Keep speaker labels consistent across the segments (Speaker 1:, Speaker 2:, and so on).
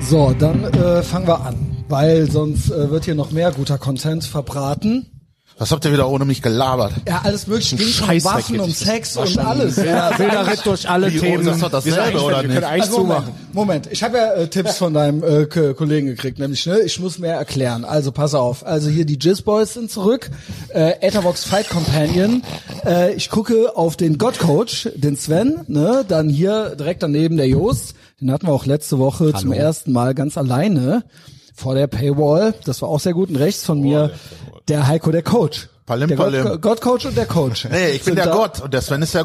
Speaker 1: So, dann äh, fangen wir an, weil sonst äh, wird hier noch mehr guter Content verbraten.
Speaker 2: Was habt ihr wieder ohne mich gelabert?
Speaker 1: Ja, alles mögliche. Ging schon um
Speaker 3: Scheißdreck
Speaker 1: Waffen,
Speaker 3: hätte
Speaker 1: um
Speaker 3: ich das
Speaker 1: Sex und alles. Ja,
Speaker 3: Bilder ritt durch alle
Speaker 2: Wie, oh,
Speaker 3: Themen.
Speaker 2: das ist doch dasselbe,
Speaker 3: Wir sind eigentlich-
Speaker 2: oder
Speaker 3: Wir können
Speaker 2: nicht?
Speaker 3: eigentlich
Speaker 1: Also Moment,
Speaker 3: zumachen.
Speaker 1: Moment, ich habe ja äh, Tipps von deinem äh, K- Kollegen gekriegt, nämlich ne, ich muss mehr erklären. Also pass auf. Also hier die Jizz Boys sind zurück, äh, Etherbox Fight Companion. Äh, ich gucke auf den God Coach, den Sven, ne, dann hier direkt daneben der Joost, den hatten wir auch letzte Woche zum ersten Mal ganz alleine vor der Paywall. Das war auch sehr gut und rechts von mir der, Heiko der Coach.
Speaker 2: Palim,
Speaker 1: der
Speaker 2: palim.
Speaker 1: God, God Coach und der Coach.
Speaker 2: Nee, ich bin
Speaker 1: Sind
Speaker 2: der
Speaker 1: da-
Speaker 2: Gott und der Sven ist der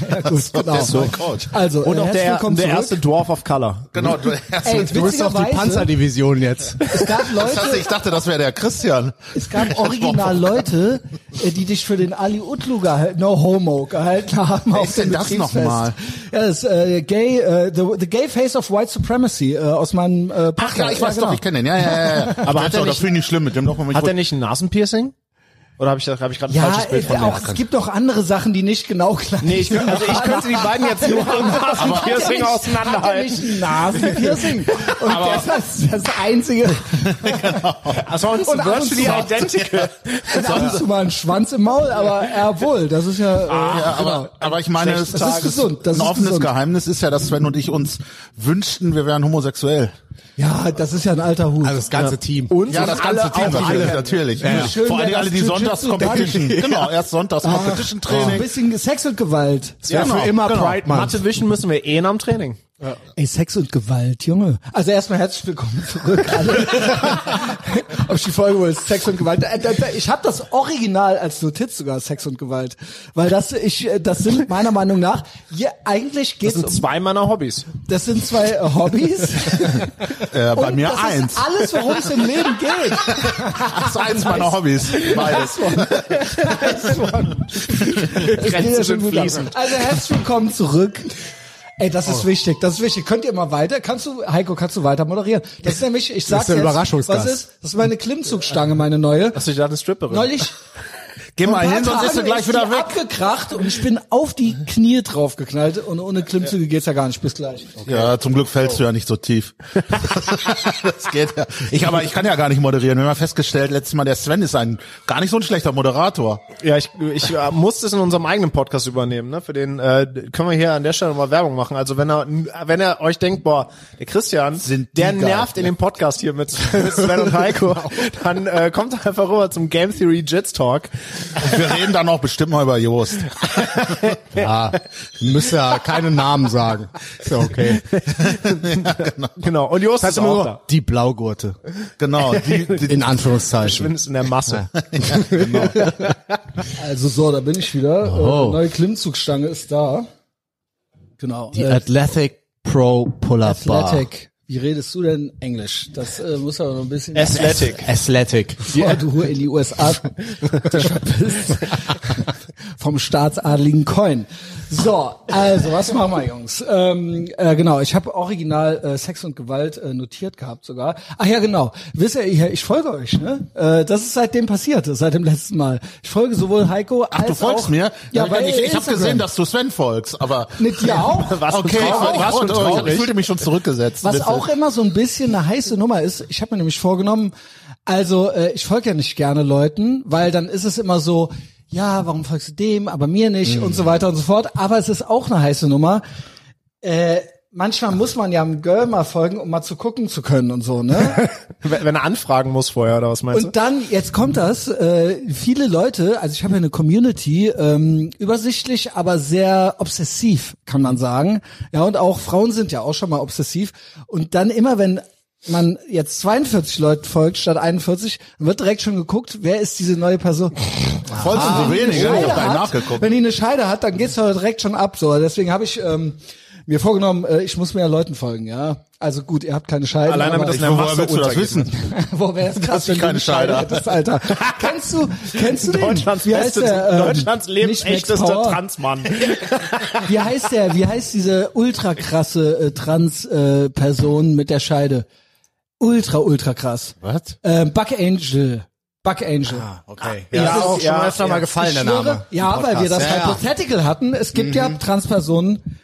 Speaker 1: Gut, genau.
Speaker 2: Der ist mein Coach.
Speaker 1: Also,
Speaker 3: Und
Speaker 1: äh,
Speaker 3: auch
Speaker 1: herzlich
Speaker 3: der,
Speaker 1: willkommen
Speaker 3: der
Speaker 1: zurück.
Speaker 3: erste Dwarf of Color.
Speaker 2: Genau, du,
Speaker 1: Ey,
Speaker 2: das,
Speaker 3: Du bist doch die
Speaker 1: witzigerweise-
Speaker 3: Panzerdivision jetzt.
Speaker 1: Es gab
Speaker 2: das,
Speaker 1: Leute,
Speaker 2: ich dachte, das wäre der Christian.
Speaker 1: es gab original Leute, äh, die dich für den Ali Utlu gehalten, no homo gehalten haben. auf
Speaker 2: ist denn
Speaker 1: dem
Speaker 2: das
Speaker 1: Betriebsfest.
Speaker 2: nochmal?
Speaker 1: Ja, das äh, gay, äh, the, the gay face of white supremacy äh, aus meinem äh,
Speaker 2: Ach ja, ich weiß doch, ich kenne den. Ja, ja, ja.
Speaker 3: Aber hat er
Speaker 2: das
Speaker 3: nicht-
Speaker 2: finde ich schlimm mit dem doch mal mit
Speaker 3: Hat er nicht ein Nasenpiercing? Oder habe ich, da- hab ich gerade ein
Speaker 1: ja,
Speaker 3: falsches Bild
Speaker 1: äh,
Speaker 3: von mir?
Speaker 1: auch, es gibt doch andere Sachen, die nicht genau gleich
Speaker 3: Nee, ich, also ich könnte die beiden jetzt nur am Nasenpiercing
Speaker 1: Hat er nicht
Speaker 3: auseinanderhalten.
Speaker 1: ein Nasenpiercing? Und das ist das Einzige.
Speaker 3: Ansonsten
Speaker 1: Und ab und
Speaker 3: virtually
Speaker 1: zu-
Speaker 3: identical.
Speaker 1: Und ab und zu mal ein Schwanz im Maul, aber er wohl. Das ist ja... Äh,
Speaker 3: Ah,
Speaker 2: ja, aber,
Speaker 1: genau.
Speaker 2: aber ich meine,
Speaker 3: Das
Speaker 2: es
Speaker 1: ist gesund, das
Speaker 2: ein
Speaker 1: ist
Speaker 2: offenes
Speaker 1: gesund.
Speaker 2: Geheimnis ist ja, dass Sven und ich uns wünschten, wir wären homosexuell.
Speaker 1: ja, das ist ja ein alter Hut.
Speaker 4: Also das ganze Team.
Speaker 3: Und
Speaker 2: Ja,
Speaker 3: und
Speaker 2: das ganze Team
Speaker 3: alle auch
Speaker 2: natürlich.
Speaker 3: alle.
Speaker 2: natürlich.
Speaker 4: Ja, ja.
Speaker 1: Schön
Speaker 2: Vor allem
Speaker 1: wäre
Speaker 2: alle,
Speaker 1: das
Speaker 2: die Sonntags
Speaker 1: Jiu-Jitsu dann.
Speaker 2: Competition. Genau, erst Sonntags Competition
Speaker 1: Oh, Ein
Speaker 2: Training.
Speaker 1: bisschen Sex und Gewalt.
Speaker 3: Ja,
Speaker 2: Genau,
Speaker 3: für immer
Speaker 2: genau.
Speaker 3: Pride Month. Mathe wischen müssen wir eh nach dem Training.
Speaker 1: Ey, Sex und Gewalt, Junge. Also erstmal herzlich willkommen zurück. Alle. Auf die Folge, wo es Sex und Gewalt. Äh, da- da- Ich habe das Original als Notiz sogar, Sex und Gewalt. Weil das, ich, äh, das sind meiner Meinung nach, hier eigentlich
Speaker 3: Das
Speaker 1: geht's
Speaker 3: sind
Speaker 1: um,
Speaker 3: zwei meiner Hobbys.
Speaker 1: das sind zwei äh, Hobbys.
Speaker 2: Äh, bei
Speaker 1: Und
Speaker 2: mir
Speaker 1: das
Speaker 2: eins.
Speaker 1: Ist alles, worum es im Leben geht.
Speaker 2: Das ist eins meiner Hobbys. Beides.
Speaker 1: Das geht ja
Speaker 3: Grenzen
Speaker 1: schon
Speaker 3: sind
Speaker 1: gut ab.
Speaker 3: fließend.
Speaker 1: Also herzlich willkommen zurück. Ey, das ist wichtig, das ist wichtig. Könnt ihr mal weiter? Kannst du, Heiko, kannst du weiter moderieren? Das ist nämlich, ich sag
Speaker 4: ist der
Speaker 1: jetzt,
Speaker 4: Überraschungsgast.
Speaker 1: was ist? Das ist meine Klimmzugstange, meine neue.
Speaker 3: Hast du dir eine Stripperin?
Speaker 1: Neulich,
Speaker 2: Geh mal
Speaker 1: vor
Speaker 2: hin,
Speaker 1: ein
Speaker 2: sonst
Speaker 1: paar
Speaker 2: ist du
Speaker 1: Tagen
Speaker 2: gleich wieder
Speaker 1: die
Speaker 2: weg.
Speaker 1: abgekracht und ich bin auf die Knie draufgeknallt und ohne Klimmzüge geht's ja gar nicht. Bis gleich.
Speaker 2: Ja, zum Glück fällst du ja nicht so tief. das geht ja. Ich, aber ich kann ja gar nicht moderieren. Wir haben ja festgestellt, letztes Mal, der Sven ist ein gar nicht so ein schlechter Moderator.
Speaker 3: Ja, ich, ich äh, muss das in unserem eigenen Podcast übernehmen. Ne? Für den äh, können wir hier an der Stelle mal Werbung machen. Also wenn er, wenn er euch denkt, boah, der Christian,
Speaker 2: Sind die
Speaker 3: der
Speaker 2: geil.
Speaker 3: nervt in dem Podcast hier mit Sven und Heiko,
Speaker 1: Genau.
Speaker 3: dann äh, kommt einfach rüber zum Game Theory Jets Talk.
Speaker 2: Und wir reden dann auch bestimmt mal über Joost.
Speaker 4: Ja, müsst ja keine Namen sagen. Ist ja okay.
Speaker 3: Genau. Und Jost
Speaker 4: Das heißt
Speaker 3: ist
Speaker 4: immer
Speaker 3: auch
Speaker 4: nur
Speaker 3: da.
Speaker 4: die Blaugurte.
Speaker 2: Genau. Die, die,
Speaker 4: In Anführungszeichen.
Speaker 3: Zumindest in der Masse.
Speaker 1: Also so, da bin ich wieder.
Speaker 4: Oh.
Speaker 1: Äh, neue Klimmzugstange ist da. Genau.
Speaker 4: Die Athletic Pro Pull-Up Bar.
Speaker 1: Athletic. Wie redest du denn Englisch? Das äh, muss aber noch ein bisschen...
Speaker 3: Athletic.
Speaker 4: Athletic.
Speaker 1: bevor du in die USA dich verpisst. Vom staatsadligen Coin. So, also, was machen wir, Jungs? Ähm, äh, genau, ich habe original äh, Sex und Gewalt äh, notiert gehabt sogar. Ach ja, genau. Wisst ihr, ich, ich folge euch, ne? Äh, das ist seitdem passiert, seit dem letzten Mal. Ich folge sowohl Heiko als
Speaker 2: ach, du folgst
Speaker 1: auch,
Speaker 2: mir?
Speaker 1: Ja, bei
Speaker 2: ich, ich habe
Speaker 1: Instagram.
Speaker 2: gesehen, dass du Sven folgst, aber.
Speaker 1: Mit dir auch?
Speaker 3: Was
Speaker 2: okay, ich,
Speaker 3: traurig,
Speaker 2: ich,
Speaker 3: was
Speaker 2: ich,
Speaker 3: für traurig.
Speaker 2: ich fühlte mich schon zurückgesetzt.
Speaker 1: Was
Speaker 2: Bitte.
Speaker 1: auch immer so ein bisschen eine heiße Nummer ist, ich habe mir nämlich vorgenommen, also äh, ich folge ja nicht gerne Leuten, weil dann ist es immer so, ja, warum folgst du dem, aber mir nicht und so weiter und so fort. Aber es ist auch eine heiße Nummer. Äh, manchmal muss man ja einem Girl mal folgen, um mal zu gucken zu können und so, ne?
Speaker 3: Wenn wenn er anfragen muss vorher, oder was meinst
Speaker 1: Und dann, jetzt kommt das, äh, viele Leute, also ich habe ja eine Community, ähm, übersichtlich, aber sehr obsessiv, kann man sagen. Ja, und auch Frauen sind ja auch schon mal obsessiv. Und dann immer, wenn man jetzt 42 Leuten folgt statt 41, dann wird direkt schon geguckt, wer ist diese neue Person.
Speaker 2: Folgst du so wenig? Ich
Speaker 1: Scheide
Speaker 2: habe
Speaker 1: hat,
Speaker 2: nachgeguckt.
Speaker 1: Wenn die eine Scheide hat, dann geht's doch direkt schon ab. So, deswegen habe ich ähm, mir vorgenommen, äh, ich muss mehr Leuten folgen. Ja, also gut, ihr habt keine Scheide.
Speaker 3: Allein damit
Speaker 1: aber-
Speaker 3: das
Speaker 2: Ich,
Speaker 3: in der
Speaker 2: woher
Speaker 3: Masse
Speaker 2: willst du das
Speaker 3: untergeht,
Speaker 2: wissen?
Speaker 1: Boah, wäre das krass, wenn du
Speaker 2: keine
Speaker 1: eine Scheide
Speaker 2: Scheide
Speaker 1: hättest, Alter. kennst du, kennst du
Speaker 3: du?
Speaker 1: den?
Speaker 3: Deutschlands
Speaker 1: wie heißt
Speaker 3: beste,
Speaker 1: der, ähm,
Speaker 3: Deutschlands
Speaker 1: nicht Max
Speaker 3: lebensechtester
Speaker 1: Power?
Speaker 3: Transmann.
Speaker 1: Wie heißt der, wie heißt diese ultra krasse äh, Trans-Person äh, Person mit der Scheide? Ultra, ultra krass.
Speaker 2: Was?
Speaker 1: Ähm, Buck Angel. Buck Angel.
Speaker 2: Ah.
Speaker 4: Okay.
Speaker 1: Ja, das ist auch schon
Speaker 3: mal
Speaker 4: öfter mal gefallen,
Speaker 1: Ich schwöre, ja, weil wir das halt Hypothetical hatten. Es gibt ja Transpersonen,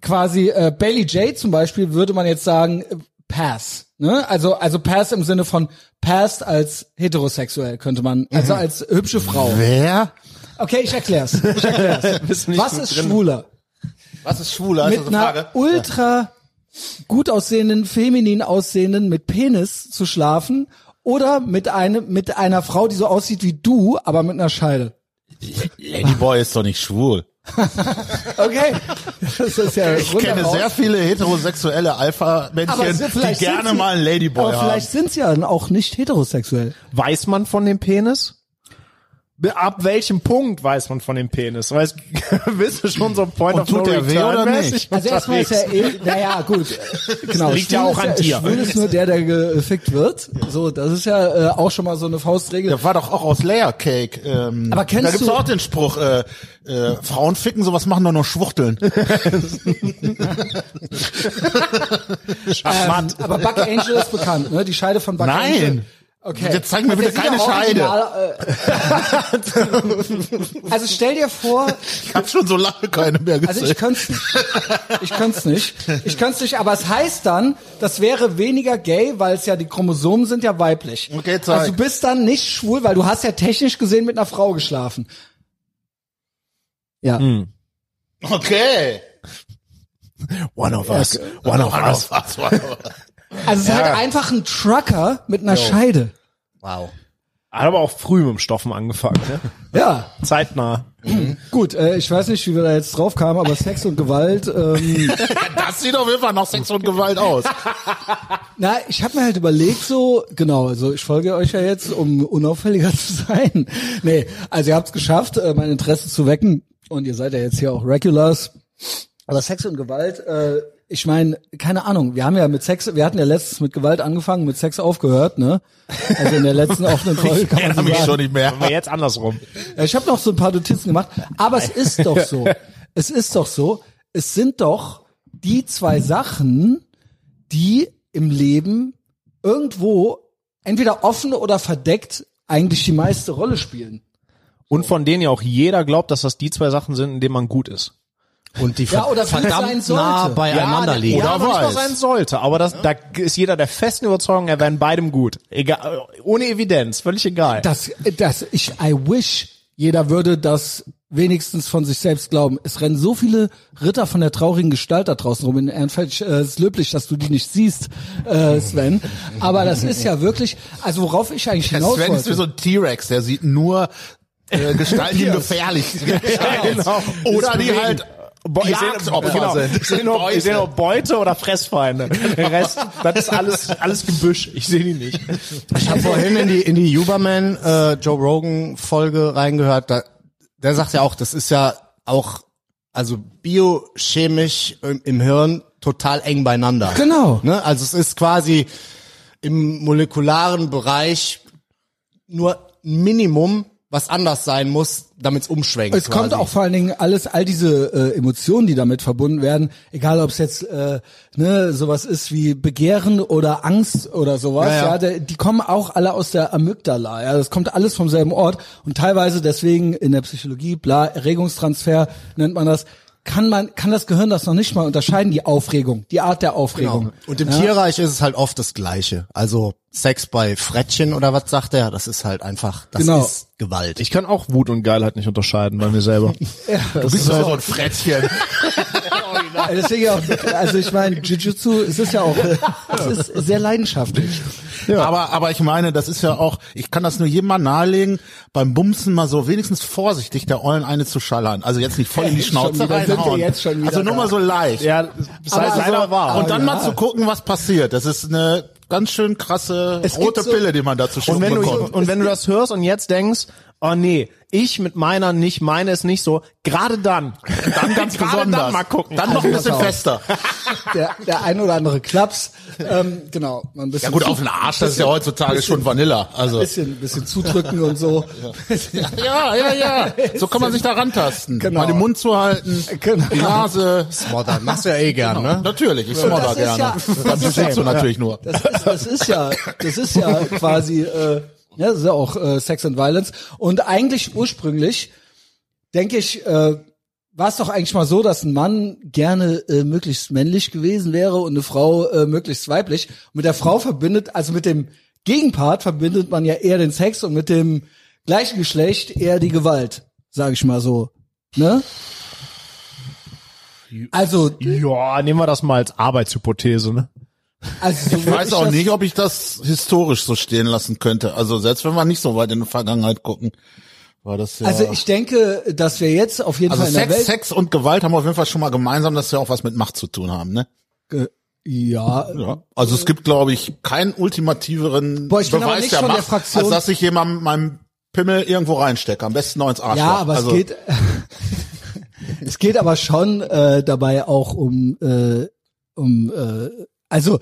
Speaker 1: quasi äh, Bailey J zum Beispiel, würde man jetzt sagen, äh, Pass. Ne? Also, also Pass im Sinne von Past als heterosexuell könnte man, also als hübsche Frau.
Speaker 5: Wer?
Speaker 1: Okay, ich erklär's. Ich erklär's. Was ist schwuler?
Speaker 5: Was ist schwuler?
Speaker 1: mit einer ultra gut aussehenden, feminin aussehenden, mit Penis zu schlafen oder mit einem, mit einer Frau, die so aussieht wie du, aber mit einer Scheide.
Speaker 5: Ladyboy ist doch nicht schwul.
Speaker 1: Okay. Das ist ja
Speaker 5: Ich kenne sehr viele heterosexuelle
Speaker 1: Aber
Speaker 5: Alpha-Männchen,
Speaker 1: so-
Speaker 5: die
Speaker 1: vielleicht sind
Speaker 5: gerne
Speaker 1: sie-
Speaker 5: mal einen Ladyboy
Speaker 1: aber
Speaker 5: haben.
Speaker 1: vielleicht sind sie ja dann auch nicht heterosexuell.
Speaker 6: Weiß man von dem Penis? Be- Ab welchem Punkt weiß man von dem Penis? Weißt, bist du schon so ein Point
Speaker 5: Und
Speaker 6: of
Speaker 5: tut
Speaker 6: no
Speaker 5: der weh
Speaker 6: return
Speaker 5: oder
Speaker 6: mäßig
Speaker 5: nicht?
Speaker 1: Also erstmal ist ja
Speaker 6: unterwegs?
Speaker 1: eh, naja, gut. Genau.
Speaker 6: liegt ja
Speaker 1: schwul
Speaker 6: auch
Speaker 1: ist
Speaker 6: an dir.
Speaker 1: Schwul ist nur der, der gefickt wird. So, das ist ja äh, auch schon mal so eine Faustregel.
Speaker 5: Der war doch auch aus Layer Cake. Ähm,
Speaker 1: Aber kennst
Speaker 5: da gibt's
Speaker 1: du-
Speaker 5: auch den Spruch, äh, äh, Frauen ficken, sowas machen doch nur Schwuchteln.
Speaker 1: Ähm, aber Buck Angel ist bekannt, ne? Die Scheide von Buck
Speaker 5: Nein.
Speaker 1: Angel. Okay.
Speaker 5: Jetzt zeig mir
Speaker 1: Also
Speaker 5: bitte
Speaker 1: der sieht
Speaker 5: keine
Speaker 1: auch
Speaker 5: Scheide.
Speaker 1: original, äh, also stell dir vor,
Speaker 5: Ich habe schon so lange keine mehr gesehen.
Speaker 1: also ich könnte nicht. Ich könnte es nicht. Ich könnte es nicht, aber es heißt dann, das wäre weniger gay, weil es ja die Chromosomen sind ja weiblich.
Speaker 5: Okay, zeig.
Speaker 1: also du bist dann nicht schwul, weil du hast ja technisch gesehen mit einer Frau geschlafen. Ja.
Speaker 5: okay.
Speaker 6: One of us.
Speaker 5: One of us. One of us.
Speaker 1: Also es ist halt einfach ein Trucker mit einer Scheide.
Speaker 5: Wow.
Speaker 6: Hat aber auch früh mit dem Stoffen angefangen, ne?
Speaker 1: Ja.
Speaker 6: Zeitnah.
Speaker 1: Gut, äh, ich weiß nicht, wie wir da jetzt drauf kamen, aber Sex und Gewalt. Ähm,
Speaker 5: Das sieht auf jeden Fall nach Sex und Gewalt aus.
Speaker 1: na, ich habe mir halt überlegt, so genau, also ich folge euch ja jetzt, um unauffälliger zu sein. Nee, also ihr habt es geschafft, äh, mein Interesse zu wecken und ihr seid ja jetzt hier auch Regulars. Aber Sex und Gewalt, äh, ich meine, keine Ahnung, wir haben ja mit Sex, wir hatten ja letztens mit Gewalt angefangen, mit Sex aufgehört, ne? Also in der letzten offenen Folge kann man
Speaker 5: Erinnere
Speaker 1: so
Speaker 5: mich
Speaker 1: sagen.
Speaker 5: schon nicht mehr.
Speaker 6: Aber jetzt andersrum.
Speaker 1: Ja, ich habe noch so ein paar Notizen gemacht, aber es ist doch so. Es ist doch so. Es sind doch die zwei Sachen, die im Leben irgendwo entweder offen oder verdeckt eigentlich die meiste Rolle spielen.
Speaker 6: Und von denen ja auch jeder glaubt, dass das die zwei Sachen sind, in denen man gut ist.
Speaker 2: Und die
Speaker 1: Ja, oder wie es sein
Speaker 2: verdammt
Speaker 1: sollte.
Speaker 2: nah beieinander
Speaker 1: Ja,
Speaker 2: liegen.
Speaker 6: ja,
Speaker 5: Oder
Speaker 6: manchmal
Speaker 5: weiß.
Speaker 6: sein sollte, aber das, da ist jeder der festen Überzeugung, er wäre in beidem gut. Egal, ohne Evidenz, völlig egal.
Speaker 1: Das, das, ich, I wish, jeder würde das wenigstens von sich selbst glauben. Es rennen so viele Ritter von der traurigen Gestalt da draußen rum in Ehrenfeld. Ich, äh, Es ist löblich, dass du die nicht siehst, äh, Sven. Aber das ist ja wirklich, also worauf ich eigentlich
Speaker 5: Der
Speaker 1: hinaus
Speaker 5: Sven ist wie
Speaker 1: wollte.
Speaker 5: so ein T-Rex, der sieht nur äh, Gestalten, die ihm gefährlich sind.
Speaker 6: Genau.
Speaker 5: Oder die halt
Speaker 6: Bo ich sehe
Speaker 5: Jagdopfer
Speaker 6: genau,
Speaker 5: sind.
Speaker 6: ich sehe nur, ich sehe nur Beute oder Fressfeinde. Der Rest, das ist alles, alles Gebüsch. Ich sehe die nicht.
Speaker 2: Ich habe vorhin in die in die Huberman äh, Joe Rogan Folge reingehört. Da, der sagt ja auch, das ist ja auch also biochemisch im, im Hirn total eng beieinander.
Speaker 1: Genau.
Speaker 2: Ne? Also es ist quasi im molekularen Bereich nur ein Minimum, was anders sein muss, damit es umschwenkt.
Speaker 1: Es kommt
Speaker 2: quasi.
Speaker 1: auch vor allen Dingen alles, all diese äh, Emotionen, die damit verbunden werden, egal ob es jetzt äh, ne, sowas ist wie Begehren oder Angst oder sowas, ja,
Speaker 2: Ja, ja.
Speaker 1: der, die kommen auch alle aus der Amygdala, ja, das kommt alles vom selben Ort und teilweise deswegen in der Psychologie, bla, Erregungstransfer nennt man das, kann man, kann das Gehirn das noch nicht mal unterscheiden, die Aufregung, die Art der Aufregung.
Speaker 2: Genau. Und im Tierreich ist es halt oft das Gleiche. Also Sex bei Frettchen oder was sagt er? Das ist halt einfach, das
Speaker 1: Genau.
Speaker 2: ist Gewalt.
Speaker 6: Ich kann auch Wut und Geilheit nicht unterscheiden bei mir selber.
Speaker 5: Du bist
Speaker 1: Also
Speaker 6: halt-
Speaker 5: doch so
Speaker 1: halt
Speaker 5: ein Frettchen.
Speaker 1: Äh, Deswegen auch, also ich meine, Jiu-Jitsu, es ist ja auch, es ist sehr leidenschaftlich.
Speaker 5: Aber, aber ich meine, das ist ja auch, ich kann das nur jedem mal nahelegen, beim Bumsen mal so wenigstens vorsichtig der Eulen eine zu schallern. Also jetzt nicht voll in die
Speaker 1: Schon
Speaker 5: Schnauze
Speaker 1: wieder, sind wir
Speaker 5: reinhauen.
Speaker 1: jetzt schon wieder
Speaker 5: Also nur
Speaker 1: da.
Speaker 5: mal so leicht.
Speaker 6: Ja, das heißt
Speaker 1: also-
Speaker 6: leider wahr.
Speaker 5: Und dann
Speaker 1: ja.
Speaker 5: mal zu gucken, was passiert. Das ist eine ganz schön krasse
Speaker 1: Es gibt
Speaker 5: rote
Speaker 1: so-
Speaker 5: Pille, die man dazu schon
Speaker 6: Und wenn, du,
Speaker 5: bekommt.
Speaker 6: und wenn du das hörst und jetzt denkst, oh nee, ich mit meiner nicht, meine ist nicht so, gerade dann.
Speaker 5: Dann ganz
Speaker 6: Gerade
Speaker 5: besonders.
Speaker 6: Dann mal gucken.
Speaker 5: Dann noch ein bisschen
Speaker 1: Also pass auf.
Speaker 5: fester.
Speaker 1: der, der ein oder andere Klaps. Ähm, genau, mal ein bisschen,
Speaker 5: Ja gut,
Speaker 1: zu-
Speaker 5: auf den Arsch, das ist ja heutzutage schon Vanilla. Also.
Speaker 1: bisschen, bisschen zudrücken und so.
Speaker 5: Ja, ja, ja. So kann man sich da rantasten.
Speaker 1: Genau.
Speaker 5: Mal den Mund zuhalten,
Speaker 1: Genau.
Speaker 5: die Nase. Genau.
Speaker 2: Modern, machst du ja eh gern, ne?
Speaker 5: Natürlich, ich smodder
Speaker 1: das ist
Speaker 5: gerne.
Speaker 1: ja-
Speaker 5: das sitzt du natürlich nur.
Speaker 1: Das ist, das ist ja, das ist ja quasi, äh, ja, das ist ja auch äh, Sex and Violence. Und eigentlich ursprünglich denke ich, äh, war es doch eigentlich mal so, dass ein Mann gerne äh, möglichst männlich gewesen wäre und eine Frau äh, möglichst weiblich. mit der Frau verbindet, also mit dem Gegenpart verbindet man ja eher den Sex und mit dem gleichen Geschlecht eher die Gewalt, sage ich mal so. Ne? Also,
Speaker 3: Ja, nehmen wir das mal als Arbeitshypothese, ne?
Speaker 1: also so
Speaker 5: Ich weiß auch
Speaker 1: das,
Speaker 5: nicht, ob ich das historisch so stehen lassen könnte. Also selbst wenn wir nicht so weit in die Vergangenheit gucken, war das ja.
Speaker 1: Also ich denke, dass wir jetzt auf jeden
Speaker 5: Äh, also
Speaker 1: Fall in der
Speaker 5: Sex,
Speaker 1: Welt.
Speaker 5: Sex und Gewalt haben auf jeden Fall schon mal gemeinsam, dass sie auch was mit Macht zu tun haben, ne?
Speaker 1: Ja,
Speaker 5: Ja. Also es gibt, glaube ich, keinen ultimativeren
Speaker 1: Boah, ich bin aber
Speaker 5: Beweis
Speaker 1: nicht
Speaker 5: der
Speaker 1: von
Speaker 5: Macht,
Speaker 1: der Fraktion-
Speaker 5: als dass ich jemandem meinem Pimmel irgendwo reinstecke. Am besten noch ins Arschloch.
Speaker 1: ja, aber
Speaker 5: also,
Speaker 1: es geht. es geht aber schon äh, dabei auch um äh, um äh, also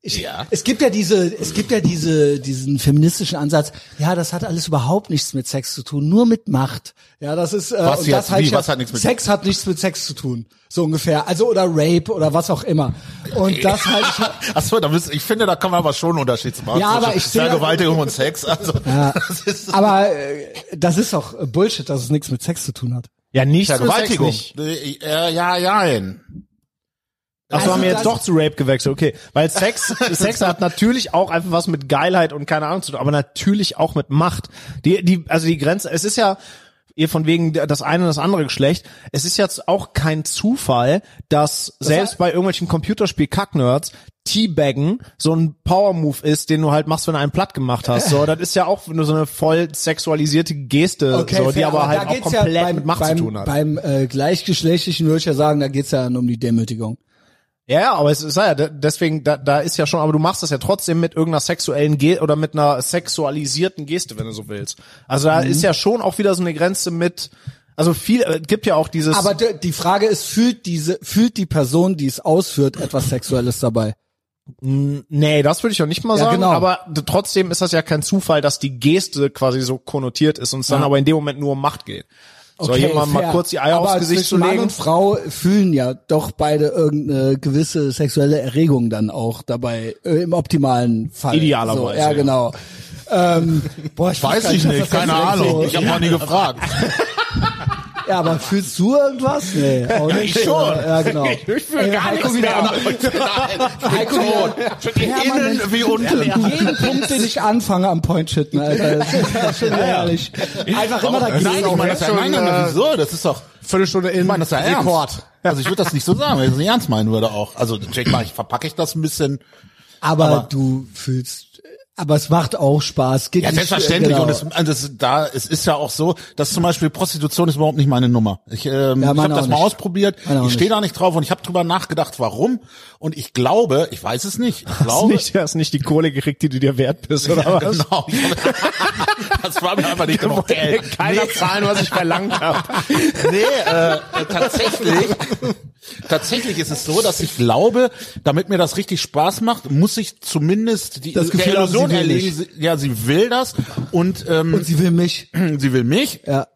Speaker 1: ich,
Speaker 5: Ja.
Speaker 1: es gibt ja diese es gibt ja diese diesen feministischen Ansatz. Ja, das hat alles überhaupt nichts mit Sex zu tun, nur mit Macht. Ja, das ist äh,
Speaker 5: Was
Speaker 1: und
Speaker 5: jetzt?
Speaker 1: das halte
Speaker 5: Wie?
Speaker 1: ich ja-
Speaker 5: Was hat nichts mit-
Speaker 1: Sex hat nichts mit Sex zu tun, so ungefähr. Also oder Rape oder was auch immer. Und das halt halte ich
Speaker 5: Achso, da müssen, ich finde, da kann man aber schon einen Unterschied machen.
Speaker 1: Ja, aber
Speaker 5: zwischen
Speaker 1: ich sehe-
Speaker 5: Vergewaltigung und Sex. Also, das ist
Speaker 1: Aber äh, das ist doch äh, Bullshit, dass es nichts mit Sex zu tun hat.
Speaker 3: Ja, nichts mit Sex
Speaker 5: Vergewaltigung.
Speaker 3: nicht.
Speaker 5: Äh, äh, ja, ja.
Speaker 3: Ach, so
Speaker 1: Also
Speaker 3: haben wir
Speaker 1: das-
Speaker 3: jetzt doch zu Rape gewechselt, okay. Weil Sex, Sex hat natürlich auch einfach was mit Geilheit und keine Ahnung zu tun, aber natürlich auch mit Macht. Die, die, also die Grenze, es ist ja, ihr von wegen der- das eine und das andere Geschlecht, es ist jetzt auch kein Zufall, dass selbst bei irgendwelchen Computerspiel Kacknerds Teabaggen so ein Power-Move ist, den du halt machst, wenn du einen platt gemacht hast. So, das ist ja auch nur so eine voll sexualisierte Geste, so, die
Speaker 1: fair,
Speaker 3: aber,
Speaker 1: da
Speaker 3: halt auch
Speaker 1: geht's
Speaker 3: komplett
Speaker 1: ja beim,
Speaker 3: mit Macht
Speaker 1: beim,
Speaker 3: zu tun hat.
Speaker 1: Beim äh, Gleichgeschlechtlichen würde ich ja sagen, da geht's ja dann um die Demütigung.
Speaker 3: Ja, ja, aber es ist ja, de- deswegen, da, da ist ja schon, aber du machst das ja trotzdem mit irgendeiner sexuellen Ge oder mit einer sexualisierten Geste, wenn du so willst. Also da ist ja schon auch wieder so eine Grenze mit, also viel, äh, gibt ja auch dieses,
Speaker 1: Aber d- die Frage ist, fühlt diese, fühlt die Person, die es ausführt, etwas Sexuelles dabei?
Speaker 3: nee, das würde ich auch nicht mal
Speaker 1: Ja,
Speaker 3: sagen,
Speaker 1: genau.
Speaker 3: aber d- trotzdem ist das ja kein Zufall, dass die Geste quasi so konnotiert ist und es dann aber in dem Moment nur um Macht geht. Soll jemand mal
Speaker 1: fair.
Speaker 3: kurz die Eier
Speaker 1: Aber
Speaker 3: aufs Gesicht zu
Speaker 1: zwischen Mann
Speaker 3: legen?
Speaker 1: und Frau fühlen ja doch beide irgendeine gewisse sexuelle Erregung dann auch dabei, äh, im optimalen Fall.
Speaker 3: Idealerweise,
Speaker 1: So, ja,
Speaker 3: ja.
Speaker 1: genau. Ähm, boah, ich
Speaker 5: Weiß
Speaker 1: gar
Speaker 5: ich
Speaker 1: dass
Speaker 5: nicht,
Speaker 1: das jetzt
Speaker 5: keine
Speaker 1: direkt
Speaker 5: Ahnung.
Speaker 1: so-
Speaker 5: Ich habe noch nie gefragt.
Speaker 1: Ja, aber fühlst du irgendwas? Nee, auch nicht.
Speaker 5: Ich schon.
Speaker 1: oder? Ja, genau.
Speaker 5: Ich fühle gar
Speaker 1: Heiko
Speaker 5: nichts
Speaker 1: wieder
Speaker 5: mehr.
Speaker 1: an- Heiko wieder-
Speaker 5: Innen wie unten.
Speaker 1: jeden Punkt, den ich anfange am Point shitten, Alter. Das ist das ist schon ehrlich. Einfach immer dagegen.
Speaker 5: Nein, ich meine das ja, nein, nein, wieso? Das ist doch,
Speaker 7: Viertelstunde in
Speaker 5: ich meine das ja ernst. Also ich würde das nicht so sagen, wenn ich das nicht ernst meinen würde auch. Also check mal, ich verpacke ich das ein bisschen.
Speaker 1: aber,
Speaker 5: aber-
Speaker 1: du fühlst, aber es macht auch Spaß. Geht
Speaker 5: Ja,
Speaker 1: nicht,
Speaker 5: selbstverständlich.
Speaker 1: genau.
Speaker 5: Und es, also es, da, es ist ja auch so, dass zum Beispiel Prostitution ist überhaupt nicht meine Nummer. Ich, ähm,
Speaker 1: Ja,
Speaker 5: ich habe
Speaker 1: meine
Speaker 5: das
Speaker 1: auch
Speaker 5: mal
Speaker 1: nicht.
Speaker 5: ausprobiert.
Speaker 1: Meine auch
Speaker 5: Ich stehe
Speaker 1: nicht.
Speaker 5: da nicht drauf und ich habe drüber nachgedacht, warum. Und ich glaube, ich weiß es nicht. Ich
Speaker 3: Hast
Speaker 5: glaube,
Speaker 3: nicht, hast nicht die Kohle gekriegt, die du dir wert bist, oder
Speaker 5: Ja,
Speaker 3: was?
Speaker 5: genau. Das war mir einfach nicht genug
Speaker 3: Wollte mir
Speaker 5: Geld.
Speaker 3: Keiner zahlen, was ich verlangt habe.
Speaker 5: Nee, äh, tatsächlich, tatsächlich ist es so, dass ich glaube, damit mir das richtig Spaß macht, muss ich zumindest die
Speaker 1: Das
Speaker 5: der
Speaker 1: Gefühl haben, sie
Speaker 5: Illusion
Speaker 1: will
Speaker 5: erlegen. sie- Ja, sie will das und ähm,
Speaker 1: Und sie will mich.
Speaker 5: sie will mich.
Speaker 1: Ja.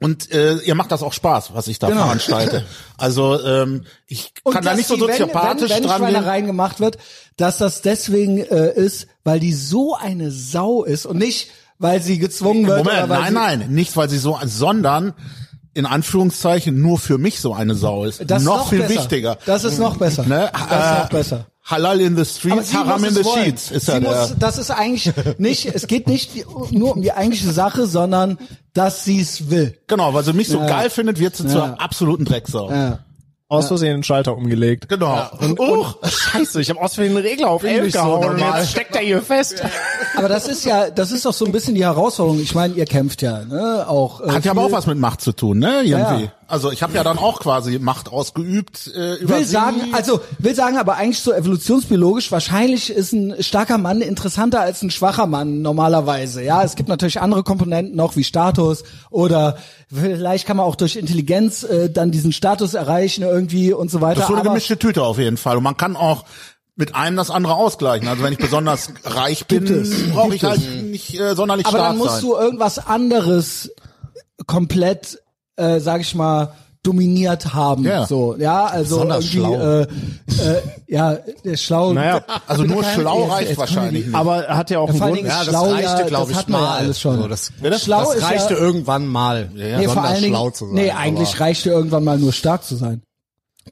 Speaker 5: Und äh, ihr macht das auch Spaß, was ich da
Speaker 1: Genau.
Speaker 5: veranstalte. Also ähm, ich
Speaker 1: Und
Speaker 5: kann da
Speaker 1: dass
Speaker 5: nicht so
Speaker 1: die, wenn-
Speaker 5: soziopathisch
Speaker 1: wenn, wenn
Speaker 5: dran gehen.
Speaker 1: Schweinereien gemacht wird, dass das deswegen äh, ist, weil die so eine Sau ist und nicht, weil sie gezwungen wird.
Speaker 5: Moment,
Speaker 1: oder weil
Speaker 5: nein,
Speaker 1: sie,
Speaker 5: nein, nicht weil sie so, sondern in Anführungszeichen nur für mich so eine Sau ist.
Speaker 1: Das ist
Speaker 5: noch, viel
Speaker 1: besser.
Speaker 5: wichtiger.
Speaker 1: Das ist noch besser.
Speaker 5: Ne?
Speaker 1: Das
Speaker 5: Äh,
Speaker 1: ist noch besser.
Speaker 5: Halal in the
Speaker 1: Aber
Speaker 5: streets,
Speaker 1: sie
Speaker 5: Haram
Speaker 1: muss
Speaker 5: in
Speaker 1: es
Speaker 5: the
Speaker 1: wollen.
Speaker 5: sheets ist
Speaker 1: sie
Speaker 5: ja
Speaker 1: muss,
Speaker 5: der.
Speaker 1: Das ist eigentlich nicht, es geht nicht die, nur um die eigentliche Sache, sondern dass sie es will.
Speaker 5: Genau, weil sie mich so geil findet, wird sie zur absoluten Drecksau.
Speaker 3: Aus Versehen den Schalter umgelegt.
Speaker 5: Genau.
Speaker 3: Und,
Speaker 5: Uch.
Speaker 3: und, scheiße, ich habe aus Versehen den Regler auf 11
Speaker 7: so
Speaker 3: gehauen und
Speaker 7: normal.
Speaker 3: jetzt steckt er hier fest.
Speaker 1: Aber das ist ja, das ist doch so ein bisschen die Herausforderung. Ich meine, ihr kämpft ja, ne? Auch. Äh,
Speaker 5: Hat ja aber auch was mit Macht zu tun, ne? Irgendwie.
Speaker 1: Ja.
Speaker 5: Also ich habe ja dann auch quasi Macht ausgeübt äh, über
Speaker 1: Will
Speaker 5: sie.
Speaker 1: sagen, also will sagen, aber eigentlich so evolutionsbiologisch wahrscheinlich ist ein starker Mann interessanter als ein schwacher Mann normalerweise. Ja, es gibt natürlich andere Komponenten noch wie Status oder vielleicht kann man auch durch Intelligenz äh, dann diesen Status erreichen irgendwie und so weiter.
Speaker 5: Das ist so eine
Speaker 1: aber-
Speaker 5: gemischte Tüte auf jeden Fall. Und man kann auch mit einem das andere ausgleichen. Also wenn ich besonders reich bin, brauche ich halt nicht äh, sonderlich
Speaker 1: Aber
Speaker 5: stark
Speaker 1: dann musst
Speaker 5: sein.
Speaker 1: du irgendwas anderes komplett, äh, sag ich mal, dominiert haben.
Speaker 5: Ja.
Speaker 1: So, ja, also
Speaker 5: Besonders
Speaker 1: irgendwie,
Speaker 5: schlau.
Speaker 1: äh, äh, ja, der schlau.
Speaker 3: Naja,
Speaker 5: Also nur
Speaker 1: Kein-
Speaker 5: schlau
Speaker 1: jetzt-
Speaker 5: reicht
Speaker 1: jetzt-
Speaker 5: wahrscheinlich
Speaker 1: Ah,
Speaker 5: nicht.
Speaker 3: aber er hat ja auch einen
Speaker 1: vor allen
Speaker 3: Grund.
Speaker 1: Dingen- schlau ja, das hat man ja alles schon.
Speaker 2: So, das,
Speaker 1: Bitte? Schlau
Speaker 2: das
Speaker 1: ist ja-
Speaker 2: reichte irgendwann mal. Ja, ja,
Speaker 1: Nee, vor
Speaker 2: besonders
Speaker 1: allen Dingen,
Speaker 2: schlau zu sein.
Speaker 1: nee,
Speaker 2: aber
Speaker 1: eigentlich reicht dir irgendwann mal nur stark zu sein.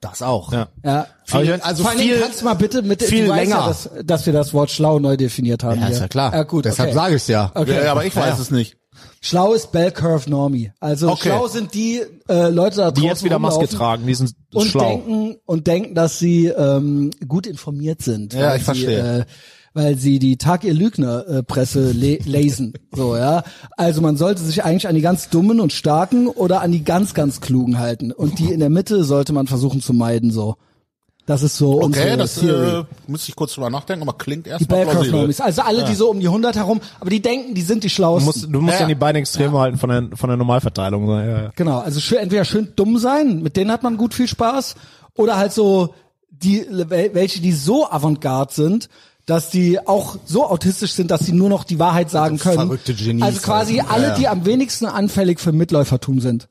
Speaker 2: das auch.
Speaker 3: Ja.
Speaker 1: Ja.
Speaker 3: Aber ich-
Speaker 2: also
Speaker 1: Vor allen Dingen
Speaker 2: viel-
Speaker 1: kannst du mal bitte mit
Speaker 2: viel
Speaker 1: du weißt
Speaker 2: länger.
Speaker 1: ja, dass, dass wir das Wort schlau neu definiert haben.
Speaker 2: Ja,
Speaker 1: hier.
Speaker 2: ist ja klar.
Speaker 1: Ja, gut,
Speaker 2: Deshalb
Speaker 1: okay.
Speaker 2: sage ich ja.
Speaker 1: Okay.
Speaker 5: Ja, ja, aber ich weiß
Speaker 2: Ja.
Speaker 5: es nicht.
Speaker 1: Schlau ist Bell Curve Normie. Also
Speaker 5: Okay.
Speaker 1: schlau sind die äh, Leute da draußen,
Speaker 3: die jetzt wieder Maske
Speaker 1: rumlaufen
Speaker 3: tragen, die sind
Speaker 1: und
Speaker 3: schlau.
Speaker 1: denken und denken, dass sie ähm, gut informiert sind.
Speaker 5: Ja,
Speaker 1: weil
Speaker 5: ich
Speaker 1: sie,
Speaker 5: verstehe.
Speaker 1: Äh, weil sie die Tag ihr Lügner äh, Presse le lesen. So, ja. Also man sollte sich eigentlich an die ganz dummen und starken oder an die ganz ganz klugen halten und die in der Mitte sollte man versuchen zu meiden so. Das ist so
Speaker 5: Okay,
Speaker 1: unsere
Speaker 5: das
Speaker 1: Theory.
Speaker 5: äh, müsste ich kurz drüber nachdenken, aber klingt
Speaker 1: die
Speaker 5: erstmal
Speaker 1: Bell Curve
Speaker 5: plausibel.
Speaker 1: Normies, also alle die so um die 100 herum, aber die denken, die sind die
Speaker 3: Du
Speaker 1: schlauesten.
Speaker 3: musst, du musst
Speaker 5: Ja.
Speaker 3: dann die beiden Extreme halten von der, von der Normalverteilung. Ja, ja.
Speaker 1: Genau, also schön, entweder schön dumm sein, mit denen hat man gut viel Spaß, oder halt so die wel- welche, die so avantgarde sind, dass die auch so autistisch sind, dass sie nur noch die Wahrheit sagen können.
Speaker 2: Verrückte Genies
Speaker 1: also quasi
Speaker 2: halt.
Speaker 1: alle,
Speaker 2: Ja, ja.
Speaker 1: die am wenigsten anfällig für Mitläufertum sind.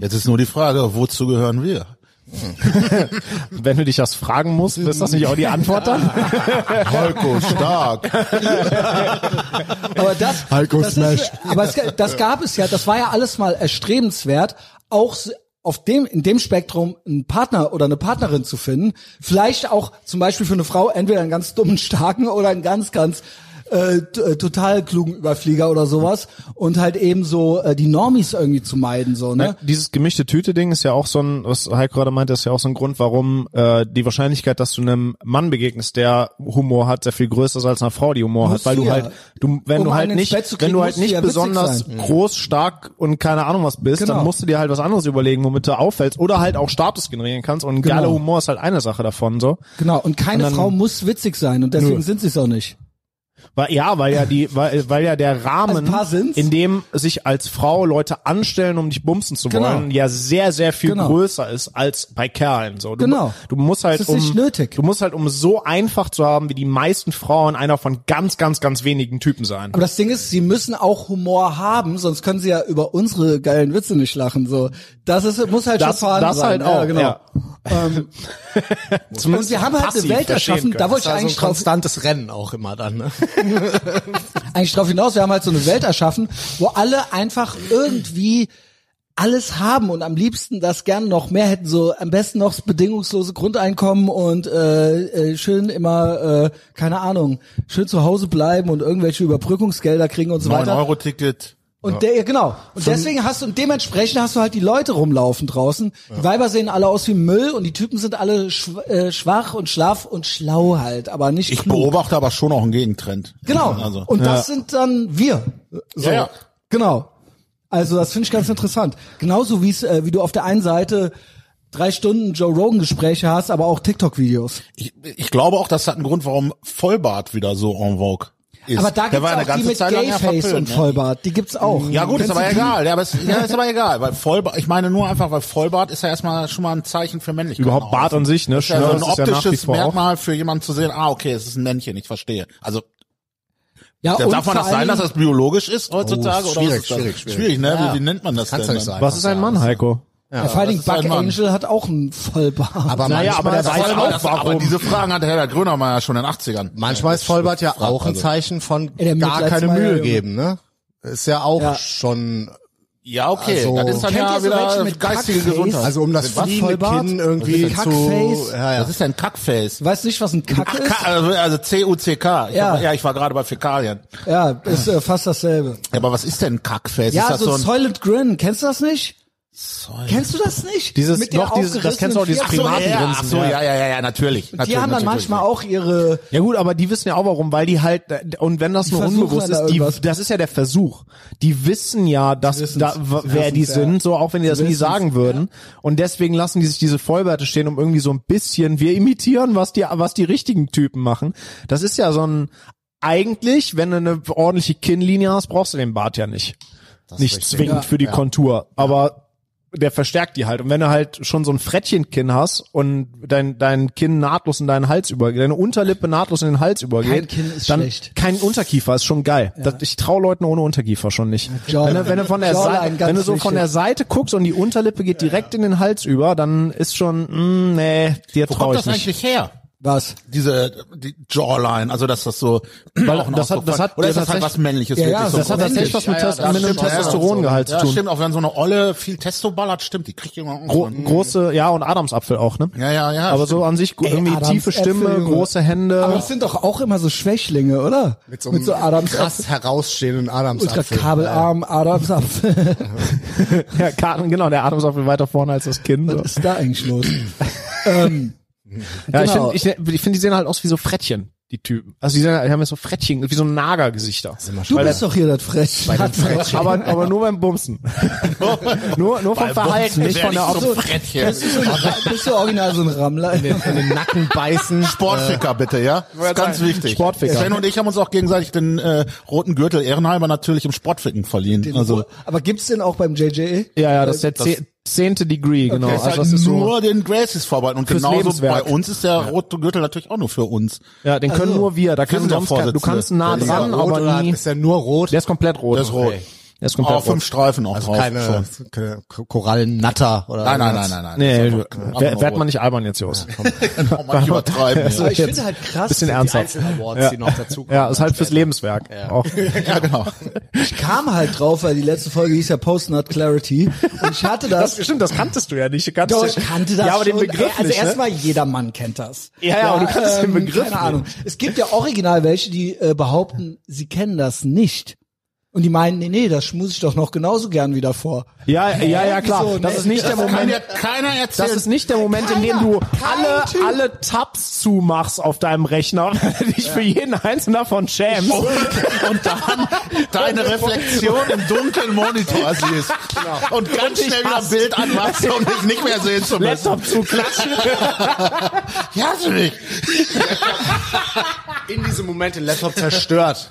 Speaker 5: Jetzt ist nur die Frage, wozu gehören wir?
Speaker 3: Wenn du dich das fragen musst, ist das nicht auch die Antwort dann?
Speaker 5: Holko stark.
Speaker 1: Aber das,
Speaker 2: Heiko
Speaker 1: das
Speaker 2: Smash.
Speaker 1: aber es, das gab es ja, das war ja alles mal erstrebenswert, auch s- auf dem, in dem Spektrum einen Partner oder eine Partnerin zu finden. Vielleicht auch zum Beispiel für eine Frau entweder einen ganz dummen Starken oder einen ganz, ganz äh, t- äh, total klugen Überflieger oder sowas und halt eben so äh, die Normis irgendwie zu meiden so ne
Speaker 3: Dieses gemischte Tüte-Ding ist ja auch so ein, was Heiko gerade meinte, ist ja auch so ein Grund, warum äh, die Wahrscheinlichkeit, dass du einem Mann begegnest, der Humor hat, sehr viel größer ist als einer Frau, die Humor
Speaker 1: Musst
Speaker 3: hat, weil
Speaker 1: du
Speaker 3: du
Speaker 1: ja.
Speaker 3: halt, du, wenn
Speaker 1: Um
Speaker 3: du halt
Speaker 1: einen ins
Speaker 3: nicht,
Speaker 1: Bett zu kriegen,
Speaker 3: wenn du halt
Speaker 1: musst du
Speaker 3: nicht
Speaker 1: ja witzig
Speaker 3: besonders
Speaker 1: sein. Mhm.
Speaker 3: groß, stark und keine Ahnung was bist,
Speaker 1: Genau.
Speaker 3: dann musst du dir halt was anderes überlegen, womit du auffällst oder halt auch Status generieren kannst und
Speaker 1: Genau.
Speaker 3: geiler Humor ist halt eine Sache davon, so.
Speaker 1: genau und keine
Speaker 3: Und dann-
Speaker 1: Frau muss witzig sein und deswegen sind sie es auch nicht
Speaker 3: Weil, ja, weil ja die, weil, weil ja der
Speaker 1: Also
Speaker 3: Rahmen,
Speaker 1: ein paar sind's.
Speaker 3: in dem sich als Frau Leute anstellen, um dich bumsen zu
Speaker 1: Genau.
Speaker 3: wollen, ja sehr, sehr viel
Speaker 1: Genau.
Speaker 3: größer ist als bei Kerlen. So, du,
Speaker 1: Genau.
Speaker 3: mu- Du musst halt
Speaker 1: Das ist
Speaker 3: um,
Speaker 1: nicht nötig.
Speaker 3: du musst halt um so einfach zu haben wie die meisten Frauen einer von ganz, ganz, ganz wenigen Typen sein.
Speaker 1: Aber das Ding ist, sie müssen auch Humor haben, sonst können sie ja über unsere geilen Witze nicht lachen. So, das ist muss halt
Speaker 3: Das-
Speaker 1: schon vorhanden
Speaker 3: das
Speaker 1: sein.
Speaker 3: halt auch,
Speaker 1: ja, genau.
Speaker 3: ja.
Speaker 1: Ähm, und
Speaker 3: Zumindest
Speaker 1: wir haben halt eine
Speaker 3: passiv
Speaker 1: Welt
Speaker 3: verstehen
Speaker 1: erschaffen. Da
Speaker 3: können.
Speaker 1: wollte ich
Speaker 2: also ein
Speaker 1: eigentlich drauf,
Speaker 2: konstantes Rennen auch immer dann. Ne?
Speaker 1: eigentlich drauf hinaus. Wir haben halt so eine Welt erschaffen, wo alle einfach irgendwie alles haben und am liebsten das gerne noch mehr hätten. So am besten noch das bedingungslose Grundeinkommen und äh, äh, schön immer äh, keine Ahnung, schön zu Hause bleiben und irgendwelche Überbrückungsgelder kriegen und so weiter.
Speaker 5: 9-Euro-Ticket.
Speaker 1: Und der, ja, genau. Und deswegen hast du, und dementsprechend hast du halt die Leute rumlaufen draußen. Die Weiber sehen alle aus wie Müll und die Typen sind alle schw äh, schwach und schlaff und schlau halt, aber nicht
Speaker 5: Ich
Speaker 1: klug.
Speaker 5: beobachte aber schon auch einen Gegentrend.
Speaker 1: Genau.
Speaker 5: Also.
Speaker 1: und das sind dann wir. So.
Speaker 5: Ja, ja.
Speaker 1: Genau. Also das finde ich ganz interessant. Genauso wie's, äh, wie du auf der einen Seite drei Stunden Joe Rogan Gespräche hast, aber auch TikTok-Videos.
Speaker 5: Ich, ich glaube auch, das hat einen Grund, warum Vollbart wieder so en vogue ist.
Speaker 1: Aber da
Speaker 5: Der
Speaker 1: gibt's
Speaker 5: war eine
Speaker 1: auch die
Speaker 5: ganze
Speaker 1: mit
Speaker 5: Zeit lang ja
Speaker 1: Gayface
Speaker 5: verpönt,
Speaker 1: und
Speaker 5: ne?
Speaker 1: Vollbart. Die gibt's auch.
Speaker 5: Ja gut, ist
Speaker 1: Kennst
Speaker 5: aber
Speaker 1: du die?
Speaker 5: egal. Ja, aber ist, ja, ist aber egal, weil Vollbart, ich meine nur einfach, weil Vollbart ist ja erstmal schon mal ein Zeichen für Männlichkeit.
Speaker 3: Überhaupt Bart an sich, ne?
Speaker 5: ist ja so ein
Speaker 3: Schnurz ist ja nach wie
Speaker 5: optisches
Speaker 3: vor auch.
Speaker 5: Merkmal für jemanden zu sehen, ah, okay, es ist ein Männchen, ich verstehe. Also
Speaker 1: Ja,
Speaker 5: da
Speaker 1: und
Speaker 5: darf
Speaker 1: vor
Speaker 5: man das sein,
Speaker 1: allen
Speaker 5: dass das biologisch ist heutzutage?
Speaker 2: Oh,
Speaker 5: oder was
Speaker 2: schwierig,
Speaker 5: ist das?
Speaker 2: schwierig, schwierig.
Speaker 5: Schwierig, ne?
Speaker 2: Ja.
Speaker 5: Wie, wie nennt man das
Speaker 2: Kannst
Speaker 5: denn?
Speaker 2: du nicht
Speaker 5: dann?
Speaker 2: sagen.
Speaker 3: Was ist ein Mann, Heiko?
Speaker 1: Ja, vor allen Dingen
Speaker 5: das ist halt
Speaker 1: Bug
Speaker 5: ein Mann.
Speaker 1: Angel hat auch einen Vollbart.
Speaker 2: Aber
Speaker 3: Naja, aber der
Speaker 2: manchmal
Speaker 3: weiß
Speaker 2: ist
Speaker 5: Aber,
Speaker 3: auch,
Speaker 5: das,
Speaker 3: warum.
Speaker 5: aber diese Fragen hatte Herbert Grönemeyer schon in den 80ern.
Speaker 2: Manchmal ist Vollbart ja auch ein
Speaker 5: also.
Speaker 2: Zeichen von
Speaker 1: Ey, der
Speaker 2: gar keine
Speaker 1: Mitleidsmeier,
Speaker 2: Mühe
Speaker 1: Junge.
Speaker 2: geben, ne? Ist ja auch
Speaker 1: Ja.
Speaker 2: schon,
Speaker 5: Ja, okay.
Speaker 2: Also-
Speaker 5: das ist
Speaker 1: Kennt
Speaker 5: dann
Speaker 1: ihr
Speaker 5: ja
Speaker 1: so welche
Speaker 5: wieder
Speaker 1: mit
Speaker 5: geistige
Speaker 1: Kackface?
Speaker 5: Gesundheit.
Speaker 2: also um das
Speaker 1: was,
Speaker 2: fliegende
Speaker 1: Vollbart?
Speaker 2: Kinn irgendwie
Speaker 1: Was ist denn
Speaker 2: zu,
Speaker 1: Kackface?
Speaker 2: ja, ja.
Speaker 5: Was ist denn Kackface?
Speaker 1: Du weißt nicht, was ein Kack ist?
Speaker 5: Ka- Also also C-U-C-K. Ich
Speaker 1: Ja.
Speaker 5: War, ja, ich war gerade bei Fäkalien.
Speaker 1: Ja, ist äh, fast dasselbe.
Speaker 5: Ja, aber was ist denn Kackface? ist
Speaker 1: Ja,
Speaker 5: das
Speaker 1: so,
Speaker 5: so
Speaker 1: ein
Speaker 5: ein
Speaker 1: Soylent Grin, kennst du das nicht?
Speaker 5: Soil-
Speaker 1: Kennst du das nicht?
Speaker 3: Dieses-
Speaker 1: Mit der
Speaker 3: noch dieses- das kennst du auch, dieses
Speaker 5: Ach so, ja,
Speaker 1: aufgerissenen
Speaker 5: ja,
Speaker 3: Primatengrinsen,
Speaker 5: ach so,
Speaker 3: ja.
Speaker 5: ja, ja, ja, ja, natürlich.
Speaker 1: Viertel. Die haben dann manchmal auch ihre,
Speaker 3: Ja gut, aber die wissen ja auch warum, weil die halt äh, und wenn das nur
Speaker 1: versuchen
Speaker 3: unbewusst
Speaker 1: ja da
Speaker 3: ist, die,
Speaker 1: irgendwas.
Speaker 3: das ist ja der Versuch. Die wissen ja, dass
Speaker 1: wissen's.
Speaker 3: da, w-
Speaker 1: Sie
Speaker 3: wer die
Speaker 1: wissen's, ja.
Speaker 3: sind, so auch wenn die das nie
Speaker 1: wissen's,
Speaker 3: sagen würden. Und deswegen lassen die sich diese Vollwerte stehen, um irgendwie so ein bisschen wir imitieren, was die was die richtigen Typen machen. Das ist ja so ein eigentlich, wenn du eine ordentliche Kinnlinie hast, brauchst du den Bart ja nicht. nicht zwingend für die Kontur, aber der verstärkt die halt. Und wenn du halt schon so ein Frettchenkinn hast und dein, dein Kinn nahtlos in deinen Hals übergeht, deine Unterlippe nahtlos in den Hals übergeht,
Speaker 1: Kinn ist
Speaker 3: dann
Speaker 1: schlecht.
Speaker 3: kein Unterkiefer ist schon geil. Das, ich trau Leuten ohne Unterkiefer schon nicht.
Speaker 1: Jaw-
Speaker 3: wenn, du, wenn du von der
Speaker 1: Jawline
Speaker 3: Seite,
Speaker 1: ganz
Speaker 3: wenn du so von
Speaker 1: wichtig.
Speaker 3: der Seite guckst und die Unterlippe geht direkt in den Hals über, dann ist schon, mh, nee, dir
Speaker 5: Wo
Speaker 3: trau
Speaker 5: kommt
Speaker 3: ich
Speaker 5: das
Speaker 3: nicht.
Speaker 5: eigentlich her?
Speaker 1: Was?
Speaker 5: Diese die Jawline, also dass das so Weil,
Speaker 3: das hat- das hat-
Speaker 5: oder ist
Speaker 3: ja,
Speaker 5: das
Speaker 3: tatsächlich-
Speaker 5: halt was männliches
Speaker 1: Ja, ja,
Speaker 5: wirklich so
Speaker 1: das
Speaker 3: Das hat tatsächlich was mit,
Speaker 2: Ja, ja,
Speaker 3: Test
Speaker 2: das
Speaker 3: mit einem
Speaker 2: stimmt, ja, ja.
Speaker 3: Testosterongehalt
Speaker 5: ja,
Speaker 3: zu tun.
Speaker 5: stimmt, auch wenn so eine Olle viel Testo ballert, stimmt, die kriegt irgendwann auch
Speaker 3: Gro
Speaker 5: so einen-
Speaker 3: Große, ja, und Adamsapfel auch, ne?
Speaker 5: Ja, ja, ja.
Speaker 3: Aber so an sich gu- irgendwie
Speaker 1: Adams
Speaker 3: tiefe
Speaker 1: Äpfel,
Speaker 3: Stimme,
Speaker 1: Junge.
Speaker 3: große Hände.
Speaker 1: Aber das sind doch auch immer so Schwächlinge, oder? Mit
Speaker 2: einem
Speaker 1: Adams
Speaker 2: krass herausstehenden
Speaker 1: Ultra
Speaker 2: Adamsapfel.
Speaker 1: kabelarm Adamsapfel.
Speaker 3: ja, Karten, genau, der Adamsapfel weiter vorne als das Kind.
Speaker 1: Was ist da eigentlich los? ähm,
Speaker 3: Ja,
Speaker 1: Genau.
Speaker 3: ich finde, ich, ich find, die sehen halt aus wie so Frettchen, die Typen. Also die, sehen, die haben jetzt so Frettchen, wie so Nagergesichter.
Speaker 1: du bist doch hier das Frettchen.
Speaker 3: Aber, aber nur beim Bumsen. nur, nur vom
Speaker 5: Bei
Speaker 3: Verhalten,
Speaker 5: Wurzeln
Speaker 3: nicht von der
Speaker 5: wär ich so
Speaker 3: Optik.
Speaker 5: Frettchen.
Speaker 1: Bist du, so ein- bist du original so ein Rammler?
Speaker 2: In den Nacken beißen.
Speaker 5: Sportficker bitte, ja? Ist ganz wichtig.
Speaker 3: Äh, Sportficker.
Speaker 5: Sven und ich haben uns auch gegenseitig den äh, roten Gürtel Ehrenhalber natürlich im Sportficken verliehen. also
Speaker 1: Aber gibt's den auch beim E? JJE?
Speaker 3: Ja, ja, das ist der zeh- zehnte Degree, genau.
Speaker 5: der ist
Speaker 3: also
Speaker 5: halt
Speaker 3: das ist so,
Speaker 5: nur den Gracies vorbehalten und
Speaker 3: Fürs
Speaker 5: genauso bei
Speaker 3: Lebenswerk.
Speaker 5: uns ist der rote Gürtel natürlich auch nur für uns.
Speaker 3: ja, den können nur wir. Da kann
Speaker 5: Also, sind der
Speaker 3: sonst kein, du
Speaker 5: Vorsitzende.
Speaker 3: kannst nah
Speaker 5: Der ist
Speaker 3: dran,
Speaker 5: ja
Speaker 2: Rot
Speaker 3: aber
Speaker 2: oder
Speaker 3: nie.
Speaker 2: ist ja nur rot.
Speaker 3: Der ist komplett rot.
Speaker 5: Der ist rot.
Speaker 3: Okay. Der ist komplett
Speaker 5: Aber
Speaker 3: rot.
Speaker 5: fünf Streifen
Speaker 3: Also
Speaker 5: auch drauf.
Speaker 2: keine,
Speaker 5: schon.
Speaker 2: keine Korallennatter oder
Speaker 5: Nein, nein,
Speaker 2: irgendwas.
Speaker 5: nein, nein, nein.
Speaker 3: Nee,
Speaker 5: Das ist
Speaker 3: wer-
Speaker 5: einfach-
Speaker 3: werd,
Speaker 5: einfach
Speaker 3: man nicht albern jetzt, Jos.
Speaker 5: nur rot. Man Oh, übertreiben.
Speaker 1: Aber
Speaker 5: ja.
Speaker 1: ich
Speaker 3: jetzt
Speaker 1: finde halt krass,
Speaker 3: bisschen ernsthaft.
Speaker 2: Einzel-Awards, die noch dazukommen.
Speaker 3: Ja, ist halt fürs Lebenswerk. Auch.
Speaker 5: ja, genau.
Speaker 1: ich kam halt drauf, weil die letzte Folge hieß ja Post Not Clarity. Und ich hatte das.
Speaker 3: Das, stimmt, das kanntest du ja nicht. Du kanntest
Speaker 1: Doch, ich
Speaker 3: ja-
Speaker 1: kannte das
Speaker 3: Ja, aber den
Speaker 1: schon.
Speaker 3: Begriff
Speaker 1: Also
Speaker 3: nicht, ne?
Speaker 1: erstmal, jeder Mann kennt das. ähm,
Speaker 3: Ja, ja, aber du kanntest den Begriff
Speaker 1: Keine Ahnung. Es gibt ja original welche, die äh, behaupten, sie kennen das nicht. Und die meinen, nee, nee, das schmuse ich doch noch genauso gern wieder vor.
Speaker 3: Ja, ja, ja, klar.
Speaker 1: so,
Speaker 3: das
Speaker 1: ne?
Speaker 3: ist nicht der
Speaker 5: Das kann dir
Speaker 3: Moment.
Speaker 5: keiner erzählen.
Speaker 3: Das ist nicht der Moment, in dem du alle,
Speaker 1: Typ.
Speaker 3: alle Tabs zumachst auf deinem Rechner und dich für jeden einzelnen davon schämst.
Speaker 5: und dann deine Reflexion im dunklen Monitor siehst und ganz
Speaker 3: Genau. Und ich
Speaker 5: schnell wieder ein
Speaker 3: hasse-
Speaker 5: Bild anmachst, um dich nicht mehr sehen zu müssen.
Speaker 3: Laptop zu klatschen.
Speaker 5: Ich hasse dich.
Speaker 2: In diesem Moment den Laptop zerstört.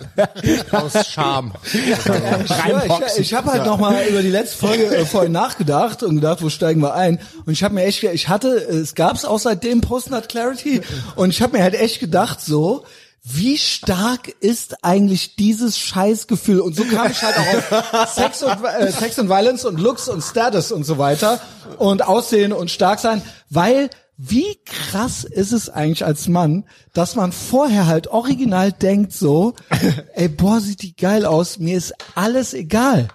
Speaker 2: Aus Scham.
Speaker 1: Ja, ich
Speaker 3: Reinboxen.
Speaker 1: ich habe halt noch mal über die letzte Folge äh, vorhin nachgedacht und gedacht, wo steigen wir ein? Und ich habe mir echt, ge- ich hatte, äh, es gab's auch seitdem Postnut Clarity und ich habe mir halt echt gedacht so, wie stark ist eigentlich dieses Scheißgefühl? Und so kam ich halt auch auf Sex und, äh, Sex und Violence und Looks und Status und so weiter und Aussehen und stark sein, weil wie krass ist es eigentlich als Mann, dass man vorher halt original denkt so, ey, boah, sieht die geil aus, mir ist alles egal.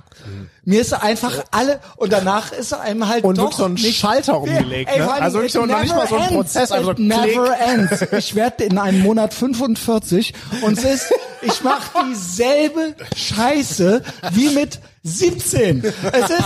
Speaker 1: Mir ist einfach alle und danach ist einem halt
Speaker 3: Mhm. Und
Speaker 1: doch
Speaker 3: wirklich so ein
Speaker 1: nicht,
Speaker 3: Schalter umgelegt,
Speaker 1: Ey,
Speaker 3: ne?
Speaker 1: vor allen
Speaker 3: Also
Speaker 1: Dingen,
Speaker 3: wirklich so-
Speaker 1: it
Speaker 3: noch nicht mal so ein
Speaker 1: never
Speaker 3: Prozess, also einfach
Speaker 1: it
Speaker 3: so
Speaker 1: never ends. Ich werde in einem Monat 45 und es ist, ich mache dieselbe Scheiße wie mit 17. Es ist,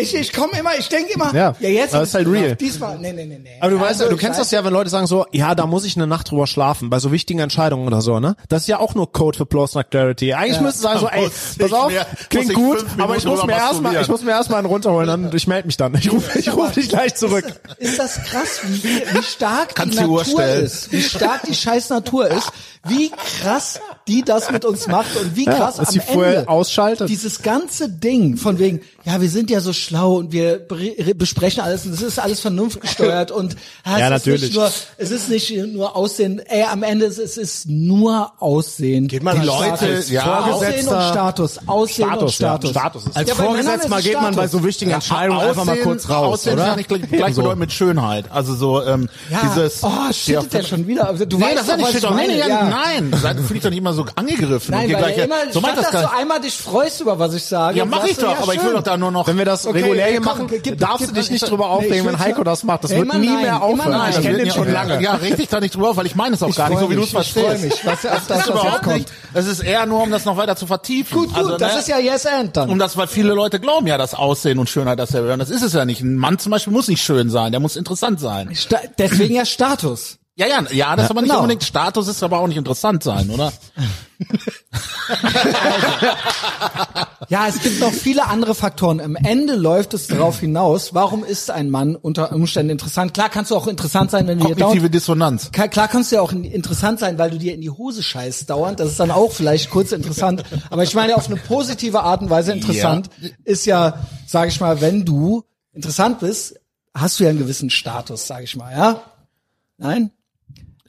Speaker 1: ich, ich komme immer, ich denke immer,
Speaker 3: Ja,
Speaker 1: ja, jetzt
Speaker 3: aber ist halt real.
Speaker 1: diesmal, nee, nee, nee, nee.
Speaker 3: Aber du weißt ja,
Speaker 1: Also,
Speaker 3: du
Speaker 1: ich
Speaker 3: kennst
Speaker 1: weiß-
Speaker 3: das ja, wenn Leute sagen so, ja, da muss ich eine Nacht drüber schlafen, bei so wichtigen Entscheidungen oder so, ne? Das ist ja auch nur Code für Plus Not Clarity. Eigentlich
Speaker 1: Ja.
Speaker 3: müsste sagen so,
Speaker 5: Da
Speaker 3: ey,
Speaker 5: muss
Speaker 3: pass
Speaker 5: ich
Speaker 3: auf,
Speaker 5: mir-
Speaker 3: klingt
Speaker 5: muss ich
Speaker 3: gut,
Speaker 5: fünf
Speaker 3: aber ich
Speaker 5: Minuten
Speaker 3: muss mir
Speaker 5: drüber
Speaker 3: erstmal,
Speaker 5: masturbieren.
Speaker 3: ich muss mir erstmal einen runterholen, dann ich melde mich dann. Ich rufe ich ruf dich gleich zurück.
Speaker 1: Ist das krass, wie, wie stark
Speaker 5: Kannst
Speaker 1: die
Speaker 5: die Uhr
Speaker 1: Natur
Speaker 5: stellen.
Speaker 1: ist, wie stark die scheiß Natur ist, wie krass die das mit uns macht und wie
Speaker 3: Ja,
Speaker 1: krass
Speaker 3: dass
Speaker 1: am
Speaker 3: sie vorher
Speaker 1: Ende
Speaker 3: ausschaltet.
Speaker 1: dieses ganze Ding von wegen, ja, wir sind ja so schlau und wir bre- besprechen alles und es ist alles vernunftgesteuert und ja,
Speaker 3: Ja,
Speaker 1: es ist
Speaker 3: natürlich.
Speaker 1: nicht nur, es ist nicht nur Aussehen, ey, am Ende ist es ist nur Aussehen.
Speaker 2: Geht mal Die an Leute,
Speaker 1: Status.
Speaker 5: ja,
Speaker 1: Aussehen und
Speaker 2: Vorgesetzter-
Speaker 1: Status, Aussehen und
Speaker 3: Status, ja.
Speaker 1: Status.
Speaker 3: Status ist
Speaker 2: Als
Speaker 1: Ja, bei Männern ist
Speaker 2: Vorgesetzter
Speaker 1: es
Speaker 2: geht man bei
Speaker 1: Status.
Speaker 2: so wichtigen Entscheidungen einfach mal kurz raus,
Speaker 5: Aussehen
Speaker 2: oder?
Speaker 5: ist ja nicht gleich, gleichbedeutend mit Schönheit. Also so ähm,
Speaker 1: ja.
Speaker 5: dieses...
Speaker 1: oh, shittet der schon wieder. Also Du
Speaker 5: Nee,
Speaker 1: weißt
Speaker 5: das ist ja
Speaker 1: doch, was
Speaker 5: nicht
Speaker 1: ich
Speaker 5: shit. doch- Nee,
Speaker 1: meine.
Speaker 5: nee,
Speaker 1: ja.
Speaker 5: ja. Nein, dann fühle ich doch nicht immer so angegriffen. und
Speaker 1: Nein,
Speaker 5: hier
Speaker 1: weil
Speaker 5: gleich,
Speaker 1: er immer,
Speaker 5: so meint das
Speaker 1: statt dass
Speaker 5: gar
Speaker 1: du
Speaker 5: nicht.
Speaker 1: einmal dich freust über was ich sage.
Speaker 5: Ja, mach
Speaker 1: sagst
Speaker 5: ich
Speaker 1: du,
Speaker 5: doch, aber ich will
Speaker 1: schön.
Speaker 5: doch da nur noch...
Speaker 3: Wenn wir das
Speaker 1: Okay,
Speaker 3: regulär hier
Speaker 1: komm,
Speaker 3: machen,
Speaker 1: gib-
Speaker 3: darfst
Speaker 1: gib
Speaker 3: du dich
Speaker 1: mal-
Speaker 3: nicht drüber
Speaker 1: Nee,
Speaker 3: aufregen,
Speaker 1: ich
Speaker 3: wenn
Speaker 1: will's
Speaker 3: Heiko
Speaker 1: ja-
Speaker 3: das macht. Das
Speaker 1: Ey,
Speaker 3: wird
Speaker 1: Mann,
Speaker 3: nie
Speaker 1: nein,
Speaker 3: mehr
Speaker 1: immer
Speaker 3: aufhören.
Speaker 1: nein.
Speaker 3: Ich kenne
Speaker 1: Wir
Speaker 3: den schon lange.
Speaker 5: um- Ja, red dich da nicht drüber, weil ich meine es auch gar
Speaker 1: freu
Speaker 5: nicht so, wie du
Speaker 1: mich,
Speaker 5: es
Speaker 1: ich freu
Speaker 5: verstehst.
Speaker 1: mich, was- auf das, was
Speaker 5: überhaupt
Speaker 1: jetzt kommt.
Speaker 5: nicht. Es ist eher nur, um das noch weiter zu vertiefen.
Speaker 1: Gut, gut,
Speaker 5: also,
Speaker 1: das
Speaker 5: ne,
Speaker 1: ist ja Yes and dann.
Speaker 5: um das, weil viele Leute glauben ja, dass Aussehen und Schönheit dasselbe wären. Das ist es ja nicht. Ein Mann zum Beispiel muss nicht schön sein, der muss interessant sein.
Speaker 1: Sta deswegen ja Status.
Speaker 5: Ja, ja, ja, das ist aber nicht
Speaker 1: genau.
Speaker 5: unbedingt Status, ist aber auch nicht interessant sein, oder?
Speaker 1: Ja, es gibt noch viele andere Faktoren. Am Ende läuft es darauf hinaus, warum ist ein Mann unter Umständen interessant? Klar kannst du auch interessant sein, wenn du dir dauernd
Speaker 5: Kognitive Dissonanz.
Speaker 1: Ka- Klar kannst du ja auch in- interessant sein, weil du dir in die Hose scheißt dauernd. Das ist dann auch vielleicht kurz interessant. Aber ich meine, auf eine positive Art und Weise interessant ist ja, sage ich mal, wenn du interessant bist, hast du ja einen gewissen Status, sag ich mal, ja? Nein?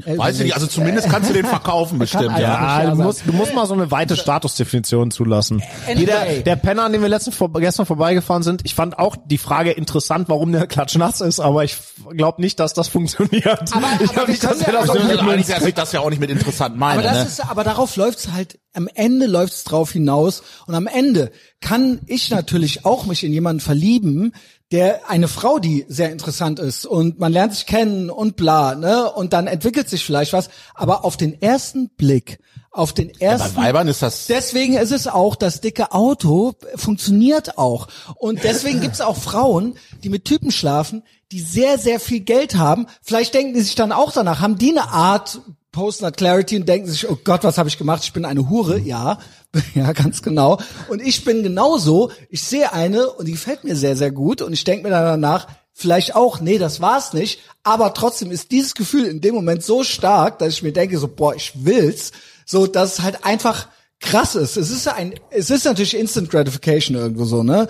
Speaker 1: Äh,
Speaker 5: Weiß ich nicht, also zumindest kannst du den verkaufen bestimmt,
Speaker 1: also-
Speaker 5: ja.
Speaker 1: nicht
Speaker 6: Ja,
Speaker 1: wahr
Speaker 6: du
Speaker 1: sein.
Speaker 6: musst, du musst mal so eine weite Statusdefinition zulassen.
Speaker 1: Anyway.
Speaker 6: Jeder, der Penner, an dem wir letzten, vor, gestern vorbeigefahren sind, ich fand auch die Frage interessant, warum der klatschnass ist, aber ich glaube nicht, dass das funktioniert.
Speaker 1: Aber-
Speaker 6: ich
Speaker 1: aber
Speaker 6: glaube nicht,
Speaker 1: wir können
Speaker 6: dass der
Speaker 1: ja-
Speaker 6: das
Speaker 1: Also,
Speaker 5: Also,
Speaker 6: auch
Speaker 5: eigentlich dass ich das ja auch nicht mit interessant meine,
Speaker 1: Aber das
Speaker 5: ne?
Speaker 1: ist, aber darauf läuft's halt, am Ende läuft's drauf hinaus. Und am Ende kann ich natürlich auch mich in jemanden verlieben, der eine Frau, die sehr interessant ist und man lernt sich kennen und bla, ne? Und dann entwickelt sich vielleicht was. Aber auf den ersten Blick, auf den
Speaker 5: Bei
Speaker 1: ersten
Speaker 5: Weibern ist das
Speaker 1: Deswegen ist es auch, das dicke Auto funktioniert auch. Und deswegen gibt's auch Frauen, die mit Typen schlafen, die sehr, sehr viel Geld haben. Vielleicht denken die sich dann auch danach, haben die eine Art Postner Clarity und denken sich, oh Gott, was habe ich gemacht? Ich bin eine Hure. Ja, ja, ganz genau. Und ich bin genauso. Ich sehe eine und die gefällt mir sehr, sehr gut. Und ich denke mir dann danach, vielleicht auch, nee, das war's nicht. Aber trotzdem ist dieses Gefühl in dem Moment so stark, dass ich mir denke, so, boah, ich will's. So, dass halt einfach krass ist. Es ist ein, es ist natürlich Instant Gratification irgendwo so, ne?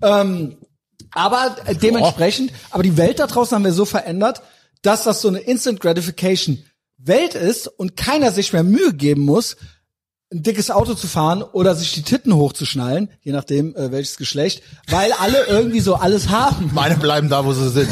Speaker 1: Ähm, aber äh, dementsprechend, aber die Welt da draußen haben wir so verändert, dass das so eine Instant Gratification Welt ist und keiner sich mehr Mühe geben muss, ein dickes Auto zu fahren oder sich die Titten hochzuschnallen, je nachdem äh, welches Geschlecht, weil alle irgendwie so alles haben.
Speaker 5: meine bleiben da, wo sie sind.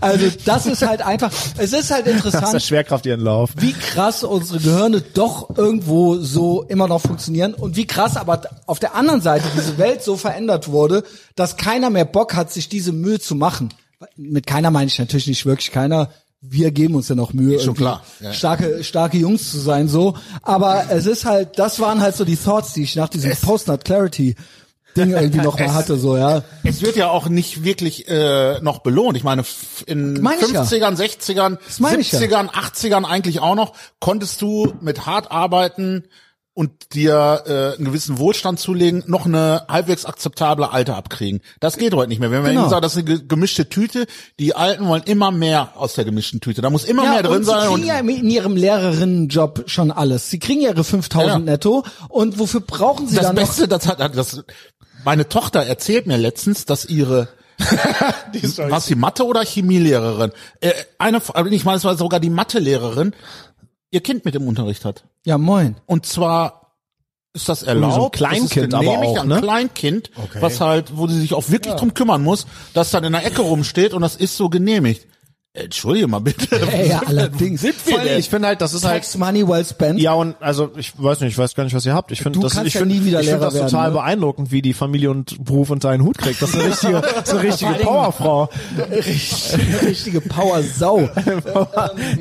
Speaker 1: Also das ist halt einfach, es ist halt
Speaker 6: Lass der
Speaker 1: interessant,
Speaker 6: Schwerkraft ihren Lauf.
Speaker 1: wie krass unsere Gehirne doch irgendwo so immer noch funktionieren und wie krass aber auf der anderen Seite diese Welt so verändert wurde, dass keiner mehr Bock hat, sich diese Mühe zu machen. Mit keiner meine ich natürlich nicht wirklich keiner. Wir geben uns ja noch Mühe,
Speaker 5: Ist schon
Speaker 1: irgendwie
Speaker 5: klar. Ja, ja.
Speaker 1: starke starke Jungs zu sein so. Aber es ist halt, das waren halt so die Thoughts, die ich nach diesem Postnut Clarity Ding irgendwie noch mal hatte so ja.
Speaker 5: Es wird ja auch nicht wirklich äh, noch belohnt. Ich meine, f- in
Speaker 1: Meine ich ja.
Speaker 5: 50ern, 60ern,
Speaker 1: meine ich ja.
Speaker 5: 70ern, 80ern eigentlich auch noch, konntest du mit hart arbeiten und dir äh, einen gewissen Wohlstand zulegen, noch eine halbwegs akzeptable Alte abkriegen. Das geht heute nicht mehr. Wenn wir
Speaker 1: Genau.
Speaker 5: eben sagen, das ist eine ge- gemischte Tüte, die Alten wollen immer mehr aus der gemischten Tüte. Da muss immer mehr drin
Speaker 1: und
Speaker 5: sein.
Speaker 1: Sie
Speaker 5: Und
Speaker 1: kriegen ja in ihrem Lehrerinnenjob schon alles. Sie kriegen ja ihre 5000
Speaker 5: Ja.
Speaker 1: netto. Und wofür brauchen sie
Speaker 5: das
Speaker 1: dann noch?
Speaker 5: Beste, das hat das. Meine Tochter erzählt mir letztens, dass ihre was die Mathe oder Chemielehrerin äh, eine ich meine es war sogar die Mathelehrerin ihr Kind mit im Unterricht hat
Speaker 1: Ja, moin.
Speaker 5: und zwar ist das erlaubt
Speaker 6: so ein
Speaker 5: Das ist
Speaker 6: Kleinkind aber
Speaker 5: genehmigt,
Speaker 6: auch,
Speaker 5: ein
Speaker 6: ne?
Speaker 5: Kleinkind was halt wo sie sich auch wirklich drum kümmern muss das dann in der Ecke rumsteht und das ist so genehmigt Äh, entschuldige mal bitte
Speaker 1: Ey, ja, allerdings.
Speaker 5: wir denn?
Speaker 6: Ich finde halt, das ist halt
Speaker 1: Tax money well spent.
Speaker 6: Ja, und also ich weiß nicht, ich weiß gar nicht, was ihr habt. Ich finde
Speaker 1: Du
Speaker 6: das,
Speaker 1: kannst
Speaker 6: ich
Speaker 1: ja
Speaker 6: finde
Speaker 1: nie wieder
Speaker 6: ich finde
Speaker 1: Lehrer
Speaker 6: das total
Speaker 1: werden, ne?
Speaker 6: beeindruckend, wie die Familie und Beruf unter einen Hut kriegt. Das ist eine richtige, das ist eine richtige
Speaker 1: Vor allen
Speaker 6: Powerfrau.
Speaker 1: Eine richtige Power-Sau.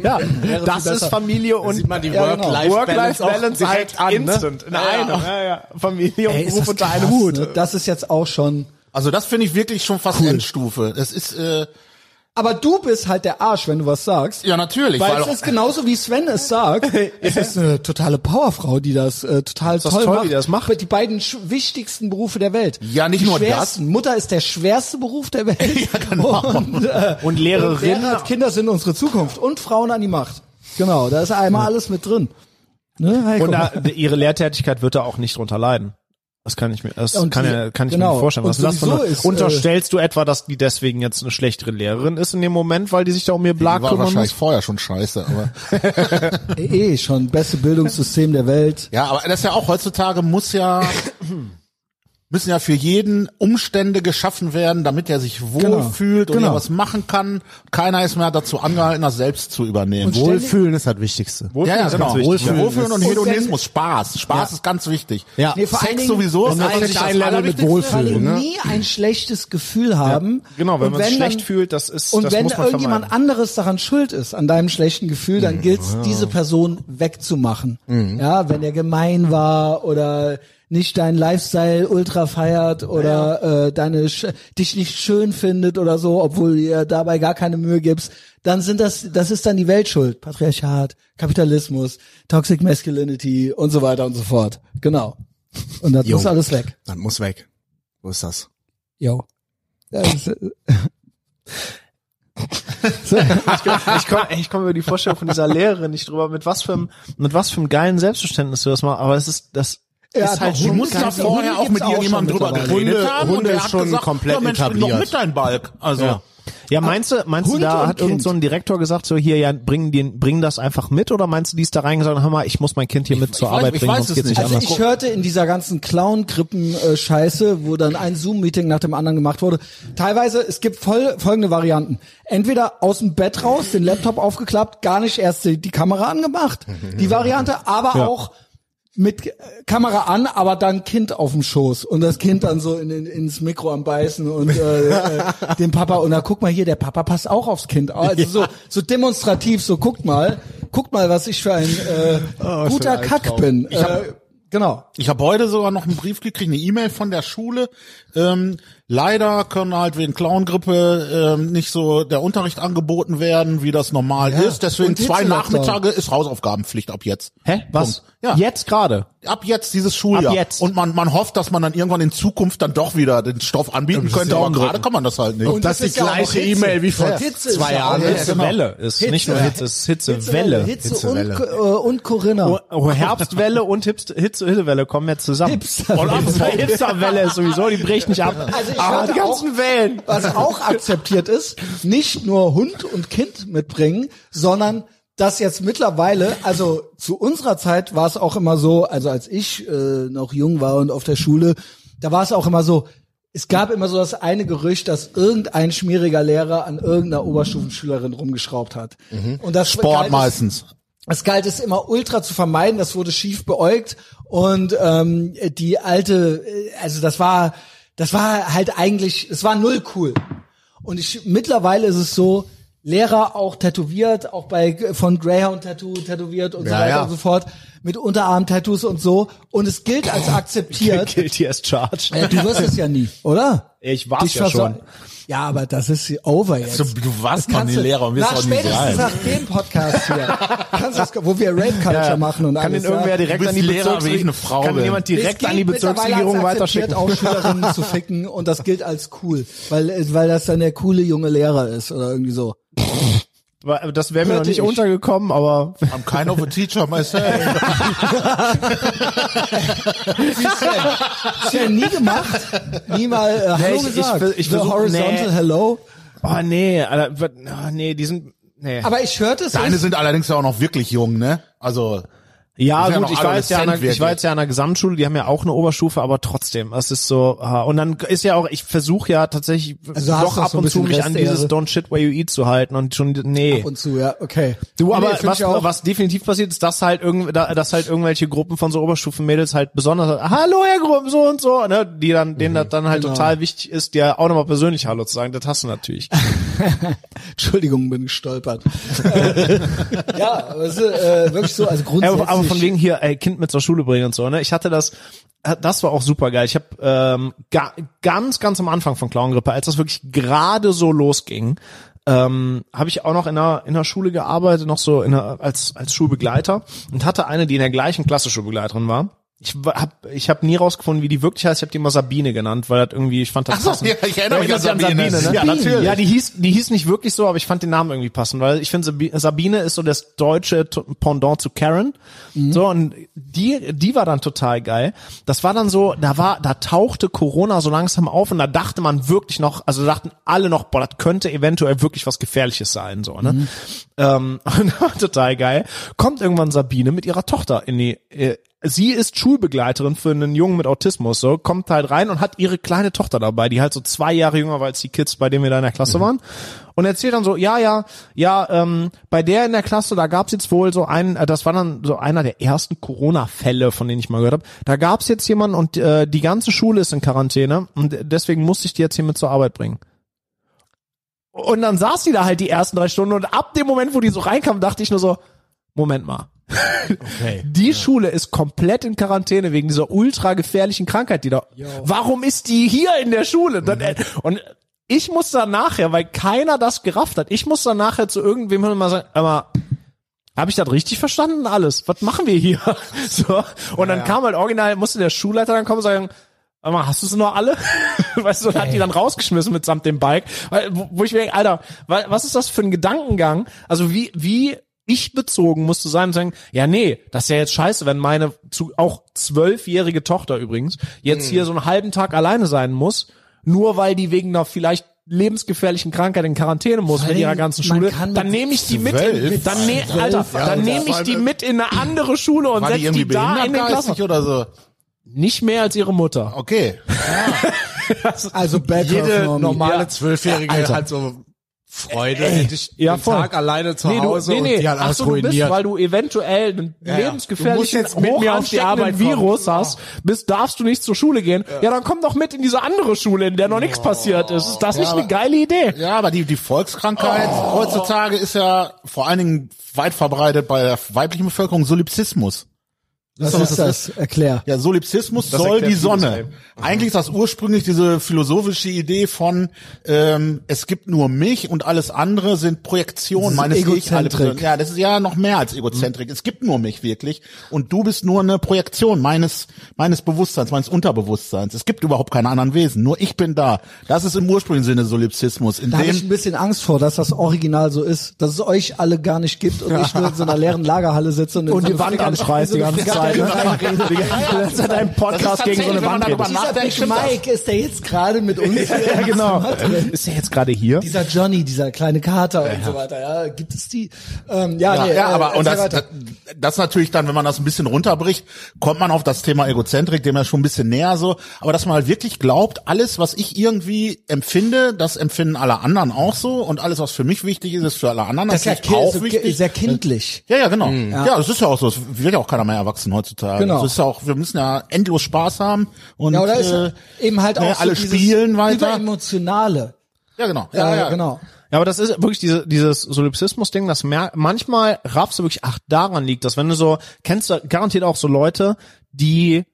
Speaker 6: Ja,
Speaker 1: wäre
Speaker 6: das
Speaker 1: viel
Speaker 6: ist
Speaker 1: besser.
Speaker 6: Familie und
Speaker 2: sieht man die
Speaker 1: Ja, genau.
Speaker 2: Work-Life-Balance auch
Speaker 6: Work-Life-Balance halt
Speaker 2: direkt an, ne?
Speaker 6: instant in
Speaker 2: Ja, ja.
Speaker 6: einem. Ja, ja. Familie und
Speaker 1: Ey, ist
Speaker 6: Beruf
Speaker 1: das
Speaker 6: unter
Speaker 1: krass,
Speaker 6: einem Hut.
Speaker 1: Ne? Das ist jetzt auch schon.
Speaker 5: also das finde ich wirklich schon fast Endstufe das ist äh,
Speaker 1: Aber du bist halt der Arsch, wenn du was sagst.
Speaker 5: ja natürlich
Speaker 1: Weil
Speaker 5: weil
Speaker 1: es
Speaker 5: auch-
Speaker 1: ist genauso wie Sven es sagt. Es ist eine totale Powerfrau, die das äh, total
Speaker 6: das
Speaker 1: toll,
Speaker 6: toll,
Speaker 1: macht.
Speaker 6: wie die das macht.
Speaker 1: Die beiden sch- wichtigsten Berufe der Welt.
Speaker 5: Ja, nicht
Speaker 1: die
Speaker 5: nur das.
Speaker 1: schwersten. Mutter ist der schwerste Beruf der Welt. ja, genau. Und, äh,
Speaker 6: Und Lehrerin.
Speaker 1: Lehrer, Kinder sind unsere Zukunft und Frauen an die Macht. Genau, da ist einmal alles mit drin. Ne, Heiko?
Speaker 6: Und da, ihre Lehrtätigkeit wird da auch nicht drunter leiden. Das kann ich mir, das
Speaker 1: Und
Speaker 6: kann,
Speaker 1: die-
Speaker 6: ja, kann ich mir
Speaker 1: genau.
Speaker 6: nicht vorstellen. Was
Speaker 1: Und
Speaker 6: ist das für eine,
Speaker 1: sowieso ist, äh,
Speaker 6: unterstellst du etwa, dass die deswegen jetzt eine schlechtere Lehrerin ist in dem Moment, weil die sich da um ihr
Speaker 5: die
Speaker 6: Blag
Speaker 5: war
Speaker 6: kümmern muss?
Speaker 5: wahrscheinlich vorher schon scheiße aber
Speaker 1: eh eh schon beste Bildungssystem der Welt.
Speaker 5: Ja, aber das ist ja auch heutzutage muss ja müssen ja für jeden Umstände geschaffen werden, damit er sich wohlfühlt und
Speaker 1: genau.
Speaker 5: er was machen kann. Keiner ist mehr dazu angehalten, das selbst zu übernehmen.
Speaker 1: Und ständig-
Speaker 2: Wohlfühlen ist das Wichtigste.
Speaker 6: Wohlfühlen
Speaker 5: ja, ja,
Speaker 6: ist ganz
Speaker 5: genau.
Speaker 6: wichtig,
Speaker 5: Wohlfühlen,
Speaker 6: ja.
Speaker 5: Wohlfühlen und
Speaker 1: Und wenn-
Speaker 5: Hedonismus, Spaß. Spaß ist ganz wichtig.
Speaker 2: Ja. Nee,
Speaker 1: vor allen
Speaker 5: Sex
Speaker 1: Dingen-
Speaker 5: sowieso
Speaker 2: Wenn
Speaker 5: ist
Speaker 2: man
Speaker 5: eigentlich
Speaker 2: sich
Speaker 5: das
Speaker 2: ein Level mit
Speaker 5: Allerwichtigste.
Speaker 2: Wohlfühlen, ne?
Speaker 1: nie ein schlechtes Gefühl haben.
Speaker 6: Genau, wenn
Speaker 1: Und
Speaker 6: man sich schlecht
Speaker 1: dann-
Speaker 6: fühlt, das ist,
Speaker 1: Und
Speaker 6: das
Speaker 1: wenn
Speaker 6: muss man
Speaker 1: irgendjemand
Speaker 6: vermeiden. Mhm.
Speaker 1: anderes daran schuld ist, an deinem schlechten Gefühl, dann gilt es, diese Person wegzumachen. Ja, wenn er gemein war oder nicht deinen Lifestyle ultra feiert oder äh, deine Sch dich nicht schön findet oder so, obwohl du ihr dabei gar keine Mühe gibst, dann sind das das ist dann die Weltschuld, Patriarchat, Kapitalismus, Toxic Masculinity und so weiter und so fort. Genau. Und das
Speaker 2: Jo.
Speaker 1: muss alles weg.
Speaker 2: Das muss weg. Wo ist das?
Speaker 1: Yo. Das ist,
Speaker 6: ich komme ich komm über die Vorstellung von dieser Lehrerin nicht drüber, mit was für einem, mit was für einem geilen Selbstverständnis du das machst, aber es ist, das,
Speaker 1: Ja,
Speaker 2: ist halt
Speaker 1: doch,
Speaker 2: schon
Speaker 5: Du musst
Speaker 2: ganz
Speaker 5: da
Speaker 1: Hunde
Speaker 5: vorher auch
Speaker 1: gibt's
Speaker 5: mit
Speaker 1: ja auch
Speaker 5: irgendjemandem
Speaker 1: schon
Speaker 5: drüber
Speaker 1: mittlerweile.
Speaker 5: geredet
Speaker 2: Hunde-
Speaker 5: haben. und
Speaker 2: Hunde
Speaker 5: der
Speaker 2: ist
Speaker 5: hat
Speaker 2: schon
Speaker 5: gesagt,
Speaker 2: komplett
Speaker 5: ja, Mensch, bring doch
Speaker 2: etabliert.
Speaker 5: mit deinem Balk. Also,
Speaker 2: Ja.
Speaker 3: Ja, meinst du, meinst du,
Speaker 1: Hund
Speaker 3: da
Speaker 1: und
Speaker 3: hat
Speaker 1: Kind.
Speaker 3: irgend so ein Direktor gesagt, so hier, ja, bring den, bring das einfach mit, oder meinst du, die ist da reingesagt, hör mal, ich muss mein Kind hier mit zur
Speaker 5: ich weiß-
Speaker 3: Arbeit
Speaker 5: ich
Speaker 3: bringen,
Speaker 5: weiß
Speaker 3: sonst
Speaker 5: es
Speaker 3: geht's nicht
Speaker 5: nicht.
Speaker 1: Also
Speaker 3: anders.
Speaker 1: ich hörte in dieser ganzen Clown-Krippen-Scheiße, wo dann ein Zoom-Meeting nach dem anderen gemacht wurde, teilweise, es gibt voll, folgende Varianten. Entweder aus dem Bett raus, den Laptop aufgeklappt, gar nicht erst die, die Kamera angemacht. Die Variante, aber auch mit äh, Kamera an, aber dann Kind auf dem Schoß und das Kind dann so in, in, ins Mikro am beißen und äh, äh, den Papa und dann guck mal hier, der Papa passt auch aufs Kind. Also so, so demonstrativ, so guckt mal, guckt mal, was ich für ein äh, guter Kack bin. äh, genau.
Speaker 5: Ich habe heute sogar noch einen Brief gekriegt, eine E-Mail von der Schule. Ähm, leider können halt wegen Clown-Grippe ähm, nicht so der Unterricht angeboten werden, wie das normal ist. Deswegen
Speaker 1: und
Speaker 5: zwei
Speaker 1: Hitzelockdown.
Speaker 5: Nachmittage ist Hausaufgabenpflicht ab jetzt.
Speaker 3: Hä? Was?
Speaker 5: Punkt. Ja.
Speaker 3: Jetzt gerade?
Speaker 5: Ab jetzt dieses Schuljahr.
Speaker 3: Ab jetzt.
Speaker 5: Und man, man hofft, dass man dann irgendwann in Zukunft dann doch wieder den Stoff anbieten könnte, aber gerade kann man das halt nicht.
Speaker 1: Und
Speaker 2: das
Speaker 1: das
Speaker 2: ist die
Speaker 1: ist ja auch
Speaker 2: gleiche
Speaker 1: Hitze.
Speaker 2: E-Mail wie vor
Speaker 1: Ja. Hitze ist
Speaker 2: zwei
Speaker 1: ja auch
Speaker 2: Jahren.
Speaker 1: Ja, Hitze. genau.
Speaker 3: Hitzewelle ist nicht nur Hitze, es ist Hitzewelle.
Speaker 1: Hitze,
Speaker 2: Hitzewelle.
Speaker 1: Und, äh, und Corinna.
Speaker 3: Oh, Herbstwelle und Hipst- Hitzewelle kommen jetzt zusammen.
Speaker 1: Hipsterwelle.
Speaker 3: Und Hipster- Hipsterwelle ist sowieso, die bricht nicht ab.
Speaker 1: Also ich
Speaker 3: ah,
Speaker 1: hörte
Speaker 3: die ganzen Wellen.
Speaker 1: Was auch akzeptiert ist, nicht nur Hund und Kind mitbringen, sondern dass jetzt mittlerweile, also zu unserer Zeit war es auch immer so, also als ich äh, noch jung war und auf der Schule, da war es auch immer so, es gab immer so das eine Gerücht, dass irgendein schmieriger Lehrer an irgendeiner Oberstufenschülerin rumgeschraubt hat. Und das
Speaker 5: Sport
Speaker 1: galt es-
Speaker 5: meistens.
Speaker 1: es galt es immer ultra zu vermeiden, das wurde schief beäugt und ähm, die alte, äh, also das war, das war halt eigentlich, es war null cool. Und ich, mittlerweile ist es so, Lehrer auch tätowiert, auch bei von Greyhound Tattoo tätowiert und so
Speaker 2: Ja,
Speaker 1: weiter
Speaker 2: ja.
Speaker 1: und so fort, mit Unterarm-Tattoos und so. Und es gilt als akzeptiert.
Speaker 3: Guilty as charged.
Speaker 1: Ja, du wirst es ja nie, oder?
Speaker 3: Ich war's
Speaker 1: Dich
Speaker 3: ja
Speaker 1: versa-
Speaker 3: schon.
Speaker 1: Ja, aber das ist over jetzt.
Speaker 5: Du- du warst
Speaker 1: Das
Speaker 5: mal
Speaker 1: kannst
Speaker 5: den
Speaker 1: du-
Speaker 5: Lehrer und wirst
Speaker 1: nach,
Speaker 5: auch nie
Speaker 1: spätestens
Speaker 5: sein.
Speaker 1: nach dem Podcast hier, kannst du das, wo wir Rape Culture machen und
Speaker 3: Kann
Speaker 1: alles.
Speaker 3: den irgendwer
Speaker 1: ja.
Speaker 3: direkt
Speaker 5: bist
Speaker 3: an die
Speaker 5: Lehrer, wenn ich
Speaker 3: Bezirksregierung,
Speaker 5: eine Frau
Speaker 3: kann
Speaker 5: bin.
Speaker 3: jemand
Speaker 1: Es
Speaker 3: direkt
Speaker 1: gilt
Speaker 3: an die
Speaker 1: mittlerweile
Speaker 3: Bezirksregierung
Speaker 1: als akzeptiert,
Speaker 3: weiterschicken?
Speaker 1: auch Schülerinnen zu ficken und das gilt als cool, weil äh, weil das dann der coole junge Lehrer ist oder irgendwie so.
Speaker 3: Weil- Das wäre mir noch
Speaker 1: Hörte
Speaker 3: nicht
Speaker 1: ich.
Speaker 3: untergekommen, aber
Speaker 5: I'm kind of a teacher myself.
Speaker 1: Hast du ja nie gemacht, nie mal äh, Hallo
Speaker 3: ich- ich
Speaker 1: gesagt.
Speaker 3: ver- ich
Speaker 1: The
Speaker 3: versuch-
Speaker 1: horizontal
Speaker 3: nee.
Speaker 1: Hello.
Speaker 3: Oh nee, Alter, wa- oh, nee, die sind nee.
Speaker 1: Aber ich hörte es.
Speaker 5: Deine
Speaker 1: ist-
Speaker 5: sind allerdings ja auch noch wirklich jung, ne? Also
Speaker 3: ja,
Speaker 5: sind ja
Speaker 3: gut,
Speaker 5: noch
Speaker 3: ich war, jetzt ja an einer,
Speaker 5: adoleszent
Speaker 3: ich war
Speaker 5: wirklich.
Speaker 3: jetzt ja an einer Gesamtschule, die haben ja auch eine Oberstufe, aber trotzdem, es ist so ah, und dann ist ja auch ich versuche ja tatsächlich
Speaker 1: Also hast
Speaker 3: doch
Speaker 1: du auch
Speaker 3: ab
Speaker 1: so ein
Speaker 3: und zu
Speaker 1: bisschen
Speaker 3: mich an
Speaker 1: Restehre.
Speaker 3: dieses Don't shit where you eat zu halten und schon nee.
Speaker 1: und zu, ja, okay.
Speaker 3: Du, aber
Speaker 1: find
Speaker 3: was,
Speaker 1: ich auch.
Speaker 3: was definitiv passiert, ist, dass halt irgend, da- dass halt irgendwelche Gruppen von so Oberstufenmädels halt besonders, hallo Herr Gruppen, so und so, ne, die dann, denen das dann halt total wichtig ist, dir auch nochmal persönlich Hallo zu sagen, das hast du natürlich.
Speaker 1: Entschuldigung, bin gestolpert. Äh, ja, aber es ist äh, wirklich so, also
Speaker 3: Ja,
Speaker 1: grundsätzlich.
Speaker 3: aber, aber von wegen hier ey, Kind mit zur Schule bringen und so. Ne, ich hatte das, das war auch super geil. Ich habe ähm, ga, ganz, ganz am Anfang von Clowngrippe, als das wirklich gerade so losging, ähm, habe ich auch noch in einer in der Schule gearbeitet, noch so in einer, als als Schulbegleiter und hatte eine, die in der gleichen Klasse Schulbegleiterin war. Ich wa- hab, ich habe nie rausgefunden, wie die wirklich heißt. Ich habe die immer Sabine genannt, weil das irgendwie ich fand das
Speaker 5: so,
Speaker 3: passend.
Speaker 5: ja, ich erinnere mich
Speaker 3: erinnerst
Speaker 5: an
Speaker 3: dich
Speaker 5: Sabine.
Speaker 3: ne?
Speaker 5: Ja, natürlich.
Speaker 3: Ja, die hieß, die hieß nicht wirklich so, aber ich fand den Namen irgendwie passend, weil ich finde, Sabi- Sabine ist so das deutsche T- Pendant zu Karen.
Speaker 5: Mhm.
Speaker 3: So, und die, die war dann total geil. Das war dann so, da war, da tauchte Corona so langsam auf und da dachte man wirklich noch, also da dachten alle noch, boah, das könnte eventuell wirklich was Gefährliches sein, so,
Speaker 5: Mhm.
Speaker 3: ne? Ähm, und war total geil. Kommt irgendwann Sabine mit ihrer Tochter in die, äh, sie ist Schulbegleiterin für einen Jungen mit Autismus, so, kommt halt rein und hat ihre kleine Tochter dabei, die halt so zwei Jahre jünger war als die Kids, bei denen wir da in der Klasse waren. Und erzählt dann so, ja, ja, ja, ähm, bei der in der Klasse, da gab's jetzt wohl so einen, äh, das war dann so einer der ersten Corona-Fälle, von denen ich mal gehört habe. Da gab's jetzt jemanden und äh, die ganze Schule ist in Quarantäne und deswegen musste ich die jetzt hier mit zur Arbeit bringen. Und dann saß die da halt die ersten drei Stunden und ab dem Moment, wo die so reinkam, dachte ich nur so, Moment mal. Die Schule ist komplett in Quarantäne wegen dieser ultra gefährlichen Krankheit, die da. Warum ist die hier in der Schule? Dann, äh, Und ich muss dann nachher, weil keiner das gerafft hat, ich muss dann nachher zu irgendwem hin und mal sagen, aber habe ich das richtig verstanden alles? Was machen wir hier? So. Und dann kam halt original, musste der Schulleiter dann kommen und sagen, sag mal, hast du es noch alle? Weißt du, und hat die dann rausgeschmissen mitsamt dem Bike. Weil, wo, wo ich mir denke, Alter, wa- was ist das für ein Gedankengang? Also wie, wie
Speaker 6: ich bezogen musst du sein und sagen, ja nee, das ist ja jetzt scheiße, wenn meine zu, auch zwölfjährige Tochter übrigens jetzt
Speaker 1: Mhm.
Speaker 6: hier so einen halben Tag alleine sein muss, nur weil die wegen einer vielleicht lebensgefährlichen Krankheit in Quarantäne muss
Speaker 1: Vor
Speaker 6: mit ihrer
Speaker 1: allem,
Speaker 6: ganzen
Speaker 1: man
Speaker 6: Schule,
Speaker 1: kann mit
Speaker 6: dann nehme ich die mit, in,
Speaker 5: zwölf,
Speaker 6: dann ne,
Speaker 5: Alter.
Speaker 6: Alter,
Speaker 1: Ja,
Speaker 6: dann
Speaker 1: Alter.
Speaker 6: nehme ich
Speaker 5: Vor
Speaker 6: die
Speaker 5: allem-
Speaker 6: mit in eine andere Schule und
Speaker 5: War die
Speaker 6: setze
Speaker 5: irgendwie
Speaker 6: die da in den Klassen.
Speaker 5: behindertgeistig oder so?
Speaker 6: Nicht mehr als ihre Mutter.
Speaker 5: Okay.
Speaker 1: Also Bad
Speaker 2: Jede
Speaker 1: Girl Normie.
Speaker 2: normale
Speaker 6: Ja.
Speaker 2: Zwölfjährige
Speaker 1: Alter.
Speaker 2: hat so Freude, dich
Speaker 6: ja,
Speaker 2: den
Speaker 6: voll.
Speaker 2: Tag alleine zu Hause und die hat
Speaker 6: Ach
Speaker 2: alles
Speaker 6: so, du
Speaker 2: ruiniert.
Speaker 6: bist, weil du eventuell einen
Speaker 2: ja. Du musst
Speaker 6: lebensgefährlichen,
Speaker 2: jetzt mit mir auf die Arbeit
Speaker 6: hochansteckenden
Speaker 2: kommen.
Speaker 6: Virus hast, bist, darfst du nicht zur Schule gehen. Ja. dann komm doch mit in diese andere Schule, in der noch nichts passiert ist. Ist das nicht eine geile Idee?
Speaker 5: Ja, aber die, die Volkskrankheit heutzutage ist ja vor allen Dingen weit verbreitet bei der weiblichen Bevölkerung Solipsismus.
Speaker 1: Was
Speaker 5: doch,
Speaker 1: ist
Speaker 5: das
Speaker 1: das? Erklär.
Speaker 5: Ja, Solipsismus soll
Speaker 6: erklärt
Speaker 5: die
Speaker 6: vieles, ey.
Speaker 5: Sonne.
Speaker 1: Mhm.
Speaker 5: Eigentlich ist das ursprünglich diese philosophische Idee von, ähm, es gibt nur mich und alles andere sind Projektionen
Speaker 1: Das
Speaker 5: meines
Speaker 1: ist
Speaker 5: Ich. alle
Speaker 1: Egozentrik. Mhm.
Speaker 5: Personen. Ja, das ist ja noch mehr als Egozentrik. Es gibt nur mich wirklich und du bist nur eine Projektion meines meines Bewusstseins, meines Unterbewusstseins. Es gibt überhaupt keine anderen Wesen, nur ich bin da. Das ist im ursprünglichen Sinne Solipsismus, in
Speaker 1: Da habe ich ein
Speaker 5: dem
Speaker 1: bisschen Angst vor, dass das Original so ist, dass es euch alle gar nicht gibt und ich nur in so einer leeren Lagerhalle sitze und, in so
Speaker 6: Und die
Speaker 1: eine
Speaker 6: Wand
Speaker 1: Frikadelle-
Speaker 6: anschreist die
Speaker 1: in so eine
Speaker 6: ganze Zeit.
Speaker 1: Frikadelle
Speaker 6: Ne? Die ganze Zeit deinen Podcast gegen so eine
Speaker 5: tatsächlich, wenn man
Speaker 6: Wand
Speaker 5: darüber
Speaker 6: redest.
Speaker 1: Dieser
Speaker 5: Nachdenken
Speaker 1: Big
Speaker 5: stimmt das.
Speaker 1: Mike, ist der jetzt gerade mit uns?
Speaker 6: Ja, genau. Ist er jetzt gerade hier?
Speaker 1: Dieser Johnny, dieser kleine Kater und so weiter, ja, gibt es die? Ähm, ja,
Speaker 5: Ja,
Speaker 1: nee,
Speaker 5: ja,
Speaker 1: äh,
Speaker 5: aber und
Speaker 1: erzähl
Speaker 5: das,
Speaker 1: weiter.
Speaker 5: das, das natürlich dann, wenn man das ein bisschen runterbricht, kommt man auf das Thema Egozentrik, dem ja schon ein bisschen näher so. Aber dass man halt wirklich glaubt, alles, was ich irgendwie empfinde, das empfinden alle anderen auch so und alles, was für mich wichtig ist, ist für alle anderen
Speaker 1: das ist ja
Speaker 5: natürlich
Speaker 1: ki-
Speaker 5: auch
Speaker 1: so ki-
Speaker 5: wichtig.
Speaker 1: sehr kindlich.
Speaker 5: Ja, ja, genau. Ja, es ist ja auch so. Es wird ja auch keiner mehr erwachsen heutzutage.
Speaker 1: Genau.
Speaker 5: Es ist ja auch, wir müssen ja endlos Spaß haben und
Speaker 1: Ja, oder ist
Speaker 5: äh,
Speaker 1: eben halt
Speaker 5: ne,
Speaker 1: auch so
Speaker 5: alle
Speaker 1: dieses
Speaker 5: spielen weiter.
Speaker 1: überemotionale.
Speaker 5: Ja, genau.
Speaker 1: Ja,
Speaker 5: Ja, ja,
Speaker 1: genau.
Speaker 6: Ja, aber das ist wirklich diese, dieses Solipsismus-Ding, das mer manchmal raffst du wirklich, ach, daran liegt das, wenn du so, kennst du garantiert auch so Leute, die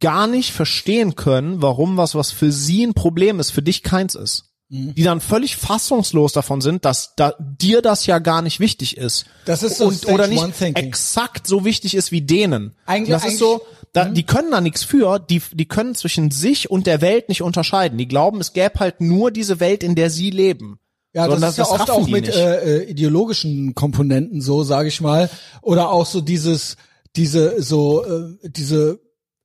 Speaker 6: gar nicht verstehen können, warum was, was für sie ein Problem ist, für dich keins ist.
Speaker 2: Mhm.
Speaker 6: Die dann völlig fassungslos davon sind, dass da, dir das ja gar nicht wichtig ist.
Speaker 1: Das ist so
Speaker 6: und
Speaker 1: Stage
Speaker 6: oder
Speaker 1: One
Speaker 6: nicht
Speaker 1: Thinking.
Speaker 6: exakt so wichtig ist wie denen.
Speaker 1: Eigentlich- Mhm.
Speaker 6: das ist so, da, die können da nichts für, die, die können zwischen sich und der Welt nicht unterscheiden. Die glauben, es gäbe halt nur diese Welt, in der sie leben.
Speaker 1: Ja, das,
Speaker 6: Sondern
Speaker 1: ist ja oft
Speaker 6: raffen
Speaker 1: auch
Speaker 6: die
Speaker 1: mit
Speaker 6: nicht.
Speaker 1: äh, äh, ideologischen Komponenten so, sage ich mal, oder auch so dieses diese so äh, diese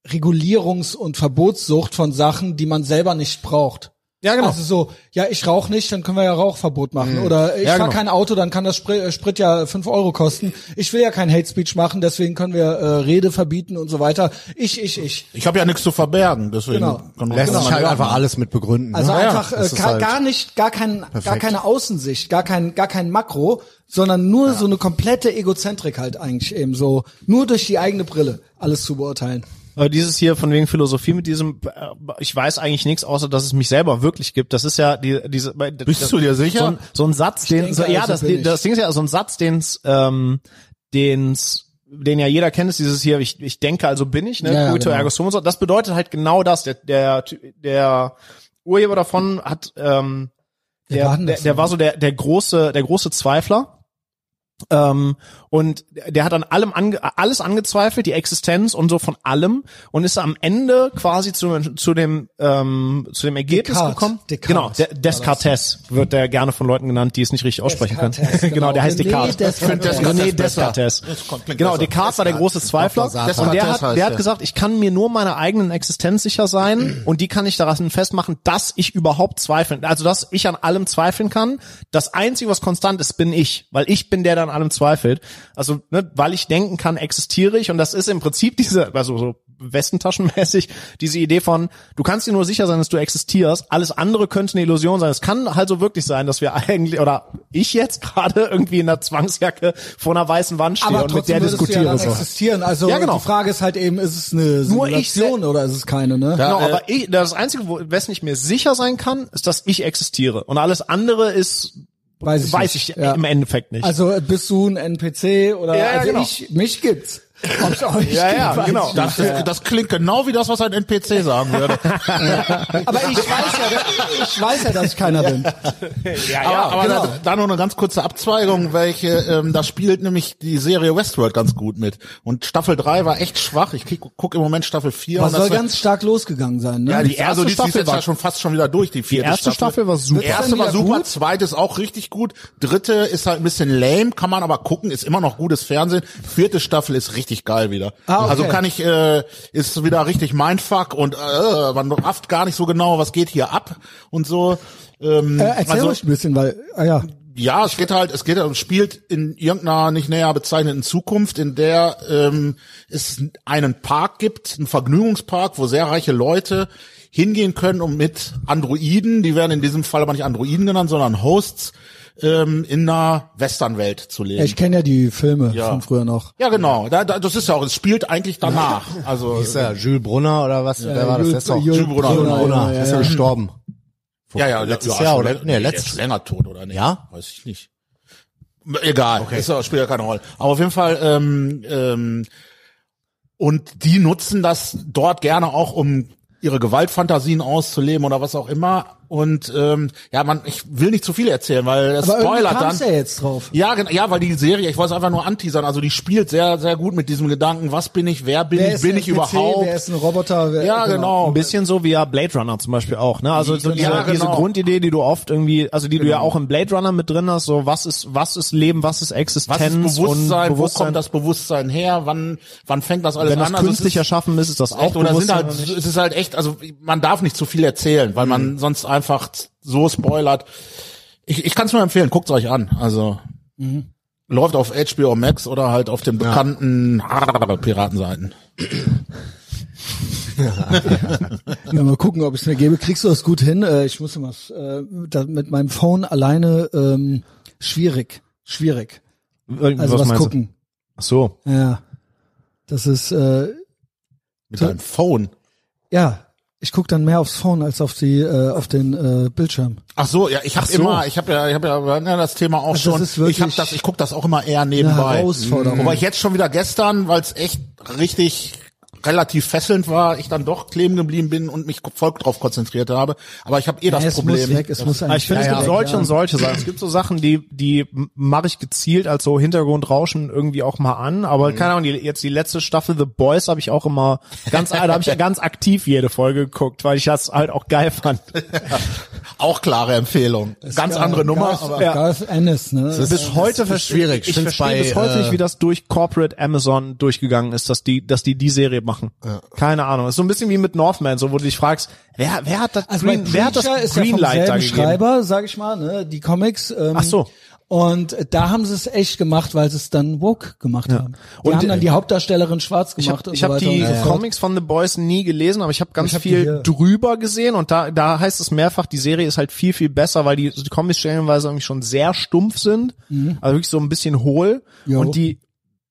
Speaker 1: Regulierungs- und Verbotssucht von Sachen, die man selber nicht braucht.
Speaker 6: Ja, genau.
Speaker 1: Also so, ja, ich rauche nicht, dann können wir ja Rauchverbot machen. Oder ich
Speaker 6: Ja,
Speaker 1: fahr
Speaker 6: genau.
Speaker 1: kein Auto, dann kann das Sprit, äh, Sprit ja fünf Euro kosten. Ich will ja kein Hate Speech machen, deswegen können wir äh, Rede verbieten und so weiter. Ich, ich, ich.
Speaker 5: Ich habe ja nichts zu verbergen, deswegen
Speaker 1: Genau.
Speaker 5: kann man
Speaker 2: Lässt
Speaker 5: kann
Speaker 2: sich
Speaker 5: man
Speaker 2: halt
Speaker 5: ja-
Speaker 2: einfach alles mit begründen.
Speaker 1: Also
Speaker 2: ne?
Speaker 1: einfach
Speaker 2: Das
Speaker 1: äh,
Speaker 2: ist
Speaker 1: gar,
Speaker 2: halt-
Speaker 1: gar nicht, gar kein, gar
Speaker 2: Perfekt.
Speaker 1: keine Außensicht, gar kein, gar kein Makro, sondern nur so eine komplette Egozentrik halt eigentlich eben so, nur durch die eigene Brille alles zu beurteilen.
Speaker 6: Aber dieses hier von wegen Philosophie mit diesem, äh, ich weiß eigentlich nichts, außer dass es mich selber wirklich gibt. Das ist ja die, diese. Bist
Speaker 5: du dir sicher?
Speaker 6: So ein, so ein Satz, den,
Speaker 1: denke,
Speaker 6: so, ja,
Speaker 1: also
Speaker 6: das,
Speaker 1: bin ich.
Speaker 6: das Ding ist ja so ein Satz, den's, ähm, den's, den ja jeder kennt, ist dieses hier, ich, ich denke, also bin ich, ne?
Speaker 1: Ja, ja,
Speaker 6: Cogito
Speaker 1: genau.
Speaker 6: ergo sum und so. Das bedeutet halt genau das. Der, der, Ty- der Urheber davon hat, ähm,
Speaker 1: Wer
Speaker 6: der,
Speaker 1: war denn
Speaker 6: der,
Speaker 1: das
Speaker 6: der war so der, der große, der große Zweifler. Ähm, und der hat an allem ange alles angezweifelt, die Existenz und so von allem und ist am Ende quasi zu, zu dem ähm, zu dem Ergebnis
Speaker 1: Descartes.
Speaker 6: gekommen.
Speaker 1: Descartes.
Speaker 6: Genau, der Descartes wird der gerne von Leuten genannt, die es nicht richtig aussprechen können.
Speaker 1: Descartes,
Speaker 6: genau.
Speaker 1: genau.
Speaker 6: der heißt
Speaker 1: René
Speaker 6: Descartes.
Speaker 1: Descartes. Ich find
Speaker 5: Descartes
Speaker 6: René
Speaker 5: besser.
Speaker 6: Descartes.
Speaker 5: Das kommt- klingt
Speaker 6: Genau,
Speaker 5: besser.
Speaker 6: Descartes war der große Zweifler
Speaker 2: Descartes.
Speaker 6: und der
Speaker 5: Descartes
Speaker 6: hat
Speaker 5: heißt der.
Speaker 6: der hat gesagt, ich kann mir nur meiner eigenen Existenz sicher sein und die kann ich daran festmachen, dass ich überhaupt zweifeln, also dass ich an allem zweifeln kann. Das Einzige, was konstant ist, bin ich, weil ich bin der, der an allem zweifelt. Also ne, weil ich denken kann, existiere ich und das ist im Prinzip diese, also so Westentaschenmäßig diese Idee von, du kannst dir nur sicher sein, dass du existierst. Alles andere könnte eine Illusion sein. Es kann halt so wirklich sein, dass wir eigentlich oder ich jetzt gerade irgendwie in einer Zwangsjacke vor einer weißen Wand stehe
Speaker 1: Aber
Speaker 6: und mit
Speaker 1: trotzdem
Speaker 6: der
Speaker 1: würdest du ja
Speaker 6: diskutiere
Speaker 1: dann
Speaker 6: so.
Speaker 1: existieren. Also
Speaker 6: Ja, genau.
Speaker 1: die Frage ist halt eben, ist es eine
Speaker 6: Nur ich
Speaker 1: Simulation oder ist es keine, ne?
Speaker 6: Genau, aber ich, das Einzige, wo- wessen ich mir sicher sein kann, ist, dass ich existiere. Und alles andere ist, weiß ich,
Speaker 1: nicht. Ja.
Speaker 6: im Endeffekt nicht.
Speaker 1: Also äh, bist du ein NPC oder
Speaker 6: Ja, ja,
Speaker 1: also
Speaker 6: genau.
Speaker 1: ich, mich gibt's. Ob's euch
Speaker 6: Ja, ja,
Speaker 1: weiß
Speaker 6: genau.
Speaker 1: ich
Speaker 5: Das, das klingt genau wie das, was ein NPC sagen würde.
Speaker 1: Aber ich weiß ja, ich weiß ja, dass ich keiner bin.
Speaker 6: Ja,
Speaker 5: Aber, aber
Speaker 1: genau.
Speaker 5: da, da noch eine ganz kurze Abzweigung, welche, ähm, da spielt nämlich die Serie Westworld ganz gut mit. Und Staffel 3 war echt schwach. Ich guck, guck im Moment Staffel 4.
Speaker 1: Was
Speaker 5: und das
Speaker 1: soll
Speaker 5: war-
Speaker 1: ganz stark losgegangen sein, ne?
Speaker 5: ja, die
Speaker 6: Die erste
Speaker 5: erste also die, Staffel die
Speaker 6: Staffel
Speaker 5: ist jetzt
Speaker 6: war-
Speaker 5: ja schon fast schon wieder durch, die vierte
Speaker 6: erste Staffel war super.
Speaker 5: Die erste
Speaker 1: Wird's
Speaker 5: war
Speaker 1: dann wieder
Speaker 5: super,
Speaker 1: gut?
Speaker 5: zweite ist auch richtig gut, dritte ist halt ein bisschen lame, kann man aber gucken, ist immer noch gutes Fernsehen. Vierte Staffel ist richtig geil wieder.
Speaker 1: Ah, okay.
Speaker 5: Also kann ich, äh, ist wieder richtig Mindfuck und äh, man rafft gar nicht so genau, was geht hier ab und so. Ähm,
Speaker 1: äh, erzähl
Speaker 5: also-
Speaker 1: ruhig ein bisschen, weil, ah, ja.
Speaker 5: ja, es geht halt, es geht halt, spielt in irgendeiner nicht näher bezeichneten Zukunft, in der ähm, es einen Park gibt, einen Vergnügungspark, wo sehr reiche Leute hingehen können und mit Androiden, die werden in diesem Fall aber nicht Androiden genannt, sondern Hosts, ähm, in einer Westernwelt zu leben.
Speaker 1: Ja, Ich kenne ja die Filme
Speaker 5: Ja.
Speaker 1: von früher noch.
Speaker 5: ja, genau. Da, da, das ist ja auch, es spielt eigentlich danach. Also
Speaker 2: Ist der Jules Brunner oder was? Wer war das?
Speaker 1: Jules-
Speaker 2: Der ist doch
Speaker 1: Jules
Speaker 5: Brunner,
Speaker 2: Jules
Speaker 5: ja,
Speaker 2: Brunner.
Speaker 1: ja,
Speaker 2: Der ist
Speaker 1: ja.
Speaker 2: ja gestorben.
Speaker 5: Ja, ja,
Speaker 2: letztes
Speaker 5: ja,
Speaker 2: Jahr
Speaker 5: schon
Speaker 2: oder-
Speaker 5: let-
Speaker 2: nee,
Speaker 5: der
Speaker 2: letztes-
Speaker 5: ist länger tot oder nicht?
Speaker 2: Ja?
Speaker 5: Weiß ich nicht. M- Egal, okay. ist, ja- spielt ja keine Rolle. Aber auf jeden Fall, ähm, ähm, und die nutzen das dort gerne auch, um ihre Gewaltfantasien auszuleben oder was auch immer. Und ähm, ja, man, ich will nicht zu viel erzählen, weil das
Speaker 1: Aber irgendwie
Speaker 5: spoilert dann.
Speaker 1: kam's ja jetzt drauf.
Speaker 5: Ja, genau, ja, weil die Serie, ich wollte es einfach nur anteasern, also die spielt sehr, sehr gut mit diesem Gedanken, was bin ich, wer bin
Speaker 1: Wer
Speaker 5: ich,
Speaker 1: ist
Speaker 5: bin
Speaker 1: ein
Speaker 5: ich
Speaker 1: NPC,
Speaker 5: überhaupt?
Speaker 1: Wer ist ein Roboter? Wer,
Speaker 5: ja, genau.
Speaker 6: Ein bisschen so wie ja Blade Runner zum Beispiel auch, ne? Also so diese,
Speaker 5: Ja,
Speaker 6: diese
Speaker 5: genau.
Speaker 6: Grundidee, die du oft irgendwie, also die du ja auch im Blade Runner mit drin hast, so was ist, was ist Leben, was ist
Speaker 5: Was
Speaker 6: Existenz
Speaker 5: ist Bewusstsein,
Speaker 6: und Bewusstsein.
Speaker 5: wo kommt das Bewusstsein her, wann, wann fängt das alles
Speaker 6: Wenn das
Speaker 5: an?
Speaker 6: künstlich
Speaker 5: also es ist
Speaker 6: erschaffen ist, ist das auch
Speaker 5: echt, oder sind
Speaker 6: Bewusstsein
Speaker 5: halt,
Speaker 6: oder nicht? Mhm.
Speaker 5: es ist halt echt, also man darf nicht zu viel erzählen, weil man sonst einfach so spoilert. Ich, ich kann es nur empfehlen, guckt euch an. Also
Speaker 6: Mhm.
Speaker 5: läuft auf HBO Max oder halt auf den bekannten Piratenseiten. genau.
Speaker 1: Ja, mal gucken, ob ich es mir gebe. Kriegst du das gut hin? Äh, ich muss immer äh, da, mit meinem Phone alleine ähm, schwierig, schwierig. Also was,
Speaker 6: meinst du?
Speaker 1: gucken.
Speaker 6: Ach so.
Speaker 1: Ja, das ist äh,
Speaker 5: Mit deinem Phone.
Speaker 1: ja. Ich guck dann mehr aufs Phone als auf die äh, auf den äh, Bildschirm.
Speaker 5: Ach so, ja, ich habe
Speaker 6: so.
Speaker 5: immer, ich habe ja, ich habe ja, wir hatten ja das Thema auch
Speaker 1: Also das
Speaker 5: schon.
Speaker 1: ist wirklich
Speaker 5: ich habe das, ich guck das auch immer eher nebenbei.
Speaker 1: Herausforderung.
Speaker 5: Wobei ich jetzt schon wieder gestern, weil es echt richtig relativ fesselnd war, ich dann doch kleben geblieben bin und mich voll drauf konzentriert habe. Aber ich habe eh das
Speaker 1: es
Speaker 5: Problem.
Speaker 1: muss weg, es muss
Speaker 6: Aber Ah, ich finde, es gibt solche und solche Sachen. Es gibt so Sachen, die, die mache ich gezielt als so Hintergrundrauschen irgendwie auch mal an. Aber keine Ahnung, die, jetzt die letzte Staffel The Boys habe ich auch immer ganz, da habe ich ja ganz aktiv jede Folge geguckt, weil ich das halt auch geil fand.
Speaker 5: auch klare Empfehlung. Ganz andere Nummer.
Speaker 1: Garth,
Speaker 5: aber
Speaker 1: ja. Garth Ennis, ne?
Speaker 6: bis heute
Speaker 2: ist
Speaker 6: verste-
Speaker 2: schwierig. Ich
Speaker 6: Ich
Speaker 2: find's
Speaker 6: verstehe
Speaker 2: bei,
Speaker 6: bis heute
Speaker 2: äh,
Speaker 6: nicht, wie das durch Corporate Amazon durchgegangen ist, dass die, dass die die Serie machen. Keine Ahnung. Ist so ein bisschen wie mit Northman, so wo du dich fragst, wer, wer hat das
Speaker 1: Also
Speaker 6: Green,
Speaker 1: bei
Speaker 6: wer hat das
Speaker 1: Preacher ist ja vom
Speaker 6: Greenlight da
Speaker 1: selben
Speaker 6: gegeben?
Speaker 1: Schreiber, sag ich mal, ne, die Comics. Ähm,
Speaker 6: Ach so.
Speaker 1: Und da haben sie es echt gemacht, weil sie es dann woke gemacht haben. Die
Speaker 6: Und,
Speaker 1: haben dann
Speaker 6: äh,
Speaker 1: die Hauptdarstellerin schwarz gemacht und
Speaker 6: Ich
Speaker 1: so
Speaker 6: habe
Speaker 1: weiter.
Speaker 6: die
Speaker 1: und so fort.
Speaker 6: Comics von The Boys nie gelesen, aber ich habe ganz
Speaker 1: Ich hab die hier.
Speaker 6: viel drüber gesehen und da, da heißt es mehrfach, die Serie ist halt viel, viel besser, weil die, die Comics stellenweise irgendwie schon sehr stumpf sind, also wirklich so ein bisschen hohl
Speaker 1: Mhm. Jo.
Speaker 6: und die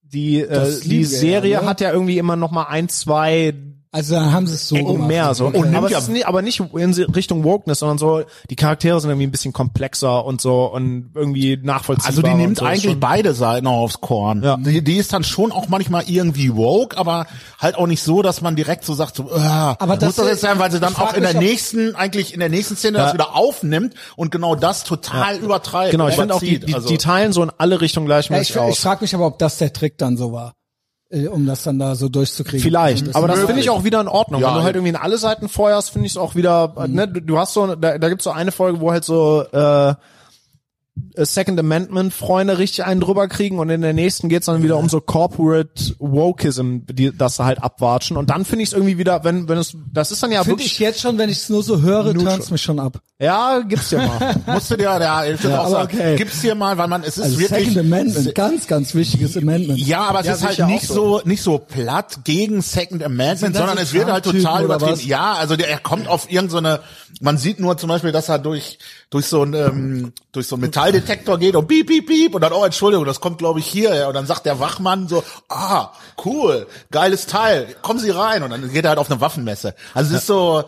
Speaker 6: die, äh,
Speaker 1: Das lieben
Speaker 6: die
Speaker 1: wir ja,
Speaker 6: Serie
Speaker 1: ne?
Speaker 6: hat ja irgendwie immer noch mal ein, zwei
Speaker 1: Also dann haben sie es so
Speaker 6: Ecken
Speaker 1: gemacht.
Speaker 6: mehr um so.
Speaker 1: Okay.
Speaker 6: aber,
Speaker 5: nimmt ja-
Speaker 6: es ist nicht, aber nicht in Se- Richtung Wokeness, sondern so, die Charaktere sind irgendwie ein bisschen komplexer und so und irgendwie nachvollziehbar.
Speaker 5: also die
Speaker 6: und
Speaker 5: nimmt
Speaker 6: so.
Speaker 5: eigentlich
Speaker 6: Schon-
Speaker 5: beide Seiten auch aufs Korn.
Speaker 6: Ja.
Speaker 5: Die, die ist dann schon auch manchmal irgendwie woke, aber halt auch nicht so, dass man direkt so sagt, so, äh, aber
Speaker 1: das
Speaker 5: muss das jetzt sein, weil sie dann
Speaker 1: Ich frag
Speaker 5: auch in
Speaker 1: mich,
Speaker 5: der
Speaker 1: ob-
Speaker 5: nächsten, eigentlich in der nächsten Szene das wieder aufnimmt und genau das total übertreibt.
Speaker 6: Genau, ich finde auch, die,
Speaker 5: überzieht.
Speaker 6: die,
Speaker 5: Also-
Speaker 6: die teilen so in alle Richtungen
Speaker 1: Ja, ich
Speaker 6: gleichmäßig
Speaker 1: ich
Speaker 6: aus.
Speaker 1: frage mich aber, ob das der Trick dann so war, äh, um das dann da so durchzukriegen.
Speaker 6: Vielleicht, aber das
Speaker 5: möglich.
Speaker 6: finde ich auch wieder in Ordnung.
Speaker 5: Ja,
Speaker 6: Wenn du halt
Speaker 5: ja.
Speaker 6: irgendwie in alle Seiten feuerst, finde ich es auch wieder, äh, ne, du, du hast so, da, da gibt's so eine Folge, wo halt so äh, Second Amendment Freunde richtig einen drüber kriegen und in der nächsten geht's dann wieder um so Corporate Wokeism, die das sie halt abwatschen und dann finde ich es irgendwie wieder, wenn wenn es das ist dann ja
Speaker 1: Finde
Speaker 6: wirklich
Speaker 1: ich jetzt schon, wenn ich es nur so höre,
Speaker 6: Nur
Speaker 1: turns mich schon ab.
Speaker 6: ja, gibt's ja mal.
Speaker 5: Musste dir, ja, ich würde auch
Speaker 1: aber
Speaker 5: sagen,
Speaker 1: okay.
Speaker 5: gib's dir mal, weil man, es ist
Speaker 1: Also
Speaker 5: wirklich,
Speaker 1: Second Amendment, ganz, ganz wichtiges Amendment.
Speaker 5: ja, aber es
Speaker 6: Ja,
Speaker 5: ist halt
Speaker 6: sicher
Speaker 5: nicht
Speaker 6: auch so.
Speaker 5: so, nicht so platt gegen Second
Speaker 1: Sind
Speaker 5: Amendment,
Speaker 1: das
Speaker 5: sondern
Speaker 1: so
Speaker 5: es wird halt
Speaker 1: Charme-Typen
Speaker 5: total
Speaker 1: oder
Speaker 5: übertrieben.
Speaker 1: was?
Speaker 5: Ja, also der, er kommt auf irgendeine, man sieht nur zum Beispiel, dass er durch, durch so ein, ähm, durch so einen Metalldetektor geht und piep, piep, piep und dann, oh, Entschuldigung, das kommt glaube ich hier, ja, und dann sagt der Wachmann so, ah, cool, geiles Teil, kommen Sie rein und dann geht er halt auf eine Waffenmesse. Also es ist so,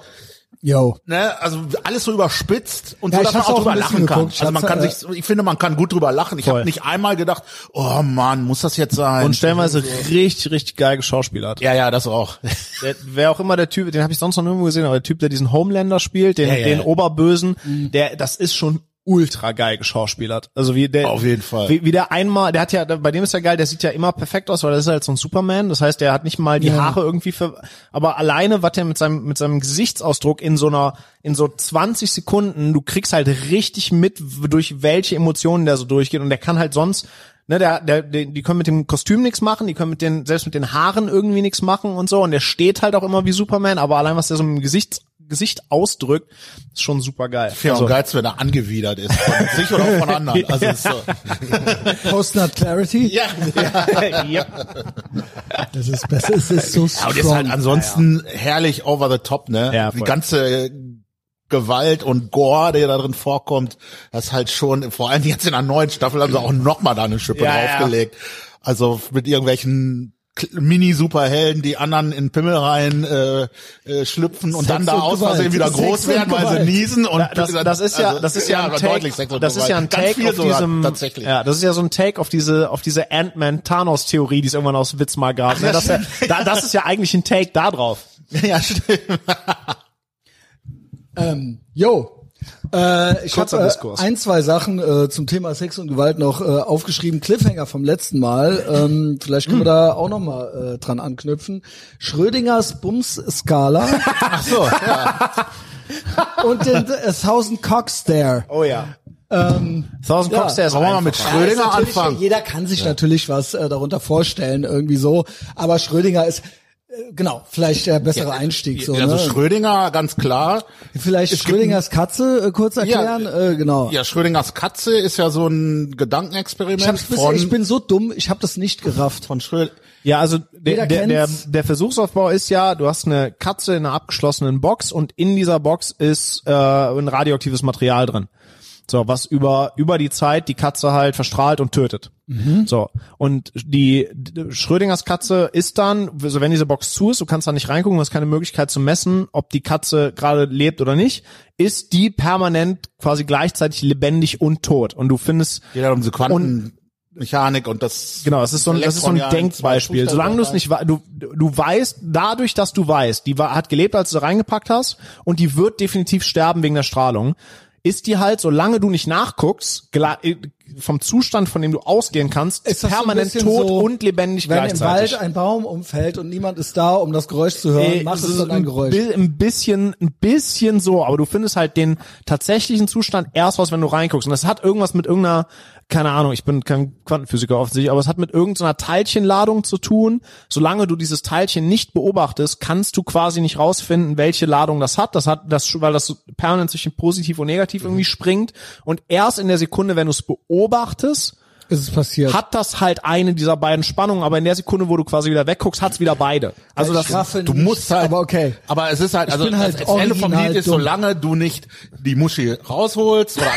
Speaker 1: Yo.
Speaker 5: ne, also alles so überspitzt und
Speaker 1: Ja,
Speaker 5: so,
Speaker 1: ich
Speaker 5: dass man
Speaker 1: hab's
Speaker 5: auch
Speaker 1: auch ein
Speaker 5: drüber
Speaker 1: bisschen
Speaker 5: lachen kann.
Speaker 1: geguckt. Ich
Speaker 5: Also man
Speaker 1: hab's,
Speaker 5: kann
Speaker 1: äh,
Speaker 5: sich, ich finde, man kann gut drüber lachen. Ich
Speaker 6: Voll.
Speaker 5: habe nicht einmal gedacht, oh Mann, muss das jetzt sein?
Speaker 6: Und stellenweise richtig, richtig geil geschauspielert.
Speaker 5: ja, ja, das auch.
Speaker 6: Der, wer auch immer der Typ, den habe ich sonst noch nirgendwo gesehen, aber der Typ, der diesen Homelander spielt, den,
Speaker 5: Ja, ja, Mhm.
Speaker 6: den
Speaker 5: ja.
Speaker 6: Oberbösen, der, das ist schon ultra geil geschauspielert. Also wie der,
Speaker 5: Auf jeden Fall.
Speaker 6: Wie, wie der einmal, der hat ja, bei dem ist ja geil, der sieht ja immer perfekt aus, weil das ist halt so ein Superman. Das heißt, der hat nicht mal die Haare irgendwie ver, aber alleine, was der mit seinem, mit seinem Gesichtsausdruck in so einer, in so 20 Sekunden, du kriegst halt richtig mit, w- durch welche Emotionen der so durchgeht und der kann halt sonst, ne, der, der, der, die können mit dem Kostüm nichts machen, die können mit den, selbst mit den Haaren irgendwie nichts machen und so und der steht halt auch immer wie Superman, aber allein was der so im Gesicht, Gesicht ausdrückt, ist schon super geil.
Speaker 5: Ja, am geilsten, wenn er angewidert ist. Von sich oder auch von anderen. Also ist so.
Speaker 1: Postnut Clarity.
Speaker 5: Ja, ja.
Speaker 6: yep.
Speaker 1: Das ist besser. Es ist so
Speaker 5: Und ist halt
Speaker 1: strong.
Speaker 5: ansonsten herrlich over the top, ne?
Speaker 6: Ja,
Speaker 5: Die
Speaker 6: voll.
Speaker 5: ganze Gewalt und Gore, der da drin vorkommt, das ist halt schon, vor allem jetzt in der neuen Staffel haben sie auch nochmal da eine Schippe
Speaker 6: Ja, ja.
Speaker 5: draufgelegt. Also mit irgendwelchen Kl- Mini-Superhelden, die anderen in Pimmel rein äh, äh, schlüpfen und
Speaker 1: Sex
Speaker 5: dann da
Speaker 1: und
Speaker 5: aus
Speaker 1: Gewalt.
Speaker 5: Versehen wieder
Speaker 1: Sex
Speaker 5: groß
Speaker 1: und
Speaker 5: werden, weil sie
Speaker 1: Gewalt.
Speaker 5: niesen und
Speaker 6: das, das ist ja,
Speaker 5: also,
Speaker 6: das ist ja, ein
Speaker 5: aber
Speaker 6: Take,
Speaker 5: deutlich Sex und
Speaker 6: das ist ja ein
Speaker 5: Gewalt. Ganz
Speaker 6: Take
Speaker 5: viel
Speaker 6: auf
Speaker 5: sogar,
Speaker 6: diesem,
Speaker 5: tatsächlich.
Speaker 6: ja, das ist ja so ein Take auf diese, auf diese Ant-Man Thanos Theorie, die es irgendwann aus Witz mal gab. Ne? Das, ist ja- da, das ist ja eigentlich ein Take da drauf.
Speaker 5: ja, stimmt.
Speaker 1: Ähm, Yo. Äh, ich
Speaker 6: Kurzer
Speaker 1: habe äh,
Speaker 6: Diskurs.
Speaker 1: ein, zwei Sachen äh, zum Thema Sex und Gewalt noch äh, aufgeschrieben. Cliffhanger vom letzten Mal. Ähm, vielleicht können wir da auch noch mal äh, dran anknüpfen. Schrödingers Bums-Skala
Speaker 5: Ach so, ja.
Speaker 1: und den äh, Thousand Cock Stare.
Speaker 6: Oh ja. Ähm, Thousand Cops, der ist
Speaker 5: Wollen wir mal
Speaker 6: auch
Speaker 5: mit
Speaker 1: Ja, ist
Speaker 5: Schrödinger
Speaker 1: natürlich-
Speaker 5: anfangen?
Speaker 1: Jeder kann sich natürlich was äh, darunter vorstellen, irgendwie so. Aber Schrödinger ist äh, Genau, vielleicht der bessere Einstieg. So,
Speaker 5: also
Speaker 1: ne?
Speaker 5: Schrödinger, ganz klar.
Speaker 1: Vielleicht Schrödingers Katze äh, kurz erklären. äh, genau.
Speaker 5: Ja, Schrödingers Katze ist ja so ein
Speaker 1: ich,
Speaker 5: Gedankenexperiment
Speaker 1: hab's bis,
Speaker 5: von,
Speaker 1: ich bin so dumm, ich habe das nicht gerafft.
Speaker 5: von Schrödinger.
Speaker 6: Ja, also der,
Speaker 1: Jeder
Speaker 6: der, der,
Speaker 1: kennt's.
Speaker 6: der Versuchsaufbau ist ja, du hast eine Katze in einer abgeschlossenen Box und in dieser Box ist äh, ein radioaktives Material drin. So, was über, über die Zeit die Katze halt verstrahlt und tötet.
Speaker 1: Mhm.
Speaker 6: So. Und die, die Schrödingers Katze ist dann, so wenn diese Box zu ist, du kannst da nicht reingucken, du hast keine Möglichkeit zu messen, ob die Katze gerade lebt oder nicht, ist die permanent quasi gleichzeitig lebendig und tot. Und du findest
Speaker 5: Geht halt um diese Quantenmechanik und das.
Speaker 6: Genau, es ist so ein, das ist so ein
Speaker 5: Elektron-
Speaker 6: Denkbeispiel.
Speaker 5: Zustände
Speaker 6: Solange du es nicht wei- du du weißt, dadurch, dass du weißt, die war, hat gelebt, als du sie reingepackt hast, und die wird definitiv sterben wegen der Strahlung, ist die halt, solange du nicht nachguckst, gla- äh, vom Zustand, von dem du ausgehen kannst,
Speaker 1: Ist das so ein
Speaker 6: permanent
Speaker 1: bisschen
Speaker 6: tot
Speaker 1: so,
Speaker 6: und lebendig
Speaker 1: Wenn im
Speaker 6: gleichzeitig.
Speaker 1: Wald ein Baum umfällt und niemand ist da, um das Geräusch zu hören,
Speaker 6: Äh,
Speaker 1: macht
Speaker 6: so
Speaker 1: es dann ein Geräusch.
Speaker 6: bi- Ein bisschen, ein bisschen so, aber du findest halt den tatsächlichen Zustand erst was, wenn du reinguckst. Und das hat irgendwas mit irgendeiner, keine Ahnung, ich bin kein Quantenphysiker offensichtlich, aber es hat mit irgendeiner Teilchenladung zu tun. Solange du dieses Teilchen nicht beobachtest, kannst du quasi nicht rausfinden, welche Ladung das hat. Das hat das, weil das so permanent zwischen positiv und
Speaker 1: Mhm.
Speaker 6: negativ irgendwie springt. Und erst in der Sekunde, wenn du es beobachtest,
Speaker 1: Ist es passiert.
Speaker 6: hat das halt eine dieser beiden Spannungen, aber in der Sekunde, wo du quasi wieder wegguckst, hat's wieder beide. Also
Speaker 1: Ich
Speaker 6: das
Speaker 1: raffe
Speaker 5: Du
Speaker 1: nicht,
Speaker 5: musst halt,
Speaker 1: Aber okay.
Speaker 5: Aber es ist halt, also
Speaker 1: bin halt
Speaker 5: das, das Ende vom
Speaker 1: original
Speaker 5: Lied ist,
Speaker 1: dumm.
Speaker 5: solange du nicht die Muschi rausholst oder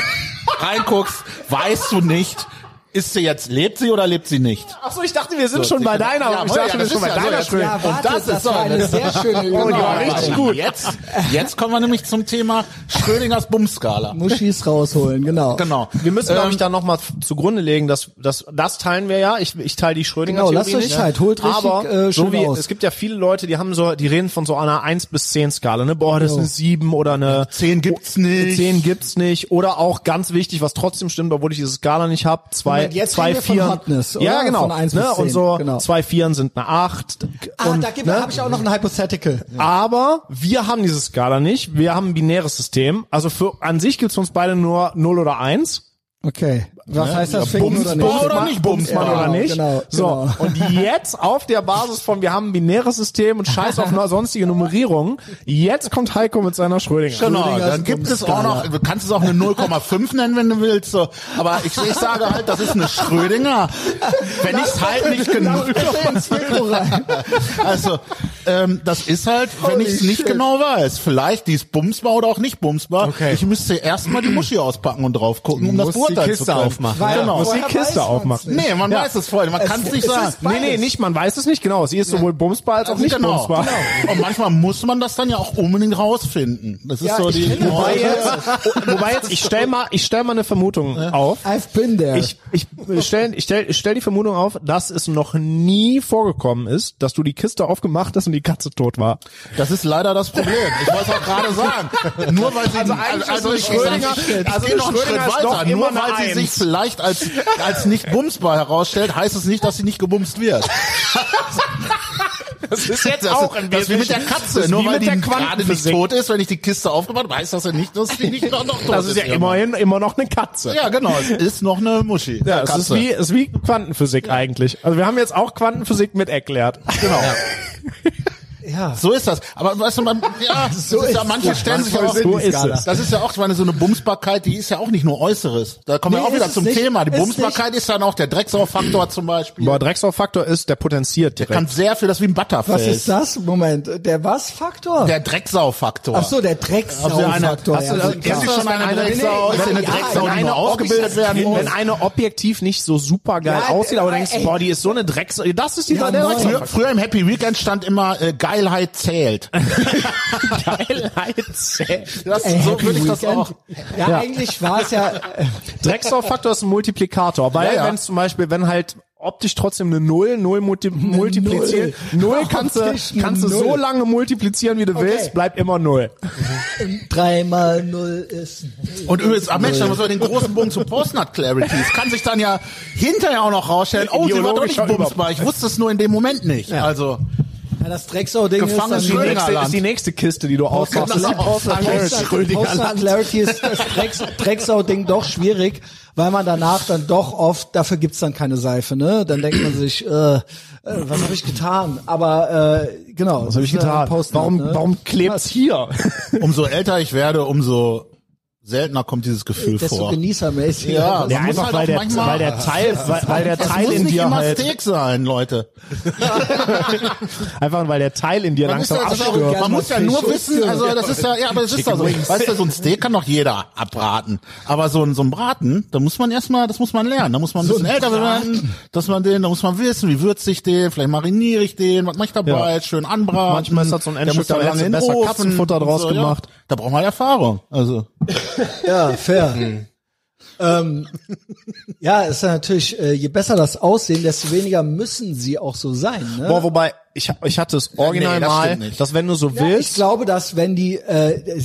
Speaker 5: reinguckst, weißt du nicht, ist sie jetzt, lebt sie oder lebt sie nicht?
Speaker 6: Ach so, ich dachte, wir sind schon bei deiner.
Speaker 5: Ja,
Speaker 6: ich
Speaker 5: ja,
Speaker 6: dachte, wir
Speaker 5: das
Speaker 6: sind schon
Speaker 5: ist
Speaker 6: bei
Speaker 5: ja so,
Speaker 6: deiner
Speaker 5: jetzt-
Speaker 6: Schuld.
Speaker 1: Ja, wartet,
Speaker 5: das ist
Speaker 1: das
Speaker 5: so
Speaker 1: war
Speaker 5: eine-
Speaker 1: eine sehr schöne Übung.
Speaker 6: Oh, die war richtig
Speaker 5: Also
Speaker 6: gut.
Speaker 5: Jetzt, jetzt kommen wir nämlich zum Thema Schrödingers Bumskala.
Speaker 1: Muschis rausholen, genau.
Speaker 5: Genau.
Speaker 6: Wir müssen, glaube ich, dann nochmal zugrunde legen, dass, dass das teilen wir ja. Ich, ich teile die Schrödinger
Speaker 1: Genau,
Speaker 6: Theorie
Speaker 1: lasst euch
Speaker 6: nicht.
Speaker 1: Zeit. Holt richtig,
Speaker 6: Aber
Speaker 1: äh, schön
Speaker 6: so wie,
Speaker 1: aus.
Speaker 6: es gibt ja viele Leute, die haben so, die reden von so einer 1 bis 10 Skala, ne? Boah, das ist
Speaker 1: Jo.
Speaker 6: eine 7 oder eine
Speaker 5: Zehn gibt's nicht.
Speaker 6: 10 gibt's nicht oder auch ganz wichtig, was trotzdem stimmt, obwohl ich diese Skala nicht habe, zwei
Speaker 1: Moment, jetzt
Speaker 6: zwei
Speaker 1: reden wir von
Speaker 6: Vieren.
Speaker 1: Hotness, oder?
Speaker 6: Ja, genau.
Speaker 1: Von 1
Speaker 6: ne?
Speaker 1: bis
Speaker 6: Und
Speaker 1: 10,
Speaker 6: so
Speaker 1: genau.
Speaker 6: zwei Vieren sind eine 8.
Speaker 1: Ah,
Speaker 6: und,
Speaker 1: da gibt,
Speaker 6: ne?
Speaker 1: habe ich auch noch ein Hypothetical.
Speaker 6: Aber wir haben diese Skala nicht. Wir haben ein binäres System. Also für, an sich gibt's für uns beide nur 0 oder 1.
Speaker 1: Okay. Was
Speaker 6: Ne?
Speaker 1: heißt das? Ficken oder
Speaker 5: Bumsbau
Speaker 1: nicht?
Speaker 5: oder nicht Bumsmann
Speaker 6: Mann
Speaker 1: Genau,
Speaker 6: oder nicht.
Speaker 1: genau,
Speaker 6: so,
Speaker 1: genau.
Speaker 6: und jetzt auf der Basis von wir haben ein binäres System und scheiß auf nur sonstige Nummerierung, jetzt kommt Heiko mit seiner Schrödinger.
Speaker 5: Genau,
Speaker 1: Schrödingers
Speaker 5: dann gibt es auch
Speaker 1: Bumskala.
Speaker 5: noch, du kannst es auch eine 0,5 nennen, wenn du willst, so. Aber ich, ich sage halt, das ist eine Schrödinger. Wenn ich es halt nicht genau, also, ähm, das ist halt, wenn
Speaker 1: Holy
Speaker 5: ich es nicht
Speaker 1: shit.
Speaker 5: genau weiß. Vielleicht, die ist bumsbar oder auch nicht bumsbar.
Speaker 2: Okay.
Speaker 5: Ich müsste erstmal die Muschi auspacken und drauf gucken, um das
Speaker 2: Muss die
Speaker 5: beurteilen zu
Speaker 2: Kiste
Speaker 5: können.
Speaker 2: aufmachen.
Speaker 1: Weil
Speaker 6: Genau. Muss die
Speaker 1: vorher
Speaker 6: Kiste
Speaker 1: weiß man's
Speaker 6: aufmachen.
Speaker 1: nicht.
Speaker 5: Nee, man
Speaker 6: Ja.
Speaker 5: weiß es vorher, man kann es nicht
Speaker 1: es
Speaker 5: sagen.
Speaker 1: ist
Speaker 6: Nee, nee,
Speaker 1: Beides.
Speaker 6: nicht, man weiß es nicht genau. Sie ist sowohl bumsbar als auch nicht
Speaker 5: genau.
Speaker 6: bumsbar.
Speaker 5: Und manchmal muss man das dann ja auch unbedingt rausfinden. Das ist
Speaker 1: Ja,
Speaker 5: so
Speaker 1: ich
Speaker 5: die
Speaker 1: kenne
Speaker 6: Wobei
Speaker 1: Ja.
Speaker 6: jetzt, wobei jetzt, ich stell mal, ich stell mal eine Vermutung auf.
Speaker 1: I've been there.
Speaker 6: Ich, ich stell, ich stell, ich stell die Vermutung auf, dass es noch nie vorgekommen ist, dass du die Kiste aufgemacht hast und die Katze tot war.
Speaker 5: Das ist leider das Problem. Ich wollte es auch gerade sagen. Nur weil sie also
Speaker 6: eigentlich
Speaker 5: also
Speaker 6: ist
Speaker 5: ich Schrödinger,
Speaker 6: Schrödinger-
Speaker 5: also
Speaker 6: ich
Speaker 5: ich
Speaker 6: geh
Speaker 5: noch einen
Speaker 6: Schrödinger
Speaker 5: Schritt
Speaker 6: ist doch
Speaker 5: weiter. Nur
Speaker 6: immer eine
Speaker 5: weil sie sich
Speaker 6: Eins.
Speaker 5: vielleicht als als nicht bumsbar herausstellt, heißt es nicht, dass sie nicht gebumst wird.
Speaker 6: Das ist jetzt
Speaker 5: das ist wie mit der Katze.
Speaker 6: ist
Speaker 5: Nur
Speaker 6: wie
Speaker 5: weil
Speaker 6: mit
Speaker 5: die
Speaker 6: der
Speaker 5: gerade nicht
Speaker 6: Quantenphysik.
Speaker 5: tot ist, wenn ich die Kiste aufgemacht habe, heißt das ja nicht, dass die nicht noch, noch tot
Speaker 6: Das ist ja
Speaker 5: irgendwann.
Speaker 6: immerhin immer noch eine Katze.
Speaker 5: Ja, genau. Es ist noch eine Muschi.
Speaker 6: Ja, es ist
Speaker 5: Katze.
Speaker 6: wie, es ist wie Quantenphysik eigentlich. Also wir haben jetzt auch Quantenphysik mit erklärt. Genau.
Speaker 1: ja.
Speaker 5: So ist das. Aber weißt du, man, ja, so ist, ja, manche stellen sich
Speaker 1: Voll
Speaker 5: auch,
Speaker 1: Sinn,
Speaker 6: so
Speaker 1: die
Speaker 6: ist
Speaker 1: Skala.
Speaker 6: es.
Speaker 5: das ist ja auch, ich meine, so eine Bumsbarkeit, die ist ja auch nicht nur Äußeres. Da kommen
Speaker 1: Nee,
Speaker 5: wir auch
Speaker 1: ist
Speaker 5: wieder
Speaker 1: es
Speaker 5: zum
Speaker 1: nicht.
Speaker 5: Thema. Die
Speaker 1: Ist
Speaker 5: Bumsbarkeit ist dann auch der Drecksau-Faktor zum Beispiel.
Speaker 6: Aber Drecksau-Faktor ist, der potenziert direkt.
Speaker 5: Kann sehr viel, das ist wie ein Butterfell.
Speaker 1: Was ist das? Moment, der was-Faktor?
Speaker 5: Der Drecksau-Faktor.
Speaker 1: Ach so, also, der Drecksau-Faktor.
Speaker 5: Hast du
Speaker 1: ja,
Speaker 5: da-
Speaker 1: klar.
Speaker 5: ist das schon eine
Speaker 6: Eine-
Speaker 5: Drecksau?
Speaker 1: Nee,
Speaker 5: Ist eine
Speaker 1: ja,
Speaker 5: Drecksau,
Speaker 1: wenn
Speaker 5: die nur
Speaker 6: eine
Speaker 5: ausgebildet
Speaker 6: objektiv-
Speaker 5: werden muss?
Speaker 6: Wenn eine objektiv nicht so super geil
Speaker 1: Ja,
Speaker 6: aussieht, aber du denkst,
Speaker 1: ey.
Speaker 6: boah, die ist so eine Drecksau. Das ist die
Speaker 1: Ja,
Speaker 6: der
Speaker 1: moin.
Speaker 6: Drecksau.
Speaker 5: Früher, früher im Happy Weekend stand immer äh, Geilheit zählt.
Speaker 1: Äh,
Speaker 6: Geilheit.
Speaker 5: Das,
Speaker 1: Ey,
Speaker 5: so
Speaker 1: Äh, Happy
Speaker 5: würde ich das
Speaker 1: Weekend.
Speaker 5: auch.
Speaker 1: Ja, eigentlich war es ja, äh,
Speaker 6: Drecksau-Faktor ist ein Multiplikator, weil
Speaker 5: Ja, ja.
Speaker 6: wenn zum Beispiel, wenn halt optisch trotzdem eine Null, Null multi multipliziert, Null, kannst du,
Speaker 1: Optisch eine
Speaker 6: kannst du so
Speaker 1: Null.
Speaker 6: lange multiplizieren, wie du willst, bleibt immer Null.
Speaker 1: dreimal null ist.
Speaker 5: Und übrigens, ach Mensch, da muss man den großen Bogen zu Postnut Clarity. Es kann sich dann ja hinterher auch noch rausstellen, oh, sie war doch nicht
Speaker 6: Ideologischer
Speaker 5: bumsbar. Ich wusste es nur in dem Moment nicht. Also,
Speaker 1: Ja, das Drecksau-Ding ist
Speaker 5: Gefangen
Speaker 1: dann
Speaker 5: Schrödinger.
Speaker 1: die
Speaker 6: Nächste
Speaker 5: Land.
Speaker 6: ist die nächste Kiste, die du aufmachst. ist die
Speaker 5: Land.
Speaker 6: Postnat Clarity.
Speaker 1: Post- Post- Clarity ist das Drecks- Drecksau-Ding doch schwierig, weil man danach dann doch oft, dafür gibt's dann keine Seife, ne? Dann denkt man sich, äh, äh, was habe ich getan? Aber äh, genau,
Speaker 6: Was habe ich getan? Warum,
Speaker 1: ne?
Speaker 6: warum klebt's hier?
Speaker 5: umso älter ich werde, umso seltener kommt dieses Gefühl
Speaker 1: desto
Speaker 5: vor.
Speaker 1: genießermäßig.
Speaker 5: Ja,
Speaker 1: Das
Speaker 5: ja,
Speaker 1: muss-
Speaker 5: einfach, halt weil auch der- manchmal- weil der
Speaker 6: Teil, weil, der
Speaker 5: Es muss nicht immer Steak sein, Leute.
Speaker 6: einfach weil der Teil in dir
Speaker 5: Man, ist ja,
Speaker 6: langsam
Speaker 5: das ist auch,
Speaker 6: abstirbt.
Speaker 1: gerne
Speaker 5: man muss ja
Speaker 1: mal
Speaker 5: nur
Speaker 1: Fisch.
Speaker 5: wissen, also das ist ja, ja, aber das ist ja so. Weißt du, so ein Steak kann doch jeder abbraten. Aber so ein, so ein Braten, da muss man erstmal, das muss man lernen. Da muss man ein bisschen älter werden, dass man den, da muss man wissen, wie würze ich den, vielleicht mariniere ich den, was mache ich dabei,
Speaker 6: Ja.
Speaker 5: schön anbraten.
Speaker 6: Manchmal ist das so ein
Speaker 5: Der
Speaker 6: Endstück,
Speaker 5: muss da
Speaker 6: da
Speaker 5: lange
Speaker 6: hättest du
Speaker 5: in den
Speaker 6: besser
Speaker 5: Ofen
Speaker 6: Katzenfutter
Speaker 5: und
Speaker 6: draus
Speaker 5: so,
Speaker 6: gemacht.
Speaker 5: Ja. Da braucht man Erfahrung. Also,
Speaker 1: Ja, fair. ähm, ja, ist ja natürlich, äh, je besser das Aussehen, desto weniger müssen sie auch so sein. Ne?
Speaker 6: Boah, wobei, ich, ich hatte es original
Speaker 5: nee, das
Speaker 6: mal,
Speaker 5: stimmt nicht.
Speaker 6: dass wenn du so
Speaker 1: ja, ich
Speaker 6: willst,
Speaker 1: glaube, dass wenn die äh,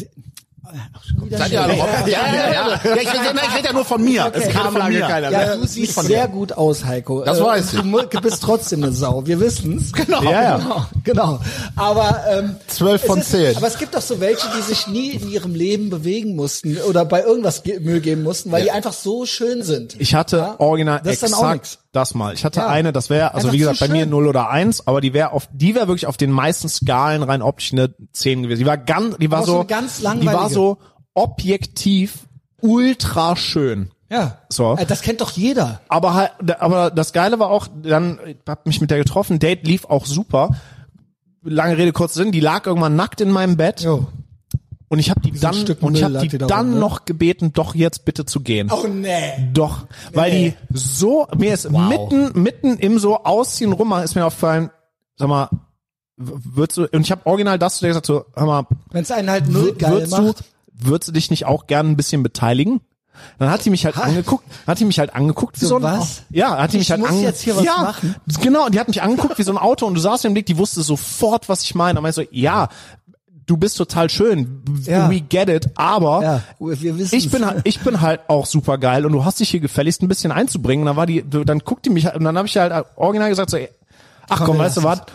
Speaker 5: seid ihr alle ja, ja, ja, ja. ja, ich, rede- ich rede ja nur von mir. es kam von mir.
Speaker 1: ja, du siehst sehr gut aus, Heiko.
Speaker 5: Das
Speaker 1: Äh,
Speaker 5: weiß
Speaker 1: Du mu- bist trotzdem eine Sau. Wir wissen's. Genau.
Speaker 6: Ja, ja.
Speaker 1: Genau. genau. Aber ähm,
Speaker 5: 12 von
Speaker 1: es ist,
Speaker 5: 10.
Speaker 1: Aber es gibt auch so welche, die sich nie in ihrem Leben bewegen mussten oder bei irgendwas ge Mühe geben mussten, weil die einfach so schön sind.
Speaker 6: Ich hatte
Speaker 1: Ja,
Speaker 6: original
Speaker 1: das ist dann auch nix.
Speaker 6: exakt das mal. Ich hatte
Speaker 1: Ja.
Speaker 6: eine, das wäre, also
Speaker 1: Einfach
Speaker 6: wie
Speaker 1: zu
Speaker 6: gesagt, bei mir
Speaker 1: schön.
Speaker 6: 0 oder 1, aber die wäre auf, die wäre wirklich auf den meisten Skalen rein optisch eine 10 gewesen. Die war ganz, die war
Speaker 1: Aber so
Speaker 6: so,
Speaker 1: eine ganz
Speaker 6: die war
Speaker 1: langweilige.
Speaker 6: so objektiv ultra schön.
Speaker 1: ja.
Speaker 6: So.
Speaker 1: Äh, Das kennt doch jeder.
Speaker 6: Aber halt, aber das Geile war auch, dann ich hab mich mit der getroffen, Date lief auch super. Lange Rede, kurzer Sinn, die lag irgendwann nackt in meinem Bett und ich habe die dann
Speaker 1: Stück
Speaker 6: und ich
Speaker 1: Müll
Speaker 6: habe
Speaker 1: lag
Speaker 6: die
Speaker 1: die da
Speaker 6: dann
Speaker 1: rum, ne?
Speaker 6: noch gebeten, doch jetzt bitte zu gehen.
Speaker 1: Oh nee.
Speaker 6: Doch, weil
Speaker 1: Nee.
Speaker 6: die so, mir ist mitten, mitten im so Ausziehen rummachen, ist mir aufgefallen, sag mal, w- würdest du, und ich habe original das zu dir gesagt, so, hör mal,
Speaker 1: Wenn es einen halt null
Speaker 6: w-
Speaker 1: geil
Speaker 6: würdest du,
Speaker 1: macht.
Speaker 6: würdest du dich nicht auch gern ein bisschen beteiligen? Dann hat die mich halt angeguckt, hat die mich halt angeguckt wie
Speaker 1: So
Speaker 6: so ein,
Speaker 1: was?
Speaker 6: ja, hat die mich
Speaker 1: Ich
Speaker 6: halt
Speaker 1: muss
Speaker 6: ange-
Speaker 1: jetzt hier was
Speaker 6: ja,
Speaker 1: machen?
Speaker 6: Genau, und die hat mich angeguckt wie so ein Auto und du saßt im Blick, die wusste sofort, was ich meine. Dann meinte ich so, ja, du bist total schön, w-
Speaker 1: Ja.
Speaker 6: we get it, aber
Speaker 1: Ja, wir wissen.
Speaker 6: ich bin halt, ich bin halt auch super geil und du hast dich hier gefälligst ein bisschen einzubringen. Und dann war die, dann guckt die mich halt- und dann habe ich halt original gesagt so, ey, ach komm,
Speaker 1: wir
Speaker 6: weißt du was?
Speaker 1: lassen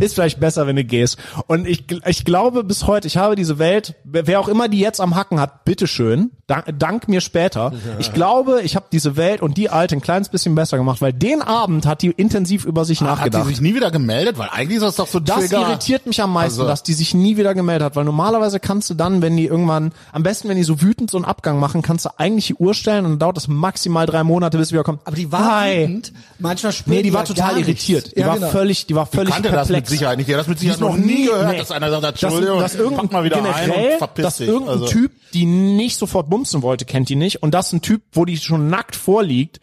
Speaker 6: Ist vielleicht besser, wenn du gehst. Und ich, gl- ich glaube bis heute, ich habe diese Welt, wer wer auch immer die jetzt am Hacken hat, bitteschön, dank, dank mir später. Ich glaube, ich habe diese Welt und die alte ein kleines bisschen besser gemacht, weil den Abend hat die intensiv über sich
Speaker 5: Hat die
Speaker 6: nachgedacht.
Speaker 5: sich nie wieder gemeldet? Weil eigentlich ist das doch so
Speaker 6: Das
Speaker 5: Trigger.
Speaker 6: irritiert mich am meisten,
Speaker 5: Also-
Speaker 6: dass die sich nie wieder gemeldet hat, weil normalerweise kannst du dann, wenn die irgendwann, am besten, wenn die so wütend so einen Abgang machen, kannst du eigentlich die Uhr stellen und dann dauert das maximal drei Monate, bis sie wieder kommt. Also
Speaker 1: aber die war
Speaker 6: Hi.
Speaker 1: wütend. Manchmal spürt
Speaker 6: Nee, die
Speaker 1: die
Speaker 6: war
Speaker 1: ja
Speaker 6: total
Speaker 1: gar nichts.
Speaker 6: irritiert. Die
Speaker 1: Ja,
Speaker 6: war
Speaker 1: genau.
Speaker 6: völlig, die war völlig
Speaker 5: kannte das mit mit
Speaker 6: perplex.
Speaker 5: Sicherheit nicht. Der hat das mit Sicherheit noch nie gehört, dass einer sagt, Entschuldigung,
Speaker 6: dass, dass irgendein,
Speaker 5: pack mal wieder ein
Speaker 6: generell,
Speaker 5: und verpiss
Speaker 6: dass
Speaker 5: dich.
Speaker 6: irgendein
Speaker 5: Also-
Speaker 6: Typ, die nicht sofort bumsen wollte, kennt die nicht. Und das ist ein Typ, wo die schon nackt vorliegt,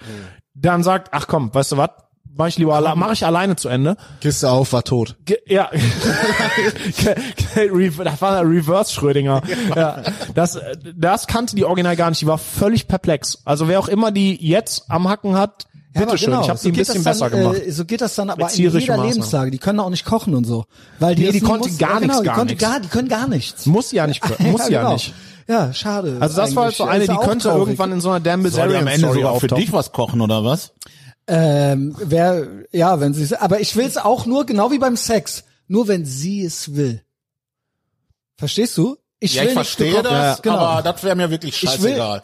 Speaker 6: dann sagt, ach komm, weißt du was, mach ich lieber, alle- mach ich alleine zu Ende.
Speaker 2: Kiste auf, war tot.
Speaker 6: Ge ja, Ge- ge- Re- das war der Reverse Schrödinger. Ja. Das, das kannte die Original gar nicht. Die war völlig perplex. Also wer auch immer die jetzt am Hacken hat, bitteschön, ich habe sie ein
Speaker 1: genau. geht
Speaker 6: bisschen
Speaker 1: das
Speaker 6: besser
Speaker 1: dann,
Speaker 6: gemacht.
Speaker 1: Äh, so geht das dann aber in jeder
Speaker 6: tierischen Maßnahmen.
Speaker 1: Lebenslage. Die können auch nicht kochen und so. Weil die,
Speaker 6: Nee, die
Speaker 1: essen
Speaker 6: konnte
Speaker 1: muss-
Speaker 6: gar
Speaker 1: ja, genau,
Speaker 6: nichts,
Speaker 1: die
Speaker 6: gar
Speaker 1: konnte
Speaker 6: nichts.
Speaker 1: gar, die können gar nichts.
Speaker 6: Muss ja nicht, muss ja
Speaker 1: genau.
Speaker 6: nicht.
Speaker 1: Ja, schade.
Speaker 6: Also das war
Speaker 1: eigentlich. äh,
Speaker 6: so eine,
Speaker 1: Ist
Speaker 6: die
Speaker 1: auch
Speaker 6: könnte
Speaker 1: traurig.
Speaker 6: irgendwann in so einer Damn
Speaker 5: Soll die
Speaker 6: Bizarre
Speaker 5: am Ende sogar für dich was kochen oder was?
Speaker 1: Ähm, wer, ja, wenn sie es, aber ich will es auch nur, genau wie beim Sex, nur wenn sie es will. Verstehst du?
Speaker 5: Ja, ich
Speaker 1: nicht
Speaker 5: verstehe
Speaker 1: gekocht-
Speaker 5: das,
Speaker 1: Ja, genau.
Speaker 5: aber das wäre mir wirklich
Speaker 1: will-
Speaker 5: scheißegal.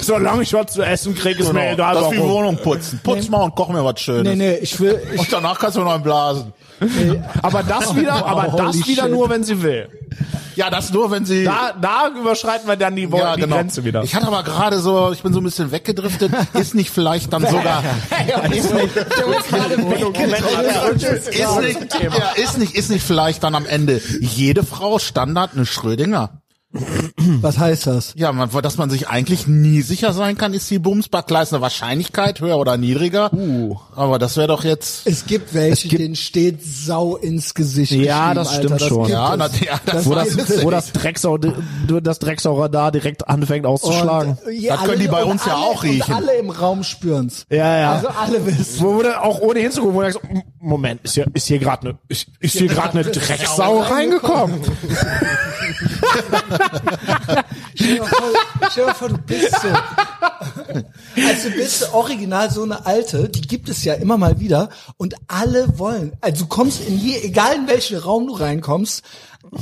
Speaker 6: Solange ich was zu essen kriege, ist mir egal
Speaker 5: Genau. das ist wie
Speaker 6: warum.
Speaker 5: Wohnung putzen. Putz mal und koch mir was Schönes.
Speaker 1: Nee, nee, ich will, ich,
Speaker 5: Und danach kannst du noch einen blasen.
Speaker 6: Aber das wieder, aber
Speaker 1: Holy
Speaker 6: das wieder
Speaker 1: shit.
Speaker 6: nur, wenn sie will.
Speaker 5: Ja, das nur, wenn sie...
Speaker 6: Da, da überschreiten wir dann die, Wo-
Speaker 5: ja, genau.
Speaker 6: die Grenze wieder.
Speaker 5: Ich hatte aber gerade so, ich bin so ein bisschen weggedriftet. Ist nicht vielleicht dann sogar... ist, nicht, ja, ist, nicht, ist nicht vielleicht dann am Ende jede Frau Standard eine Schrödinger?
Speaker 1: was heißt das?
Speaker 5: Ja, man, dass man sich eigentlich nie sicher sein kann, ist die Bumsbackkleis eine Wahrscheinlichkeit höher oder niedriger. Uh. Aber das wäre doch jetzt...
Speaker 1: Es gibt welche, denen steht Sau ins Gesicht.
Speaker 6: Ja,
Speaker 1: geschrieben,
Speaker 6: das
Speaker 1: Alter,
Speaker 6: stimmt
Speaker 1: das
Speaker 6: schon.
Speaker 1: gibt
Speaker 5: Ja,
Speaker 1: es.
Speaker 5: na, ja, das,
Speaker 6: wo
Speaker 5: war
Speaker 6: das,
Speaker 5: jetzt-
Speaker 6: wo das Drecksau, das Drecksau-Radar direkt anfängt auszuschlagen.
Speaker 1: Und, äh, ja,
Speaker 5: Das können die bei
Speaker 1: und
Speaker 5: uns ja
Speaker 1: alle,
Speaker 5: auch riechen.
Speaker 1: Und alle im Raum spüren's.
Speaker 6: Ja, ja.
Speaker 1: Also alle wissen.
Speaker 6: wo wurde auch ohne hinzugucken, wo du sagst, "M- Moment, ist hier, ist hier gerade eine, ist, ist hier gerade eine Drecksau reingekommen?
Speaker 1: Stell dir mal vor, stell dir mal vor, du bist so. Also du bist original so eine alte, die gibt es ja immer mal wieder und alle wollen, also du kommst in je, egal in welchen Raum du reinkommst,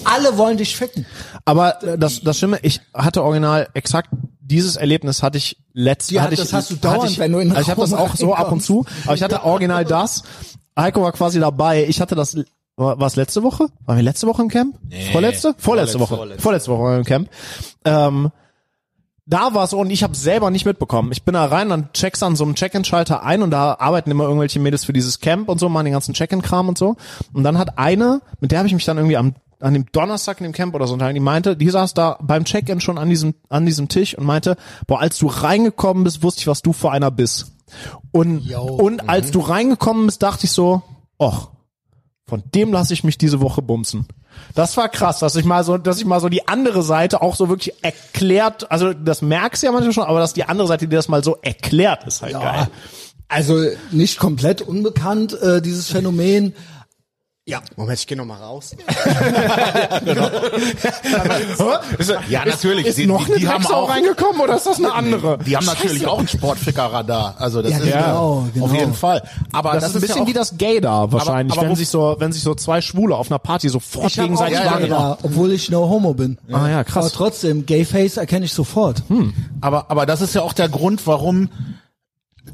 Speaker 1: alle wollen dich ficken.
Speaker 6: Aber äh, das, das Schlimme, ich hatte original exakt dieses Erlebnis hatte ich letztes
Speaker 1: Ja,
Speaker 6: hatte
Speaker 1: das
Speaker 6: ich,
Speaker 1: hast du
Speaker 6: hatte
Speaker 1: dauernd,
Speaker 6: ich,
Speaker 1: wenn du in den
Speaker 6: also ich habe das
Speaker 1: Raum
Speaker 6: auch so ab und zu, aber ich hatte original das. Heiko war quasi dabei. Ich hatte das war war es letzte Woche? Waren wir letzte Woche im Camp? Vorletzte? Vorletzte,
Speaker 5: Vorletzte,
Speaker 6: Woche.
Speaker 5: vorletzte.
Speaker 6: Vorletzte Woche waren wir im Camp. Ähm, da war es so, und ich habe selber nicht mitbekommen. Ich bin da rein, dann checkst an so einem Check-in-Schalter ein und da arbeiten immer irgendwelche Mädels für dieses Camp und so, machen den ganzen Check-in-Kram und so. Und dann hat eine, mit der habe ich mich dann irgendwie am an dem Donnerstag in dem Camp oder so unterhalten, die meinte, die saß da beim Check-in schon an diesem an diesem Tisch und meinte, boah, als du reingekommen bist, wusste ich, was du für einer bist. Und und als du reingekommen bist, dachte ich so, och, von dem lasse ich mich diese Woche bumsen. Das war krass, dass ich mal so, dass ich mal so die andere Seite auch so wirklich erklärt, also das merkst du ja manchmal schon, aber dass die andere Seite dir das mal so erklärt, ist halt geil.
Speaker 1: Also nicht komplett unbekannt, äh, dieses Phänomen.
Speaker 2: Ja. Moment, ich geh noch mal raus.
Speaker 5: genau. ja, natürlich.
Speaker 6: Ist noch eine
Speaker 5: die haben
Speaker 6: Drecksau
Speaker 5: auch
Speaker 6: reingekommen oder ist das eine andere?
Speaker 5: Die haben natürlich auch ein Sportficker-Radar. Also das
Speaker 1: Ja,
Speaker 5: ist
Speaker 1: genau, genau.
Speaker 5: auf jeden Fall. Aber das,
Speaker 6: Das, ist ein bisschen
Speaker 5: ja auch,
Speaker 6: wie das Gay da wahrscheinlich,
Speaker 5: Aber- aber
Speaker 6: wenn
Speaker 5: wo-
Speaker 6: sich so, wenn sich so zwei Schwule auf einer Party sofort
Speaker 1: Ich habe auch
Speaker 6: gegenseitig
Speaker 5: ja,
Speaker 1: ja,
Speaker 5: ja,
Speaker 6: wahrgenommen.
Speaker 1: da, obwohl ich no homo bin.
Speaker 6: Ah ja, krass. Hm.
Speaker 1: Aber trotzdem, Gayface erkenne ich sofort.
Speaker 5: aber, aber das ist ja auch der Grund, warum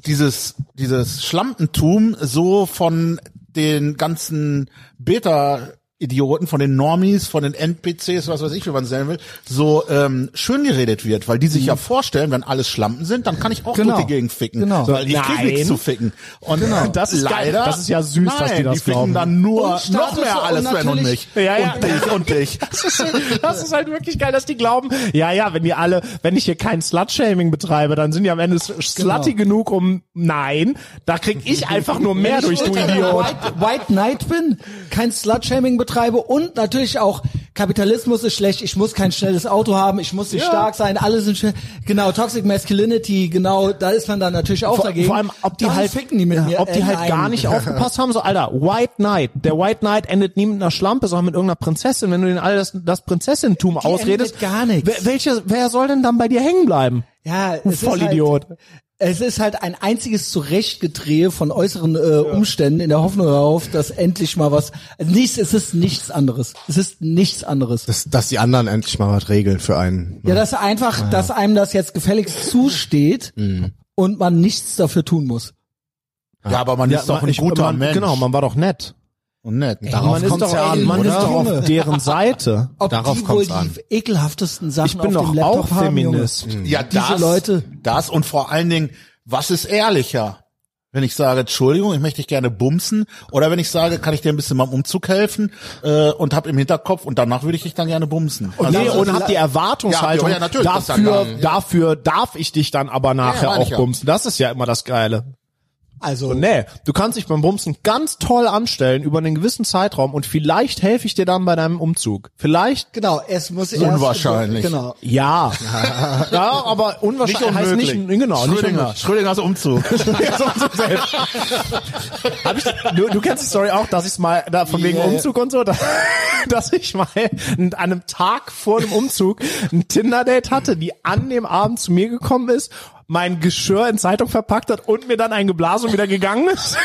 Speaker 5: dieses, dieses Schlampentum so von den ganzen Beta-Idioten, von den Normies, von den NPCs, was weiß ich, wie man es nennen will, so ähm, schön geredet wird, weil die sich ja vorstellen, wenn alles Schlampen sind, dann kann ich auch
Speaker 1: Mhm. Genau.
Speaker 5: durch die Gegend ficken,
Speaker 1: Genau.
Speaker 5: weil ich krieg
Speaker 6: Nein.
Speaker 5: nichts zu ficken. Und
Speaker 6: Das ist geil.
Speaker 5: leider,
Speaker 6: Das ist ja süß,
Speaker 5: nein,
Speaker 6: dass die das
Speaker 5: die ficken
Speaker 6: glauben.
Speaker 5: dann nur
Speaker 1: Und
Speaker 5: noch
Speaker 1: Status-
Speaker 5: mehr alles
Speaker 1: und
Speaker 5: wenn und
Speaker 1: natürlich-
Speaker 5: mich
Speaker 6: Ja, ja.
Speaker 5: und dich und dich.
Speaker 6: Das ist, das ist halt wirklich geil, dass die glauben, ja, ja, wenn ihr alle, wenn ich hier kein Slut-Shaming betreibe, dann sind die am Ende slutty genug um, nein, da krieg ich einfach nur mehr durch, du
Speaker 1: Ultra
Speaker 6: Idiot.
Speaker 1: White, White Knight bin, kein Slut-Shaming betreibe und natürlich auch Kapitalismus ist schlecht, ich muss kein schnelles Auto haben, ich muss nicht stark sein, alle sind schnell. Genau, Toxic Masculinity, genau, da ist man dann natürlich auch dagegen.
Speaker 6: Vor allem, ob die
Speaker 1: Dann
Speaker 6: halt,
Speaker 1: ficken die mit mir.
Speaker 6: ob die
Speaker 1: äh,
Speaker 6: halt
Speaker 1: nein.
Speaker 6: gar nicht aufgepasst haben, so, Alter, White Knight. Der White Knight endet nie mit einer Schlampe, sondern mit irgendeiner Prinzessin. Wenn du denen alle das, das Prinzessintum ausredest.
Speaker 1: endet gar nichts.
Speaker 6: Wer, welche, wer soll denn dann bei dir hängen bleiben?
Speaker 1: Ja,
Speaker 6: Du
Speaker 1: es
Speaker 6: Vollidiot.
Speaker 1: Ist halt, es ist halt ein einziges Zurechtgedrehe von äußeren äh, Umständen in der Hoffnung darauf, dass endlich mal was. Nichts, es ist nichts anderes. Es ist nichts anderes.
Speaker 2: Dass, dass die anderen endlich mal was regeln für einen.
Speaker 1: Ja, dass einfach, dass einem das jetzt gefälligst zusteht
Speaker 6: Mhm.
Speaker 1: und man nichts dafür tun muss.
Speaker 5: Ja, aber man ist doch ein
Speaker 6: ich-
Speaker 5: guter
Speaker 6: man,
Speaker 5: Mensch.
Speaker 6: Genau, man war doch nett.
Speaker 5: Und nett.
Speaker 2: Darauf
Speaker 6: man ist
Speaker 2: kommt's
Speaker 6: doch,
Speaker 2: ja an,
Speaker 6: man
Speaker 2: oder?
Speaker 6: ist doch auf deren Seite.
Speaker 1: Ob
Speaker 2: Darauf
Speaker 1: die wohl
Speaker 2: kommt's an.
Speaker 1: die ekelhaftesten Sachen
Speaker 6: Ich bin
Speaker 1: auf dem
Speaker 6: doch
Speaker 1: Laptop
Speaker 6: auch
Speaker 1: haben, Junge.
Speaker 6: Feminist.
Speaker 5: Ja,
Speaker 1: Diese
Speaker 5: das,
Speaker 1: Leute.
Speaker 5: Das und vor allen Dingen, was ist ehrlicher? wenn ich sage, Entschuldigung, ich möchte dich gerne bumsen, oder wenn ich sage, kann ich dir ein bisschen beim Umzug helfen äh, und hab im Hinterkopf und danach würde ich dich dann gerne bumsen. Also,
Speaker 6: nee, und hab die Erwartungshaltung,
Speaker 5: Ja, ja, natürlich, das dann
Speaker 6: dafür,
Speaker 5: dann,
Speaker 6: dafür darf ich dich dann aber nachher
Speaker 5: meine ich
Speaker 6: auch
Speaker 5: ja.
Speaker 6: bumsen. Das ist ja immer das Geile.
Speaker 1: Also,
Speaker 6: Und nee, du kannst dich beim Bumsen ganz toll anstellen über einen gewissen Zeitraum und vielleicht helfe ich dir dann bei deinem Umzug. Vielleicht.
Speaker 1: genau, es muss erst-
Speaker 5: Unwahrscheinlich.
Speaker 1: Genau.
Speaker 6: Ja. ja, aber unwahrscheinlich heißt nicht, genau, nicht
Speaker 5: Schrödinger,
Speaker 6: unmöglich.
Speaker 5: Schrödingers also Umzug.
Speaker 6: Hab ich, du, du kennst die Story auch, dass ich mal da von wegen
Speaker 1: Yeah.
Speaker 6: Umzug und so, da, dass ich mal an einem Tag vor dem Umzug ein Tinder-Date hatte, die an dem Abend zu mir gekommen ist, mein Geschirr in Zeitung verpackt hat und mir dann ein geblasen und wieder gegangen ist.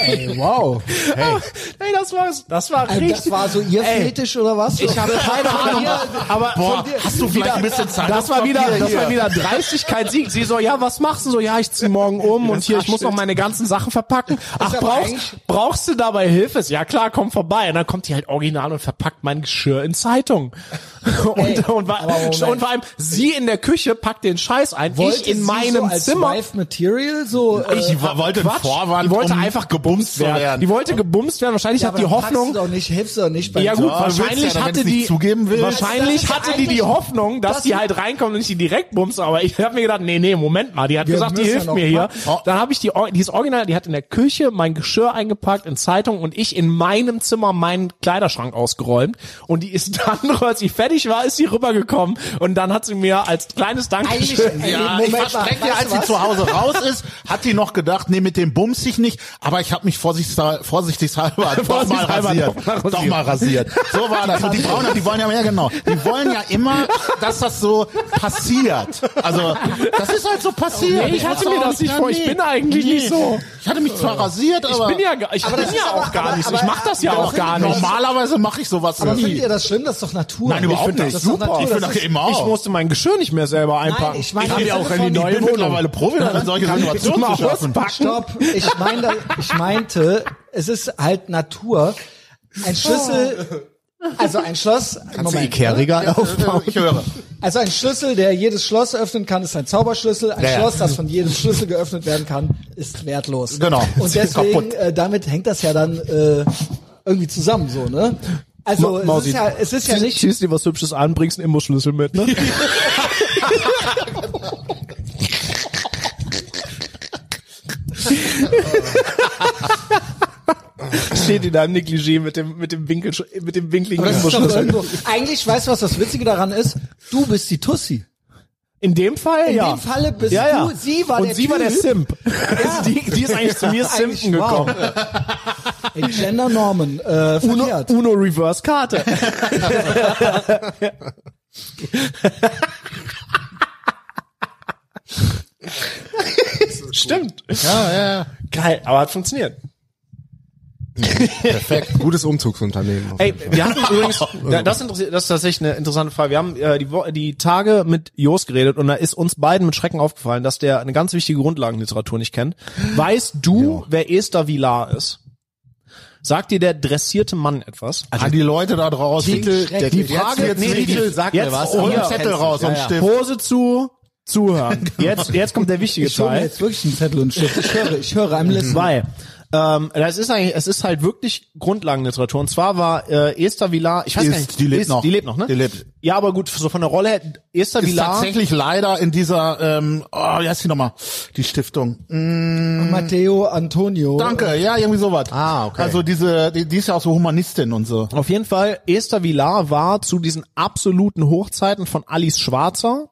Speaker 1: Ey, wow.
Speaker 6: Hey, hey das war Also das war
Speaker 1: Ey,
Speaker 6: richtig.
Speaker 1: Das war so ihr
Speaker 6: Ey,
Speaker 1: Fetisch oder was?
Speaker 6: Ich habe keine Ahnung, aber
Speaker 5: Boah,
Speaker 6: von dir-
Speaker 5: hast du vielleicht ein bisschen Zeit?
Speaker 6: das war wieder, das war wieder Dreistigkeit Sieg. Sie so, ja, was machst du so? Ja, ich zieh morgen um und hier, ich muss noch meine ganzen Sachen verpacken. Ach,
Speaker 1: aber
Speaker 6: brauchst,
Speaker 1: eigentlich-
Speaker 6: brauchst du dabei Hilfe? Ja klar, komm vorbei. Und dann kommt die halt original und verpackt mein Geschirr in Zeitung. Und,
Speaker 1: Ey,
Speaker 6: und, war,
Speaker 1: aber Moment.
Speaker 6: und vor allem, sie in der Küche packt den Scheiß ein,
Speaker 1: Wollte
Speaker 6: ich in
Speaker 1: sie so
Speaker 6: meinem
Speaker 1: als
Speaker 6: Zimmer.
Speaker 1: Wife Material so. äh,
Speaker 5: Ich wa- wollte einen
Speaker 6: Quatsch,
Speaker 5: Vorwand,
Speaker 6: die wollte
Speaker 5: um
Speaker 6: einfach gebumst
Speaker 5: zu
Speaker 6: werden.
Speaker 5: werden.
Speaker 6: Die wollte gebumst werden. Wahrscheinlich
Speaker 1: ja,
Speaker 6: hat
Speaker 1: aber
Speaker 6: die
Speaker 1: dann packst
Speaker 6: Hoffnung,
Speaker 1: du doch nicht, hilfst du doch nicht. Bei
Speaker 6: ja gut,
Speaker 5: Ja, aber
Speaker 6: wahrscheinlich
Speaker 5: willst ja,
Speaker 6: hatte
Speaker 5: wenn's nicht
Speaker 6: die
Speaker 5: zugeben willst.
Speaker 1: Das
Speaker 6: wahrscheinlich
Speaker 1: ist
Speaker 6: hatte die die
Speaker 1: eigentlich-
Speaker 6: Hoffnung, dass
Speaker 1: das-
Speaker 6: die halt reinkommt und ich die direkt bumst, aber ich habe mir gedacht, nee, nee, Moment mal, die hat
Speaker 1: Wir
Speaker 6: gesagt, die
Speaker 1: müssen
Speaker 6: hilft
Speaker 1: noch Oh.
Speaker 6: mir hier.
Speaker 5: packen.
Speaker 6: Dann habe ich die die ist original, die hat in der Küche mein Geschirr eingepackt in Zeitung und ich in meinem Zimmer meinen Kleiderschrank ausgeräumt und die ist dann noch, als ich fertig war, ist sie rübergekommen und dann hat sie mir als kleines
Speaker 1: Eigentlich,
Speaker 6: Dankeschön
Speaker 1: ey,
Speaker 5: Ja,
Speaker 1: Äh, Moment
Speaker 5: ich verspreche
Speaker 1: mal,
Speaker 5: dir,
Speaker 1: weißt
Speaker 5: als
Speaker 1: du
Speaker 5: sie
Speaker 1: was?
Speaker 5: zu Hause raus ist, hat die noch gedacht, nee, mit dem bums ich nicht, aber ich habe mich vorsichtshalber, vorsichtshalber doch mal
Speaker 6: Vorsichtshalber
Speaker 5: rasiert.
Speaker 6: doch mal rasiert.
Speaker 5: Doch mal rasiert. So war das. Und die Frauen, die wollen ja mehr, genau. Die wollen ja immer, dass das so passiert. Also, das ist halt so passiert.
Speaker 6: Nee, ich hatte
Speaker 5: weiß
Speaker 6: mir
Speaker 5: auch
Speaker 6: das nicht
Speaker 5: ja,
Speaker 6: vor. Ich bin eigentlich nicht so.
Speaker 5: Ich hatte mich zwar rasiert,
Speaker 6: ich
Speaker 5: aber
Speaker 6: bin ja, ga- ich bin
Speaker 1: das
Speaker 6: ja
Speaker 1: ist
Speaker 6: auch
Speaker 1: aber-
Speaker 6: gar
Speaker 1: aber-
Speaker 6: nicht so. Ich
Speaker 1: aber-
Speaker 6: mach das ja
Speaker 1: aber
Speaker 6: auch gar nicht.
Speaker 5: normalerweise mache ich sowas
Speaker 1: Aber findet
Speaker 5: nie.
Speaker 1: ihr das schlimm? Das ist doch Natur.
Speaker 5: Nein, überhaupt
Speaker 1: Ich find
Speaker 5: nicht.
Speaker 1: Das Super.
Speaker 5: Super.
Speaker 1: Natur.
Speaker 5: Ich find
Speaker 1: das
Speaker 5: doch
Speaker 1: ist-
Speaker 5: immer
Speaker 6: Ich
Speaker 5: auch.
Speaker 6: musste mein Geschirr nicht mehr selber einpacken.
Speaker 1: Nein, ich meine,
Speaker 5: Ich bin
Speaker 1: im
Speaker 5: ja auch
Speaker 1: Sinne
Speaker 5: in die
Speaker 1: von-
Speaker 5: neue Wohnung. mittlerweile Profi, in solchen Situationen
Speaker 6: Mal
Speaker 5: zu schaffen.
Speaker 6: auspacken.
Speaker 1: Stopp, ich meine, ich meinte, es ist halt Natur. Ein Schlüssel, also ein Schloss, Moment,
Speaker 2: Ikea-Regal aufbauen.
Speaker 5: Ich höre.
Speaker 1: also ein Schlüssel, der jedes Schloss öffnen kann, ist ein Zauberschlüssel. Ein
Speaker 5: Ja, ja.
Speaker 1: Schloss, das von jedem Schlüssel geöffnet werden kann, ist wertlos.
Speaker 5: Genau.
Speaker 1: Und deswegen, äh, damit hängt das ja dann äh, irgendwie zusammen, so ne? Also es ist ja, es ist ja nicht
Speaker 6: Schießt dir was Hübsches an, bringst einen Imbusschlüssel mit, ne? Steht in deinem Negligé mit dem, mit dem Winkel, mit dem winkligen
Speaker 1: Aber das ist doch
Speaker 6: Imbusschlüssel.
Speaker 1: irgendwo. Eigentlich weißt du, was das Witzige daran ist? Du bist die Tussi.
Speaker 6: In dem Fall,
Speaker 1: In
Speaker 6: ja.
Speaker 1: dem Falle bist
Speaker 6: ja, ja.
Speaker 1: du, sie war
Speaker 6: Und
Speaker 1: der
Speaker 6: sie war
Speaker 1: Typ.
Speaker 6: der Simp. Die, die ist eigentlich zu mir
Speaker 1: Eigentlich,
Speaker 6: Simpen
Speaker 1: wow.
Speaker 6: gekommen.
Speaker 1: In Gendernormen äh,
Speaker 6: Uno,
Speaker 1: verkehrt.
Speaker 6: Uno Reverse Karte. Stimmt.
Speaker 5: Ja, ja, ja.
Speaker 6: Geil, aber hat funktioniert.
Speaker 2: Perfekt. Gutes Umzugsunternehmen. auf
Speaker 6: Ey,
Speaker 2: jeden Fall.
Speaker 6: wir hatten übrigens, da- das, interessiert, das ist tatsächlich eine interessante Frage. Wir haben äh, die, Wo- die Tage mit Jos geredet und da ist uns beiden mit Schrecken aufgefallen, dass der eine ganz wichtige Grundlagenliteratur nicht kennt. Weißt du, wer Esther Villar ist? Sagt dir der dressierte Mann etwas?
Speaker 5: An die Leute da draußen.
Speaker 1: Schreck.
Speaker 5: die Frage
Speaker 2: jetzt,
Speaker 5: jetzt,
Speaker 2: nee,
Speaker 5: nee, die-
Speaker 2: Titel, sag mir
Speaker 6: jetzt
Speaker 2: was.
Speaker 5: Hol
Speaker 2: aber-
Speaker 5: einen Zettel raus und Stift.
Speaker 6: Hose zu, zuhören.
Speaker 5: Genau.
Speaker 6: Jetzt, jetzt kommt der wichtige
Speaker 1: Ich hole mir
Speaker 6: Teil.
Speaker 1: jetzt wirklich einen Zettel und einen Stift. Ich höre, ich höre am Listen.
Speaker 6: Mhm. Zwei. Ähm, das ist eigentlich, es ist halt wirklich Grundlagenliteratur. Und zwar war äh, Esther Villar, ich weiß
Speaker 5: Die
Speaker 6: gar
Speaker 5: ist-
Speaker 6: nicht,
Speaker 5: die lebt noch.
Speaker 6: Die lebt noch, ne?
Speaker 5: Die lebt.
Speaker 6: Ja, aber gut, so von der Rolle her, Esther
Speaker 5: Ist
Speaker 6: Villar.
Speaker 5: tatsächlich leider in dieser, ähm, oh, wie heißt die nochmal? Die Stiftung.
Speaker 2: Mhm.
Speaker 1: Matteo Antonio.
Speaker 5: Danke, ja, irgendwie sowas.
Speaker 2: Ah, okay.
Speaker 5: Also diese, die, die ist ja auch so Humanistin und so.
Speaker 6: Auf jeden Fall, Esther Villar war zu diesen absoluten Hochzeiten von Alice Schwarzer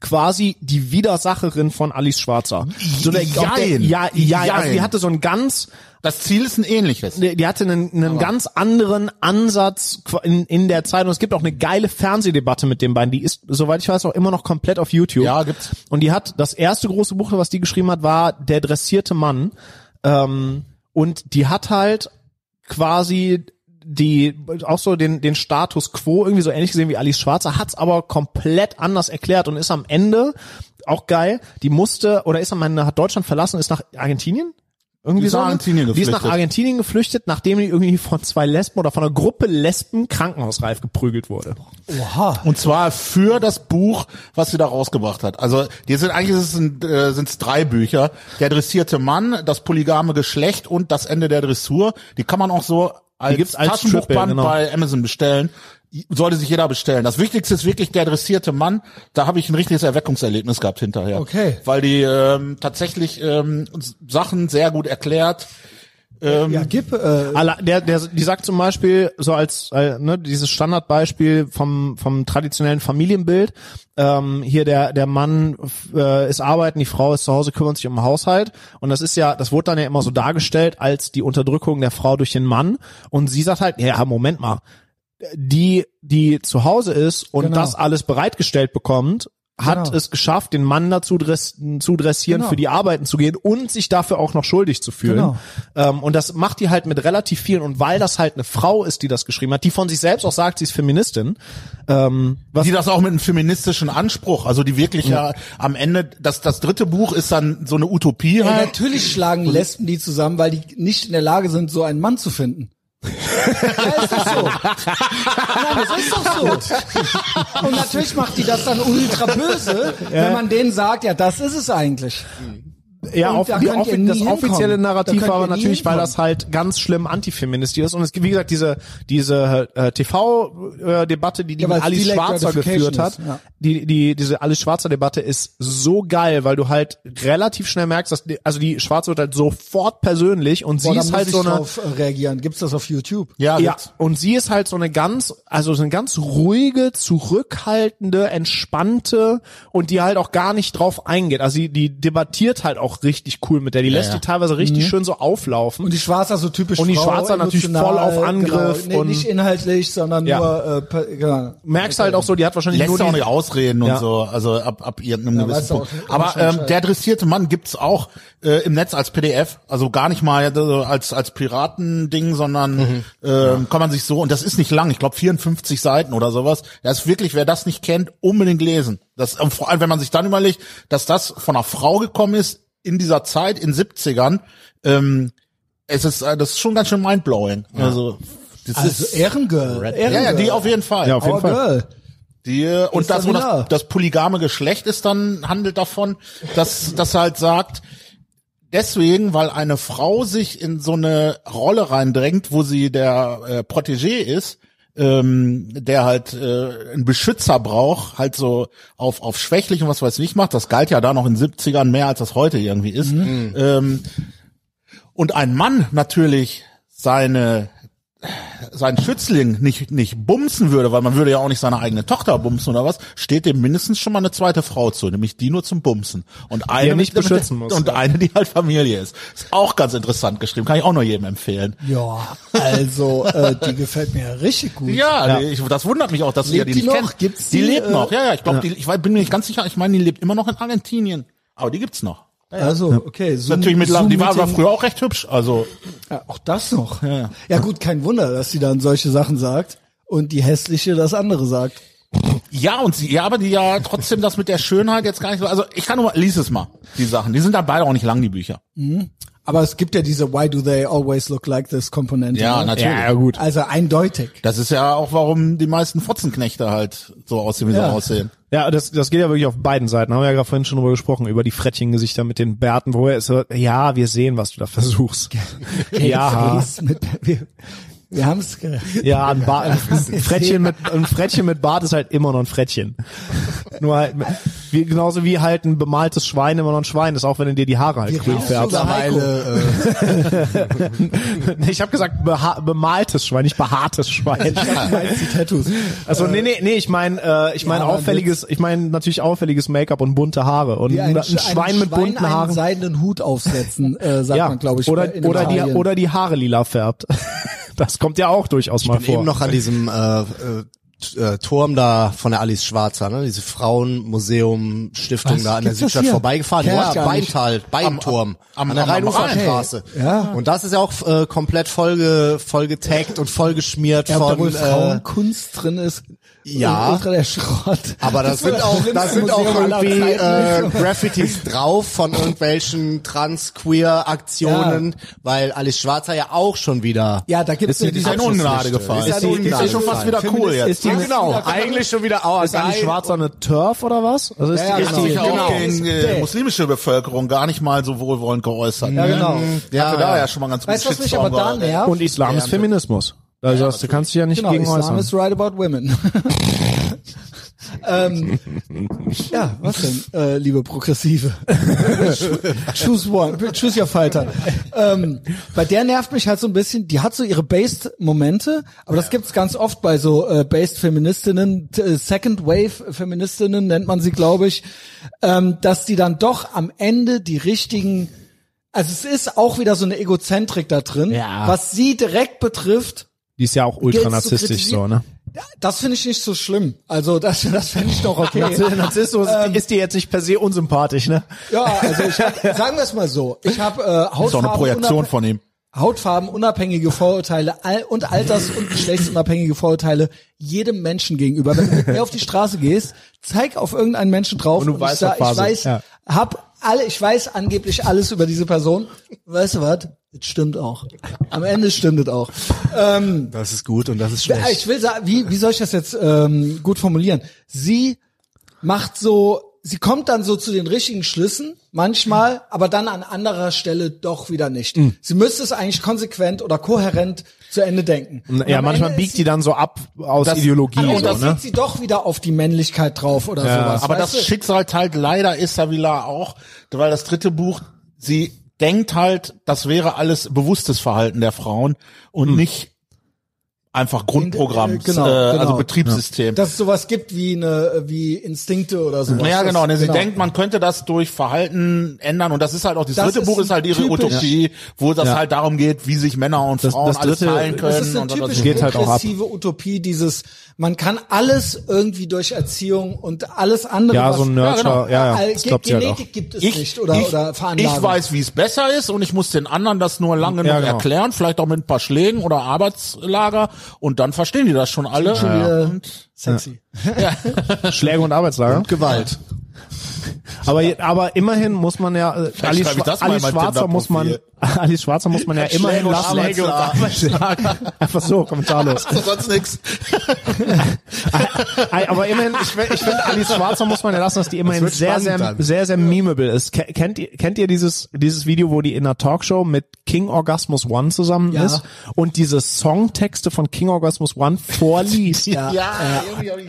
Speaker 6: quasi die Widersacherin von Alice Schwarzer. So der, auch der,
Speaker 5: Jein.
Speaker 6: ja, ja, also die
Speaker 5: Jein.
Speaker 6: hatte so ein ganz,
Speaker 5: Das Ziel ist ein ähnliches.
Speaker 6: die, die hatte einen, einen ganz anderen Ansatz qu- in, in der Zeit und es gibt auch eine geile Fernsehdebatte mit den beiden. Die ist, soweit ich weiß, auch immer noch komplett auf YouTube.
Speaker 5: Ja, gibt's.
Speaker 6: Und die hat, das erste große Buch, was die geschrieben hat, war Der dressierte Mann. Ähm, und die hat halt quasi die auch so den den Status quo irgendwie so ähnlich gesehen wie Alice Schwarzer hat's aber komplett anders erklärt und ist am Ende auch geil die musste oder ist am Ende hat Deutschland verlassen ist nach Argentinien Irgendwie
Speaker 5: Die ist
Speaker 6: so.
Speaker 5: nach Argentinien
Speaker 6: Die ist nach
Speaker 5: geflüchtet.
Speaker 6: Argentinien geflüchtet, nachdem die irgendwie von zwei Lesben oder von einer Gruppe Lesben krankenhausreif geprügelt wurde.
Speaker 1: Oha.
Speaker 5: Und zwar für das Buch, was sie da rausgebracht hat. Also die sind eigentlich ist es ein, äh, sind's drei Bücher: der dressierte Mann, das polygame Geschlecht und das Ende der Dressur. Die kann man auch so als,
Speaker 6: gibt's als
Speaker 5: Taschenbuchband
Speaker 6: Triple, genau.
Speaker 5: bei Amazon bestellen. Sollte sich jeder bestellen. Das Wichtigste ist wirklich der dressierte Mann. Da habe ich ein richtiges Erweckungserlebnis gehabt hinterher.
Speaker 1: Okay.
Speaker 5: Weil die ähm, tatsächlich ähm, Sachen sehr gut erklärt. Ähm,
Speaker 1: Ja, gib, äh,
Speaker 6: Alle, der, der, die sagt zum Beispiel, so als äh, ne, dieses Standardbeispiel vom, vom traditionellen Familienbild, ähm, hier der, der Mann f- äh, ist arbeiten, die Frau ist zu Hause, kümmert sich um den Haushalt. Und das ist ja, das wurde dann ja immer so dargestellt als die Unterdrückung der Frau durch den Mann. Und sie sagt halt, ja, Moment mal, die, die zu Hause ist und
Speaker 1: Genau.
Speaker 6: das alles bereitgestellt bekommt, hat
Speaker 1: Genau.
Speaker 6: es geschafft, den Mann dazu dress, zu dressieren,
Speaker 1: Genau.
Speaker 6: für die Arbeiten zu gehen und sich dafür auch noch schuldig zu fühlen.
Speaker 1: Genau.
Speaker 6: Ähm, und das macht die halt mit relativ vielen. Und weil das halt eine Frau ist, die das geschrieben hat, die von sich selbst auch sagt, sie ist Feministin. Ähm, was
Speaker 5: die das auch mit einem feministischen Anspruch, also die wirklich ja, am Ende, das, das dritte Buch ist dann so eine Utopie
Speaker 1: Ja,
Speaker 5: halt.
Speaker 1: natürlich schlagen Lesben die zusammen, weil die nicht in der Lage sind, so einen Mann zu finden. ja, ist doch so. Nein, das ist doch so. Und natürlich macht die das dann ultra böse, wenn man denen sagt, ja, das ist es eigentlich.
Speaker 6: ja
Speaker 1: Und
Speaker 6: auf,
Speaker 1: da
Speaker 6: die,
Speaker 1: könnt
Speaker 6: offi-
Speaker 1: ihr nie
Speaker 6: das offizielle
Speaker 1: hinkommen. Da
Speaker 6: Narrativ
Speaker 1: könnt
Speaker 6: war aber
Speaker 1: ihr nie
Speaker 6: natürlich, weil
Speaker 1: hinkommen.
Speaker 6: das halt ganz schlimm antifeministisch ist. Und es gibt, wie gesagt, diese, diese äh, TV-Debatte, die die
Speaker 1: Ja,
Speaker 6: mit
Speaker 1: weil's
Speaker 6: Alice
Speaker 1: Delayed
Speaker 6: Schwarzer
Speaker 1: Gratification
Speaker 6: geführt hat,
Speaker 1: ist, ja.
Speaker 6: die, die, diese Alice Schwarzer-Debatte ist so geil, weil du halt relativ schnell merkst, dass, die, also die Schwarze wird halt sofort persönlich
Speaker 1: Boah,
Speaker 6: und sie
Speaker 1: da
Speaker 6: ist
Speaker 1: muss
Speaker 6: halt
Speaker 1: ich
Speaker 6: so eine,
Speaker 1: drauf äh, reagieren. Gibt's das auf YouTube?
Speaker 5: Ja,
Speaker 6: Ja,
Speaker 5: das-
Speaker 6: und sie ist halt so eine ganz, also so eine ganz ruhige, zurückhaltende, entspannte und die halt auch gar nicht drauf eingeht. Also die, die debattiert halt auch richtig cool mit der. Die lässt
Speaker 5: ja. Mhm.
Speaker 6: die teilweise richtig schön so auflaufen.
Speaker 1: Und die Schwarzer so typisch
Speaker 6: Und die
Speaker 1: Frau,
Speaker 6: Schwarzer natürlich
Speaker 1: emotional,
Speaker 6: voll auf Angriff
Speaker 1: genau.
Speaker 6: und-
Speaker 1: nee, nicht inhaltlich, sondern
Speaker 6: Ja.
Speaker 1: nur äh, per- genau.
Speaker 6: Merkst halt auch so, die hat wahrscheinlich
Speaker 5: lässt
Speaker 6: nur
Speaker 5: ja auch
Speaker 6: die,
Speaker 5: nicht ausreden
Speaker 6: Ja.
Speaker 5: und so, also ab, ab irgendeinem
Speaker 1: weißt du
Speaker 5: gewissen
Speaker 1: auch
Speaker 5: Punkt.
Speaker 1: nicht, aber
Speaker 5: Aber
Speaker 1: schon
Speaker 5: ähm,
Speaker 1: Bescheid.
Speaker 5: der dressierte Mann gibt's auch äh, im Netz als PDF, also gar nicht mal äh, als als Piratending, sondern
Speaker 6: Mhm.
Speaker 5: ähm, kann man sich so und das ist nicht lang, ich glaube 54 Seiten oder sowas. Das ist wirklich, wer das nicht kennt, unbedingt lesen. Das ähm, vor allem, wenn man sich dann überlegt, dass das von einer Frau gekommen ist in dieser Zeit in 70ern, ähm, es ist äh, das ist schon ganz schön mindblowing. Also das
Speaker 1: Also
Speaker 5: ist
Speaker 1: Ehrengirl.
Speaker 5: ja, ja, die auf jeden Fall.
Speaker 6: Ja, auf jeden
Speaker 1: Our
Speaker 6: Fall.
Speaker 1: Girl.
Speaker 5: Die, äh, und
Speaker 1: Ist das
Speaker 5: das, wo
Speaker 1: klar?
Speaker 5: das, das polygame Geschlecht ist dann, handelt davon, dass das halt sagt, deswegen, weil eine Frau sich in so eine Rolle reindrängt, wo sie der äh, Protégé ist, ähm, der halt äh, einen Beschützer braucht, halt so auf, auf schwächlich und was weiß ich macht, das galt ja da noch in den 70ern mehr, als das heute irgendwie ist. Ähm, und ein Mann natürlich seine seinen Schützling nicht, nicht bumsen würde, weil man würde ja auch nicht seine eigene Tochter bumsen oder was, steht dem mindestens schon mal eine zweite Frau zu, nämlich die nur zum Bumsen. Und eine,
Speaker 6: er nicht
Speaker 5: damit-
Speaker 6: beschützen muss,
Speaker 5: Und
Speaker 6: ja.
Speaker 5: eine, die halt Familie ist. Ist auch ganz interessant geschrieben, kann ich auch nur jedem empfehlen.
Speaker 1: Ja, also äh, die gefällt mir richtig gut.
Speaker 5: Ja, die- Ich, das wundert mich auch, dass ihr
Speaker 1: Lebt
Speaker 5: die,
Speaker 1: die
Speaker 5: nicht
Speaker 1: noch?
Speaker 5: kennt.
Speaker 1: Gibt's
Speaker 5: die,
Speaker 1: die,
Speaker 5: lebt
Speaker 1: äh,
Speaker 5: noch, ja, ja, ich glaube, die, ich weiß- bin mir nicht ganz sicher, ich meine, die lebt immer noch in Argentinien. Aber die gibt's noch.
Speaker 1: Also, okay. Zoom,
Speaker 5: Natürlich mittlerweile, die war aber
Speaker 1: Zoom-Meeting.
Speaker 5: früher auch recht hübsch, also.
Speaker 1: Ja, auch das noch. Ja. gut, kein Wunder, dass sie dann solche Sachen sagt und die hässliche das andere sagt.
Speaker 5: Ja, und sie, ja, aber die ja trotzdem das mit der Schönheit jetzt gar nicht so, also ich kann nur, mal- lies es mal, die Sachen. Die sind dann beide auch nicht lang, die Bücher.
Speaker 1: Aber es gibt ja diese Why do they always look like this Komponente.
Speaker 5: Ja,
Speaker 1: ne?
Speaker 5: natürlich.
Speaker 6: Ja, ja, gut.
Speaker 1: Also eindeutig.
Speaker 5: Das ist ja auch, warum die meisten Fotzenknechte halt so aussehen, wie sie
Speaker 1: Ja.
Speaker 5: aussehen.
Speaker 6: Ja, das, das geht ja wirklich auf beiden Seiten. Haben wir ja gerade vorhin schon drüber gesprochen, über die Frettchengesichter mit den Bärten, wo er ist, so, ja, wir sehen, was du da versuchst. ja,
Speaker 1: Face Mit, wir wir haben es
Speaker 6: ja, ein, ba ein Frettchen mit, ein Frettchen mit Bart ist halt immer noch ein Frettchen. Nur halt, wie, genauso wie halt ein bemaltes Schwein immer noch ein Schwein ist, auch wenn du dir die Haare halt grün
Speaker 1: reden
Speaker 6: färbst.
Speaker 1: sogar-
Speaker 2: Mittlerweile, äh,
Speaker 6: Nee, Ich habe gesagt beha bemaltes Schwein, nicht behaartes Schwein.
Speaker 1: die Tattoos.
Speaker 6: Also nee, nee, nee, ich meine äh, ich meine
Speaker 1: aber
Speaker 6: auffälliges, ich meine natürlich auffälliges Make-up und bunte Haare und
Speaker 1: Die
Speaker 6: ein,
Speaker 1: einen-
Speaker 6: Schwein mit bunten
Speaker 1: einen
Speaker 6: Haaren.
Speaker 1: seidenen Hut aufsetzen, äh, sagt man, glaube ich.
Speaker 6: oder
Speaker 1: bei- in
Speaker 6: oder die
Speaker 1: Italien.
Speaker 6: oder die Haare lila färbt. Das kommt ja auch durchaus mal vor.
Speaker 2: eben noch an diesem äh, äh, T- äh, Turm da von der Alice Schwarzer, ne? diese Frauenmuseum-Stiftung
Speaker 1: Was?
Speaker 2: da an der
Speaker 1: Gibt's das
Speaker 2: Südstadt
Speaker 1: hier?
Speaker 2: vorbeigefahren.
Speaker 1: Kenn
Speaker 2: Ja,
Speaker 1: ich gar nicht.
Speaker 2: Beintal, Beinturm,
Speaker 5: am-
Speaker 2: an der
Speaker 5: am- am
Speaker 2: Rheinuferstraße.
Speaker 1: Rhein. Ja.
Speaker 2: Und das ist ja auch äh, komplett vollge, vollgetaggt und vollgeschmiert
Speaker 1: ja, ob da
Speaker 2: von
Speaker 1: wohl
Speaker 2: äh,
Speaker 1: Frauenkunst drin ist.
Speaker 2: Ja.
Speaker 1: Ultra der Schrott.
Speaker 2: Aber da sind
Speaker 1: war
Speaker 2: auch,
Speaker 1: das
Speaker 2: da
Speaker 1: schlimmste
Speaker 2: sind auch
Speaker 1: Museum aller
Speaker 2: irgendwie äh,
Speaker 1: Zeiten.
Speaker 2: Graffitis drauf von irgendwelchen Trans-Queer-Aktionen, weil Alice Schwarzer ja auch schon wieder.
Speaker 1: ja, da gibt's
Speaker 6: Ist mir
Speaker 1: ja diese
Speaker 5: Ein Ungnade gefallen.
Speaker 2: Ist
Speaker 5: Ist,
Speaker 2: eine Ungnade
Speaker 5: schon fast wieder
Speaker 2: gefallen.
Speaker 5: cool jetzt.
Speaker 6: Ist die,
Speaker 2: genau. eigentlich schon wieder auch.
Speaker 6: ist Alice Schwarzer eine Turf oder was? Also ist
Speaker 1: Ja,
Speaker 6: die,
Speaker 1: ja,
Speaker 6: ist
Speaker 5: hat
Speaker 6: die,
Speaker 5: sich
Speaker 1: genau.
Speaker 5: auch gegen
Speaker 1: Genau.
Speaker 5: äh, muslimische Bevölkerung gar nicht mal so wohlwollend geäußert.
Speaker 1: Ja, genau.
Speaker 2: Ja, äh,
Speaker 5: Hatte
Speaker 2: ja.
Speaker 5: da ja schon mal ganz
Speaker 1: Weißt du,
Speaker 5: gut
Speaker 1: was mich aber da
Speaker 5: äh,
Speaker 1: nervt?
Speaker 6: Und Islam ist Feminismus. Also das, du kannst dich ja nicht
Speaker 1: Genau,
Speaker 6: gegen
Speaker 1: Islam
Speaker 6: äußern.
Speaker 1: is right about women. ähm, ja, was denn, äh, liebe Progressive? choose one, choose your fighter. Ähm, bei der nervt mich halt so ein bisschen, die hat so ihre Based-Momente, aber das gibt's ganz oft bei so äh, Based-Feministinnen, t- äh, Second-Wave-Feministinnen nennt man sie, glaube ich, ähm, dass die dann doch am Ende die richtigen also es ist auch wieder so eine Egozentrik da drin,
Speaker 6: Ja.
Speaker 1: was sie direkt betrifft,
Speaker 6: Die ist ja auch
Speaker 1: Gilt zu
Speaker 6: ultranarzisstisch
Speaker 1: kritisieren.
Speaker 6: so, ne?
Speaker 1: ja, das finde ich nicht so schlimm. Also das, das fände ich doch okay.
Speaker 6: Narzissmus
Speaker 1: Ähm,
Speaker 6: ist dir jetzt nicht per se unsympathisch, ne?
Speaker 1: ja, also ich hab, sagen wir es mal so. Ich habe äh,
Speaker 5: Ist auch eine Projektion
Speaker 1: Hautfarben,
Speaker 5: von ihm.
Speaker 1: hautfarbenunabhängige Vorurteile all, und alters- und geschlechtsunabhängige Vorurteile jedem Menschen gegenüber. Wenn du mit mir auf die Straße gehst, zeig auf irgendeinen Menschen drauf
Speaker 6: Und du weißt
Speaker 1: ich,
Speaker 6: doch
Speaker 1: sag, ich
Speaker 6: quasi,
Speaker 1: weiß,
Speaker 6: ja.
Speaker 1: hab alle, ich weiß angeblich alles über diese Person. Weißt du was? Es stimmt auch. Am Ende stimmt es auch.
Speaker 2: Das ist gut und das ist
Speaker 1: Ja, Ah, Ich will sagen, wie, wie soll ich das jetzt ähm, gut formulieren? Sie macht so, sie kommt dann so zu den richtigen Schlüssen, manchmal, aber dann an anderer Stelle doch wieder nicht. Sie müsste es eigentlich konsequent oder kohärent zu Ende denken. Und
Speaker 6: Ja,
Speaker 1: am
Speaker 6: manchmal
Speaker 1: Ende ist
Speaker 6: biegt
Speaker 1: sie-
Speaker 6: die dann so ab aus
Speaker 5: Das-
Speaker 6: Ideologie.
Speaker 1: und
Speaker 6: so,
Speaker 1: dann
Speaker 6: ne?
Speaker 1: sieht sie doch wieder auf die Männlichkeit drauf oder sowas.
Speaker 5: Aber
Speaker 1: weißt
Speaker 5: das
Speaker 1: du?
Speaker 5: Schicksal teilt leider Issa Villa auch, weil das dritte Buch, sie denkt halt, das wäre alles bewusstes Verhalten der Frauen und nicht einfach Grundprogramm,
Speaker 1: äh, genau,
Speaker 5: äh,
Speaker 1: genau.
Speaker 5: also Betriebssystem.
Speaker 1: dass es sowas gibt wie eine wie Instinkte oder sowas.
Speaker 5: ja, genau.
Speaker 1: Das-
Speaker 5: Ne, sie denkt, man könnte das durch Verhalten ändern und das ist halt auch, das,
Speaker 1: Das
Speaker 5: dritte
Speaker 1: ist
Speaker 5: Buch ist halt ihre
Speaker 1: typisch.
Speaker 5: Utopie, wo das
Speaker 6: Ja.
Speaker 5: halt darum geht, wie sich Männer und
Speaker 6: Das-
Speaker 5: Frauen
Speaker 6: das
Speaker 5: alles
Speaker 6: dritte-
Speaker 5: teilen können.
Speaker 1: Das ist eine
Speaker 5: und was weiß
Speaker 1: typisch
Speaker 5: ich.
Speaker 6: Geht halt auch ab.
Speaker 1: progressive Utopie, dieses, man kann alles irgendwie durch Erziehung und alles andere. genau.
Speaker 6: Ja, so ein Nurture, ja, ja,
Speaker 1: All-
Speaker 6: das
Speaker 1: Ge-
Speaker 6: glaubt sie halt
Speaker 1: Genetik
Speaker 6: auch.
Speaker 1: gibt es
Speaker 5: ich,
Speaker 1: nicht oder,
Speaker 5: ich,
Speaker 1: oder Veranlagung.
Speaker 5: ich weiß, wie es besser ist und ich muss den anderen das nur lange
Speaker 6: Ja,
Speaker 5: noch
Speaker 6: genau.
Speaker 5: erklären, vielleicht auch mit ein paar Schlägen oder Arbeitslager und dann verstehen die das schon alle.
Speaker 1: schon wieder sexy.
Speaker 6: Schläge und Arbeitslager.
Speaker 2: Gewalt.
Speaker 6: Aber, je- aber immerhin muss man ja, äh, Ali,
Speaker 5: schreibe ich
Speaker 6: Schwa
Speaker 5: das mal in
Speaker 6: Ali
Speaker 5: mein
Speaker 6: Schwarzer muss man, Ali Schwarzer muss man ja immerhin lassen.
Speaker 5: Schläge und genau. Arbeitslager.
Speaker 6: Einfach so, kommentarlos.
Speaker 5: Also sonst nix.
Speaker 6: Ei, aber immerhin, ich, find- ich finde, Alice Schwarzer muss man ja lassen, dass die immerhin
Speaker 2: wird
Speaker 6: sehr,
Speaker 2: spannend
Speaker 6: sehr,
Speaker 2: dann.
Speaker 6: sehr, sehr memeable ist. Ke- Kennt ihr, kennt ihr dieses, dieses Video, wo die in einer Talkshow mit King Orgasmus One zusammen
Speaker 1: Ja.
Speaker 6: ist und diese Songtexte von King Orgasmus One vorliest?
Speaker 1: Ja.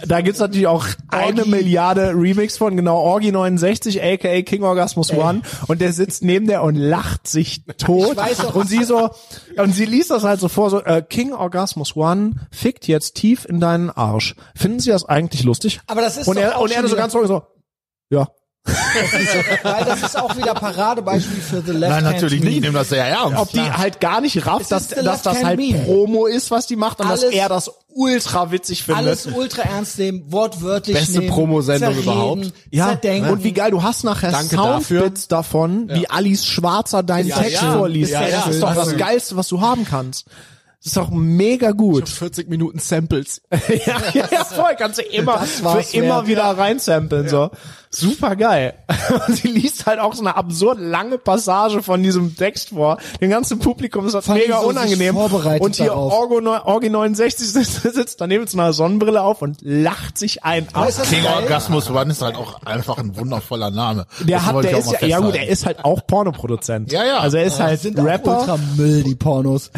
Speaker 6: Da gibt's natürlich auch eine Milliarde Remix von, genau, Orgi69, aka King Orgasmus One. Und der sitzt neben der und lacht sich tot.
Speaker 1: Ich weiß auch-
Speaker 6: und sie so, und sie liest das halt so vor, so, äh, King Orgasmus One fickt jetzt tief in deinen Arsch. Finden sie das eigentlich lustig?
Speaker 1: Aber das ist
Speaker 6: und
Speaker 1: doch
Speaker 6: er,
Speaker 1: auch
Speaker 6: und er
Speaker 1: schon
Speaker 6: so
Speaker 1: wieder-
Speaker 6: ganz ruhig so, ja.
Speaker 1: Weil das ist auch wieder Paradebeispiel für The Left
Speaker 5: Nein,
Speaker 1: Hand
Speaker 5: natürlich
Speaker 1: Meme.
Speaker 5: nicht. Ich nehme das sehr ernst.
Speaker 6: Ob die halt gar nicht rafft,
Speaker 1: Ah, ist
Speaker 6: dass,
Speaker 1: the
Speaker 6: dass das
Speaker 1: left-hand
Speaker 6: halt
Speaker 1: meme.
Speaker 6: Promo ist, was die macht und dass
Speaker 1: Alles-
Speaker 6: er das ultra witzig findet.
Speaker 1: Alles ultra ernst nehmen, wortwörtlich
Speaker 2: Beste
Speaker 1: nehmen.
Speaker 2: Promosendung
Speaker 1: zerreden,
Speaker 2: überhaupt.
Speaker 6: Ja,
Speaker 1: zerdenken.
Speaker 6: und wie geil, du hast nachher
Speaker 2: Danke
Speaker 6: Soundbits davon, wie Alice Schwarzer deinen
Speaker 2: Ja,
Speaker 6: Text
Speaker 2: ja.
Speaker 6: vorliest.
Speaker 2: Ja,
Speaker 6: Ey, das
Speaker 2: ja.
Speaker 6: ist doch das Geilste, was du haben kannst. Das ist doch mega gut.
Speaker 2: 40 Minuten Samples.
Speaker 6: ja, ja, ja, voll, kannst du immer,
Speaker 1: war's
Speaker 6: für immer
Speaker 1: wert.
Speaker 6: wieder reinsamplen, so. Super geil. Und sie liest halt auch so eine absurd lange Passage von diesem Text vor. Dem ganzen Publikum ist das
Speaker 1: Fand
Speaker 6: mega
Speaker 1: ich so sich
Speaker 6: unangenehm.
Speaker 1: vorbereitet
Speaker 6: Und hier
Speaker 1: darauf.
Speaker 6: Orgo, neun- Orgi 69 sitzt, sitzt daneben mit so einer Sonnenbrille auf und lacht sich einen ab.
Speaker 1: Ist das
Speaker 5: King
Speaker 1: geil?
Speaker 5: Orgasmus One ist halt auch einfach ein wundervoller Name.
Speaker 6: Der
Speaker 5: Das
Speaker 6: hat,
Speaker 5: wollte
Speaker 6: der
Speaker 5: ich auch
Speaker 6: ist ja,
Speaker 5: mal
Speaker 6: ja gut, er
Speaker 5: festhalten.
Speaker 6: ist halt auch Pornoproduzent.
Speaker 5: Ja, ja.
Speaker 6: Also er ist halt
Speaker 1: sind auch ultra
Speaker 6: Rapper.
Speaker 1: Müll, die Pornos.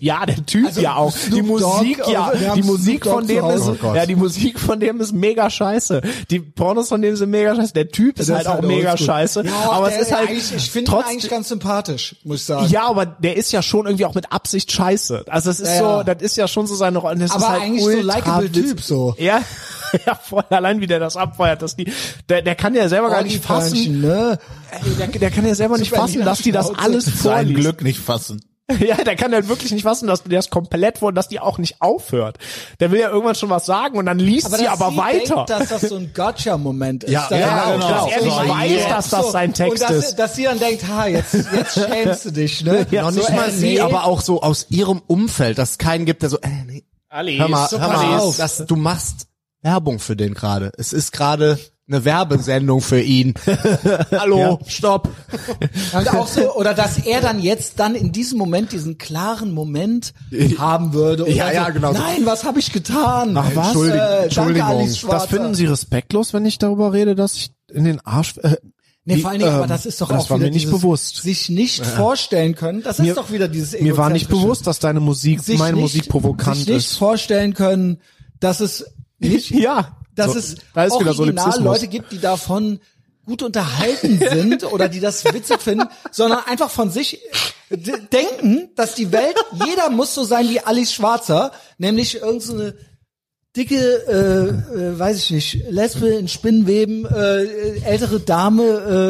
Speaker 6: ja, der Typ
Speaker 1: Also
Speaker 6: ja auch. die
Speaker 1: Snoop Dogg,
Speaker 6: Musik, ja,
Speaker 1: also wir haben
Speaker 6: die
Speaker 1: Snoop
Speaker 6: Musik
Speaker 1: Dogg zu
Speaker 6: von dem ist,
Speaker 1: Hause.
Speaker 2: Oh Gott.
Speaker 6: ja, die Musik von dem ist mega scheiße. Die Pornos von dem sind mega scheiße. Der Typ ist
Speaker 1: Das
Speaker 6: halt auch mega
Speaker 1: oldschool.
Speaker 6: scheiße.
Speaker 1: Ja,
Speaker 6: aber
Speaker 1: der-
Speaker 6: es ist halt,
Speaker 1: eigentlich- ich finde ihn
Speaker 6: trotz,
Speaker 1: eigentlich ganz sympathisch, muss ich sagen.
Speaker 6: ja, aber der ist ja schon irgendwie auch mit Absicht scheiße. Also das ist
Speaker 1: Ja,
Speaker 6: so,
Speaker 1: ja.
Speaker 6: das ist ja schon so seine Rolle. Das ist
Speaker 1: aber
Speaker 6: halt
Speaker 1: eigentlich so
Speaker 6: ultra
Speaker 1: likable
Speaker 6: witzig.
Speaker 1: Typ so.
Speaker 6: Ja, ja, voll allein wie der das abfeuert, dass die, der, der kann ja
Speaker 1: Oh,
Speaker 6: selber gar nicht fassen,
Speaker 1: Orgi-Pfeilchen, Ne?
Speaker 6: Ey, der, der kann ja selber nicht
Speaker 1: Super
Speaker 6: fassen, dass die das
Speaker 1: Schnauze.
Speaker 6: alles
Speaker 5: sein
Speaker 6: vorliest.
Speaker 5: Glück nicht fassen.
Speaker 6: Ja, der kann ja wirklich nicht fassen, dass die das komplett vor, dass die auch nicht aufhört. Der will ja irgendwann schon was sagen und dann liest sie
Speaker 1: dass
Speaker 6: aber
Speaker 1: sie
Speaker 6: weiter.
Speaker 1: Denkt, dass das so ein Gotcha-Moment ist.
Speaker 2: Ja,
Speaker 1: Dass
Speaker 2: ja,
Speaker 1: er-
Speaker 2: genau. Dass er nicht
Speaker 1: So,
Speaker 6: weiß, dass das
Speaker 1: so.
Speaker 6: sein Text
Speaker 1: und dass,
Speaker 6: ist.
Speaker 1: Dass sie dann denkt, ha, jetzt, jetzt schämst du dich, ne?
Speaker 6: Ja,
Speaker 2: Noch nicht
Speaker 1: so,
Speaker 2: mal
Speaker 1: äh,
Speaker 2: sie,
Speaker 1: nee.
Speaker 2: aber auch so aus ihrem Umfeld, dass es keinen gibt, der so, äh, nee.
Speaker 6: Ali,
Speaker 2: Hör mal, hör mal
Speaker 1: Alice.
Speaker 2: auf. Das, du machst Werbung für den gerade. Es ist gerade eine Werbesendung für ihn. Hallo, stopp.
Speaker 1: Und auch so, oder dass er dann jetzt dann in diesem Moment diesen klaren Moment haben würde. und
Speaker 2: Ja,
Speaker 1: dann
Speaker 2: ja,
Speaker 1: so,
Speaker 2: genau so.
Speaker 1: Nein, was habe ich getan?
Speaker 2: Ach, was?
Speaker 1: Entschuldigung. Äh, danke,
Speaker 2: Entschuldigung.
Speaker 1: Alice Schwarzer.
Speaker 6: Das finden Sie respektlos, wenn ich darüber rede, dass ich in den Arsch. Äh,
Speaker 1: Nee, vor allen Dingen,
Speaker 6: ähm,
Speaker 1: aber das ist doch
Speaker 6: das
Speaker 1: auch
Speaker 6: war
Speaker 1: wieder
Speaker 6: mir nicht
Speaker 1: dieses,
Speaker 6: bewusst.
Speaker 1: sich nicht vorstellen können. Das ist doch wieder dieses
Speaker 6: Mir war nicht
Speaker 1: Egozentrische.
Speaker 6: bewusst, dass deine Musik,
Speaker 1: sich
Speaker 6: meine
Speaker 1: nicht,
Speaker 6: Musik provokant
Speaker 1: sich nicht
Speaker 6: ist.
Speaker 1: vorstellen können, dass es nicht,
Speaker 6: Ja.
Speaker 1: dass
Speaker 6: So,
Speaker 1: es
Speaker 6: da ist wieder
Speaker 1: original
Speaker 6: Solipsismus.
Speaker 1: Leute gibt, die davon gut unterhalten sind oder die das witzig finden, sondern einfach von sich äh, d- denken, dass die Welt, jeder muss so sein wie Alice Schwarzer, nämlich irgendeine so eine dicke, äh, äh, weiß ich nicht, Lesbe in Spinnenweben, äh, äh, ältere Dame,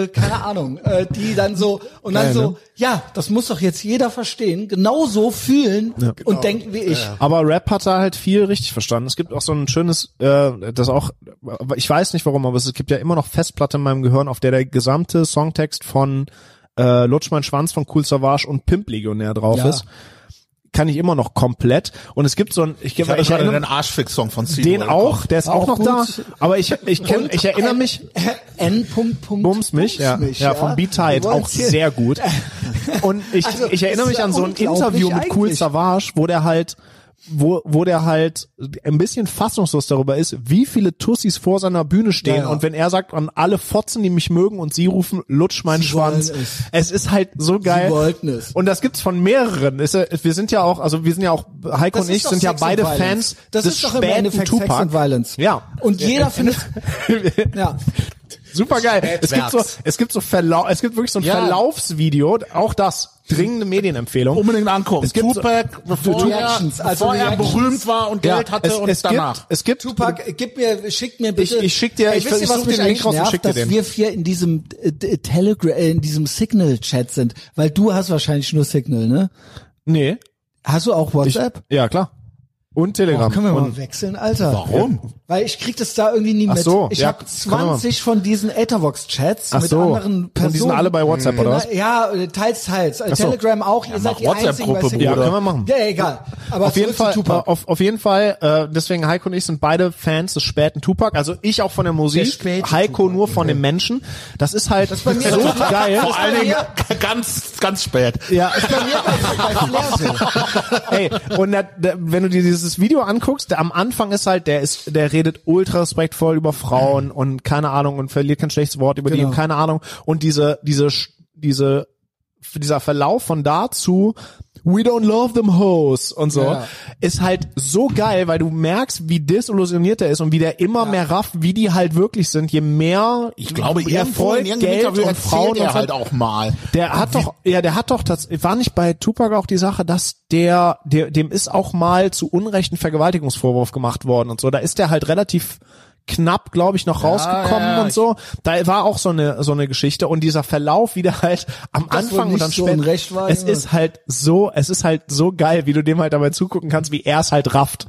Speaker 1: äh, keine Ahnung, äh, die dann so und dann
Speaker 6: Geil,
Speaker 1: so,
Speaker 6: ne?
Speaker 1: ja, das muss doch jetzt jeder verstehen, genauso fühlen und denken wie ich.
Speaker 6: Aber Rap hat da halt viel richtig verstanden. Es gibt auch so ein schönes, äh, das auch, ich weiß nicht warum, aber es gibt ja immer noch Festplatte in meinem Gehirn, auf der der gesamte Songtext von äh, Lutsch mein Schwanz von Cool Savage und Pimp Legionär drauf
Speaker 1: Ja.
Speaker 6: ist. Kann ich immer noch komplett. Und es gibt so ein, ich, ich,
Speaker 5: Ich hatte
Speaker 6: ich
Speaker 5: gerade
Speaker 6: erinnere
Speaker 5: den Arschfix-Song von Sido.
Speaker 6: den auch, der ist
Speaker 1: War
Speaker 6: auch,
Speaker 1: auch
Speaker 6: noch
Speaker 1: gut.
Speaker 6: da. Aber ich, ich, kenn, ich erinnere mich,
Speaker 1: N. Punkt, Punkt,
Speaker 6: Bums mich, ja, ja, von Be Tight,
Speaker 1: Wir wollen
Speaker 6: auch
Speaker 1: hier-
Speaker 6: sehr gut. Und ich,
Speaker 1: Also,
Speaker 6: ich erinnere
Speaker 1: ist
Speaker 6: mich
Speaker 1: ja
Speaker 6: an so ein
Speaker 1: unglaublich
Speaker 6: Interview mit Cool
Speaker 1: eigentlich.
Speaker 6: Savage, wo der halt, wo, wo der halt ein bisschen fassungslos darüber ist, wie viele Tussis vor seiner Bühne stehen
Speaker 1: Ja, ja.
Speaker 6: und wenn er sagt, an alle Fotzen, die mich mögen und sie rufen, lutsch meinen
Speaker 1: Sie
Speaker 6: Schwanz.
Speaker 1: wollen es.
Speaker 6: Es ist halt so geil.
Speaker 1: wollten es.
Speaker 6: Und das gibt's von mehreren. Ist, ja- wir sind ja auch, also wir sind ja auch, Heiko
Speaker 1: Das
Speaker 6: und
Speaker 1: ist
Speaker 6: ich
Speaker 1: doch
Speaker 6: sind ja
Speaker 1: Sex and
Speaker 6: beide
Speaker 1: Violence.
Speaker 6: Fans
Speaker 1: Das
Speaker 6: des
Speaker 1: ist doch im
Speaker 6: späten
Speaker 1: Endeffekt Sex
Speaker 6: Tupac.
Speaker 1: and Violence.
Speaker 6: Ja.
Speaker 1: Und jeder findet, ja,
Speaker 6: Super geil. Es gibt so,
Speaker 2: Spätwerks.
Speaker 6: es gibt so Verlau es gibt wirklich so ein
Speaker 5: Ja.
Speaker 6: Verlaufsvideo, auch das dringende Medienempfehlung.
Speaker 5: Unbedingt angucken.
Speaker 6: Es gibt so-
Speaker 5: Um Tupac, bevor,
Speaker 1: Tupac-
Speaker 5: er,
Speaker 1: Reactions, also
Speaker 5: bevor er
Speaker 1: Reactions.
Speaker 5: berühmt war und Geld hatte
Speaker 6: es,
Speaker 5: und
Speaker 6: es
Speaker 5: danach.
Speaker 6: Gibt, es gibt
Speaker 1: Tupac, gib mir, schick mir bitte.
Speaker 6: Ich- ich schick dir-
Speaker 1: Ey,
Speaker 6: ich
Speaker 1: wisst ihr,
Speaker 6: versuch
Speaker 1: was mich
Speaker 6: den
Speaker 1: eigentlich
Speaker 6: Link raus und
Speaker 1: nervt,
Speaker 6: schick dir
Speaker 1: dass
Speaker 6: den.
Speaker 1: wir vier in diesem äh, äh, Telegram, in diesem Signal-Chat sind, weil du hast wahrscheinlich nur Signal, ne?
Speaker 6: Nee.
Speaker 1: Hast du auch WhatsApp?
Speaker 6: Ja, klar. Und Telegram.
Speaker 1: Boah, können wir
Speaker 6: Ähm, und,
Speaker 1: mal wechseln, Alter?
Speaker 5: Warum?
Speaker 1: Weil ich krieg das da irgendwie nie
Speaker 6: Ach
Speaker 1: mit.
Speaker 6: so,
Speaker 1: ich
Speaker 6: ja,
Speaker 1: hab habe
Speaker 6: können wir mal.
Speaker 1: 20 von diesen Ethervox-Chats
Speaker 6: ach
Speaker 1: mit
Speaker 6: so.
Speaker 1: anderen Personen.
Speaker 6: Und die sind alle bei WhatsApp, oder was?
Speaker 1: Na, ja, teils, teils. Äh,
Speaker 6: so.
Speaker 1: Telegram auch, ihr seid
Speaker 5: mach
Speaker 1: die einzigen
Speaker 5: WhatsApp-Gruppe,
Speaker 1: bei Signal.
Speaker 6: Ja, können wir machen.
Speaker 1: Ja, egal. Aber
Speaker 6: auf jeden
Speaker 1: zurück
Speaker 6: Fall,
Speaker 1: zu Tupac.
Speaker 6: auf, auf jeden Fall, äh, deswegen Heiko und ich sind beide Fans des späten Tupac, also ich auch von der
Speaker 1: Der
Speaker 6: Musik,
Speaker 1: späte
Speaker 6: Heiko nur von dem Menschen. Das ist halt
Speaker 1: bei mir
Speaker 6: so
Speaker 1: total-
Speaker 6: geil.
Speaker 1: Das
Speaker 5: Vor
Speaker 1: war
Speaker 5: allen Dingen
Speaker 1: ja-
Speaker 5: ganz, ganz spät.
Speaker 6: Ja,
Speaker 1: Bei mir bei, bei Flair so.
Speaker 6: Ey, und da, da, wenn du dir dieses Video anguckst, der, am Anfang ist halt, der ist, der redet ultra respektvoll über Frauen und keine Ahnung und verliert kein schlechtes Wort über die
Speaker 1: Genau.
Speaker 6: und keine Ahnung. Und diese, diese, Sch- diese, dieser Verlauf von da zu We don't love them hoes und so
Speaker 1: Ja.
Speaker 6: ist halt so geil, weil du merkst, wie desillusioniert er ist und wie der immer mehr rafft, wie die halt wirklich sind. Je mehr
Speaker 5: Ich glaube, irgendwo
Speaker 6: Erfolg,
Speaker 5: in irgendeinem
Speaker 6: Geld
Speaker 5: Interview
Speaker 6: und
Speaker 5: erzählt
Speaker 6: Frauen und
Speaker 5: er
Speaker 6: so-
Speaker 5: halt auch mal.
Speaker 6: der hat doch, ja, der hat doch, das war nicht bei Tupac auch die Sache, dass der, der, dem ist auch mal zu Unrecht ein Vergewaltigungsvorwurf gemacht worden und so. Da ist der halt relativ knapp, glaube ich, noch rausgekommen
Speaker 5: ja,
Speaker 6: und so. Da war auch so eine, so eine Geschichte und dieser Verlauf, wie der halt am
Speaker 1: Das wohl
Speaker 6: Anfang und
Speaker 1: nicht
Speaker 6: dann
Speaker 1: so
Speaker 6: später,
Speaker 1: unrecht war,
Speaker 6: es
Speaker 1: Junge.
Speaker 6: ist halt so, es ist halt so geil, wie du dem halt dabei zugucken kannst, wie er es halt rafft.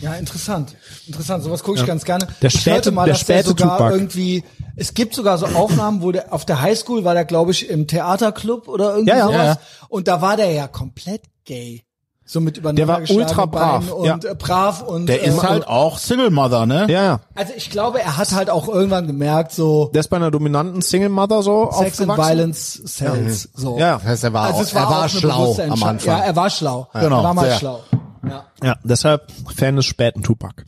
Speaker 1: Ja, interessant. Interessant. Sowas gucke ich ganz gerne.
Speaker 6: Der
Speaker 1: ich
Speaker 6: späte-
Speaker 1: hörte mal,
Speaker 6: der
Speaker 1: dass der
Speaker 6: späte
Speaker 1: sogar
Speaker 6: Tupac.
Speaker 1: irgendwie, es gibt sogar so Aufnahmen, wo der, auf der Highschool war der, glaube ich, im Theaterclub oder irgendwie
Speaker 6: Ja, ja.
Speaker 1: sowas.
Speaker 6: Ja, ja.
Speaker 1: Und da war der ja komplett gay. So mit übereinander
Speaker 6: war
Speaker 1: geschlagenen
Speaker 6: ultra brav,
Speaker 1: Beinen und
Speaker 6: ja.
Speaker 1: äh, brav und
Speaker 5: Der
Speaker 1: äh,
Speaker 5: ist halt auch Single Mother, ne?
Speaker 6: Ja, ja.
Speaker 1: also ich glaube, er hat halt auch irgendwann gemerkt, so
Speaker 6: Der ist bei einer dominanten Single Mother so
Speaker 1: Sex and
Speaker 6: aufgewachsen. Mhm.
Speaker 1: Violence sells. So.
Speaker 6: Ja.
Speaker 2: Das heißt, er war,
Speaker 1: Also
Speaker 2: auch,
Speaker 1: es war,
Speaker 2: er
Speaker 1: auch
Speaker 2: war
Speaker 1: eine
Speaker 2: schlau
Speaker 1: bewusste
Speaker 2: am
Speaker 1: Entscheidung.
Speaker 2: Anfang.
Speaker 1: Ja, er war schlau.
Speaker 5: Genau,
Speaker 1: er war mal
Speaker 5: sehr.
Speaker 1: schlau. Ja.
Speaker 6: Ja, deshalb Fan des späten Tupac.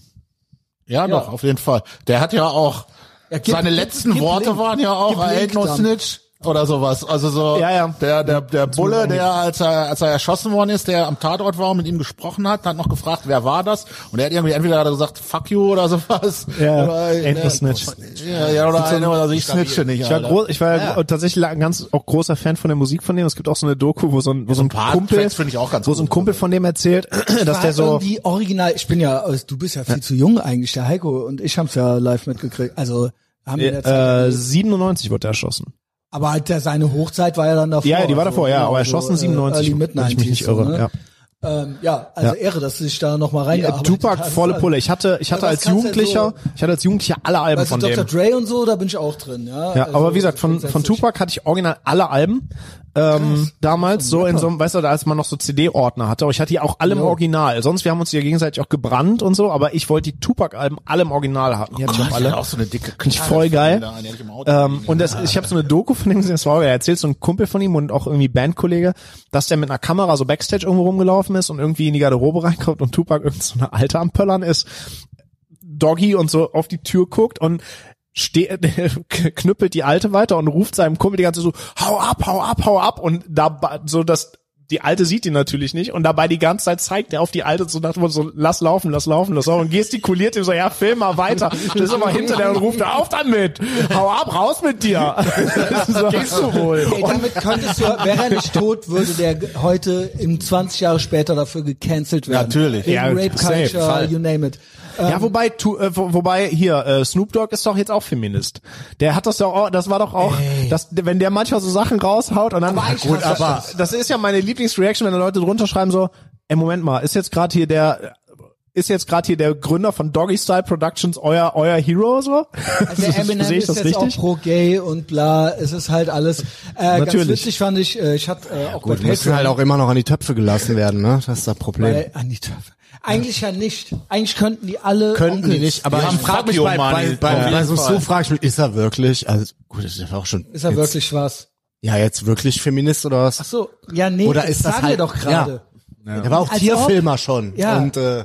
Speaker 5: Ja, doch, auf jeden Fall. Der hat ja auch,
Speaker 1: Ja, gib-
Speaker 5: seine
Speaker 1: gib-
Speaker 5: letzten
Speaker 1: gib
Speaker 5: Worte
Speaker 1: Link.
Speaker 5: waren ja auch,
Speaker 1: Gib
Speaker 5: I ain't
Speaker 1: Link
Speaker 5: no
Speaker 1: dann.
Speaker 5: snitch oder sowas. Also so,
Speaker 6: Ja, ja.
Speaker 5: der, der, der Bulle, der, als er, als er erschossen worden ist, der am Tatort war und mit ihm gesprochen hat, hat noch gefragt, wer war das? Und er hat irgendwie entweder gerade gesagt, fuck you oder sowas.
Speaker 6: Ja,
Speaker 5: oder,
Speaker 6: ain't no
Speaker 5: äh,
Speaker 6: snitch.
Speaker 5: Ja, ja, oder, eine, oder so, ich snitche nicht,
Speaker 6: Ich war,
Speaker 5: Alter.
Speaker 6: groß, ich war ja. tatsächlich la- ganz auch großer Fan von der Musik von dem. Es gibt auch so eine Doku, wo so ein, wo so ein
Speaker 5: paar
Speaker 6: Kumpel,
Speaker 5: Tracks finde ich auch ganz
Speaker 6: wo so ein
Speaker 5: gut.
Speaker 6: Kumpel von dem erzählt, dass
Speaker 1: war halt
Speaker 6: der so
Speaker 1: irgendwie original. Ich bin ja, äh, du bist ja viel zu jung eigentlich. Der Heiko und ich haben es ja live mitgekriegt. Also haben wir jetzt.
Speaker 6: äh, 97 wurde er erschossen.
Speaker 1: aber halt der, seine Hochzeit war ja dann davor.
Speaker 6: Ja, ja, die war
Speaker 1: also,
Speaker 6: davor, ja,
Speaker 1: genau,
Speaker 6: aber erschossen
Speaker 1: so,
Speaker 6: 97,
Speaker 1: Äh, early
Speaker 6: wenn ich mich nicht
Speaker 1: Mid-90s, so,
Speaker 6: irre,
Speaker 1: ne? ja. Ähm, ja, also Ehre, dass du dich da nochmal reingearbeitet
Speaker 6: Tupac
Speaker 1: hast.
Speaker 6: volle Pulle. Ich hatte, ich hatte
Speaker 1: was
Speaker 6: als
Speaker 1: kannst du jetzt
Speaker 6: Jugendlicher, ich hatte als Jugendlicher alle Alben
Speaker 1: Also
Speaker 6: von
Speaker 1: Dr.
Speaker 6: dem.
Speaker 1: Dre und so, da bin ich auch drin, ja.
Speaker 6: Ja,
Speaker 1: also,
Speaker 6: aber wie gesagt, von, von
Speaker 1: grundsätzlich.
Speaker 6: Tupac hatte ich original alle Alben. ähm, damals, so in so einem, weißt du, als man noch so CD-Ordner hatte, aber ich hatte die auch alle im Original. Sonst, wir haben uns die ja gegenseitig auch gebrannt und so, aber ich wollte die Tupac-Alben alle im Original haben. Die hatte ich auch alle.
Speaker 5: auch so eine dicke
Speaker 6: Finde ich voll geil.
Speaker 5: Ähm,
Speaker 6: Ähm, und das, ich habe so eine Doku von dem gesehen, das war er erzählt, so ein Kumpel von ihm und auch irgendwie Bandkollege, dass der mit einer Kamera so Backstage irgendwo rumgelaufen ist und irgendwie in die Garderobe reinkommt und Tupac irgend so eine Alte am Pöllern ist, Doggy und so auf die Tür guckt und steht, knüppelt die Alte weiter und ruft seinem Kumpel die ganze so, hau ab, hau ab, hau ab und da ba- so das die Alte sieht ihn natürlich nicht und dabei die ganze Zeit zeigt er auf die Alte so nach dem Motto so, lass laufen, lass laufen, lass laufen und gestikuliert ihm so, ja, film mal weiter. Das ist immer hinter der und ruft, "Hör auf damit! Hau ab, raus mit dir! Gehst du wohl?
Speaker 1: Ey, damit könntest du, wäre er nicht tot, würde der ge- heute im 20 Jahre später dafür gecancelt werden.
Speaker 5: Natürlich.
Speaker 1: Wegen
Speaker 6: Ja,
Speaker 1: Rape
Speaker 6: safe,
Speaker 1: Culture,
Speaker 6: Fall.
Speaker 1: you name it.
Speaker 6: Ja,
Speaker 1: Ähm,
Speaker 6: wobei, tu, äh, wo, wobei hier äh, Snoop Dogg ist doch jetzt auch Feminist. Der hat das doch, auch, das war doch auch, dass, wenn der manchmal so Sachen raushaut und dann
Speaker 1: Aber ich hasse
Speaker 6: das. das ist ja meine Lieblingsreaction, wenn da Leute drunter schreiben so, ey Moment mal, ist jetzt gerade hier der ist jetzt gerade hier der Gründer von Doggy Style Productions euer euer Hero so?
Speaker 1: Also der Eminem
Speaker 6: Sehe ich
Speaker 1: ist
Speaker 6: das
Speaker 1: jetzt
Speaker 6: richtig?
Speaker 1: auch pro Gay und bla, es ist halt alles. Äh,
Speaker 6: Natürlich.
Speaker 1: Ganz witzig fand ich, äh, ich hatte äh, auch
Speaker 2: Gut,
Speaker 1: bei
Speaker 2: müssen
Speaker 1: Patreon,
Speaker 2: halt auch immer noch an die Töpfe gelassen werden, ne? Das ist das Problem.
Speaker 1: bei Anita. Eigentlich ja nicht. Eigentlich könnten die alle
Speaker 2: Könnten die
Speaker 1: Onkels-
Speaker 2: nicht, aber
Speaker 5: Die haben
Speaker 2: ich frage
Speaker 5: Fuck
Speaker 2: mich
Speaker 5: you
Speaker 2: bei, bei,
Speaker 5: money, auf
Speaker 2: bei, bei
Speaker 5: jeden
Speaker 2: so,
Speaker 5: Fall.
Speaker 2: so frage ich mich, ist er wirklich, also gut, das ist ja auch schon.
Speaker 1: Ist ja
Speaker 2: jetzt,
Speaker 1: wirklich was.
Speaker 2: Ja, jetzt wirklich Feminist oder was?
Speaker 1: Ach so, ja nee,
Speaker 2: Oder
Speaker 1: das
Speaker 2: ist das
Speaker 1: sagen wir
Speaker 2: halt-
Speaker 1: doch gerade.
Speaker 2: Er war auch
Speaker 1: Als
Speaker 2: Tierfilmer schon.
Speaker 1: Ja.
Speaker 2: Und äh,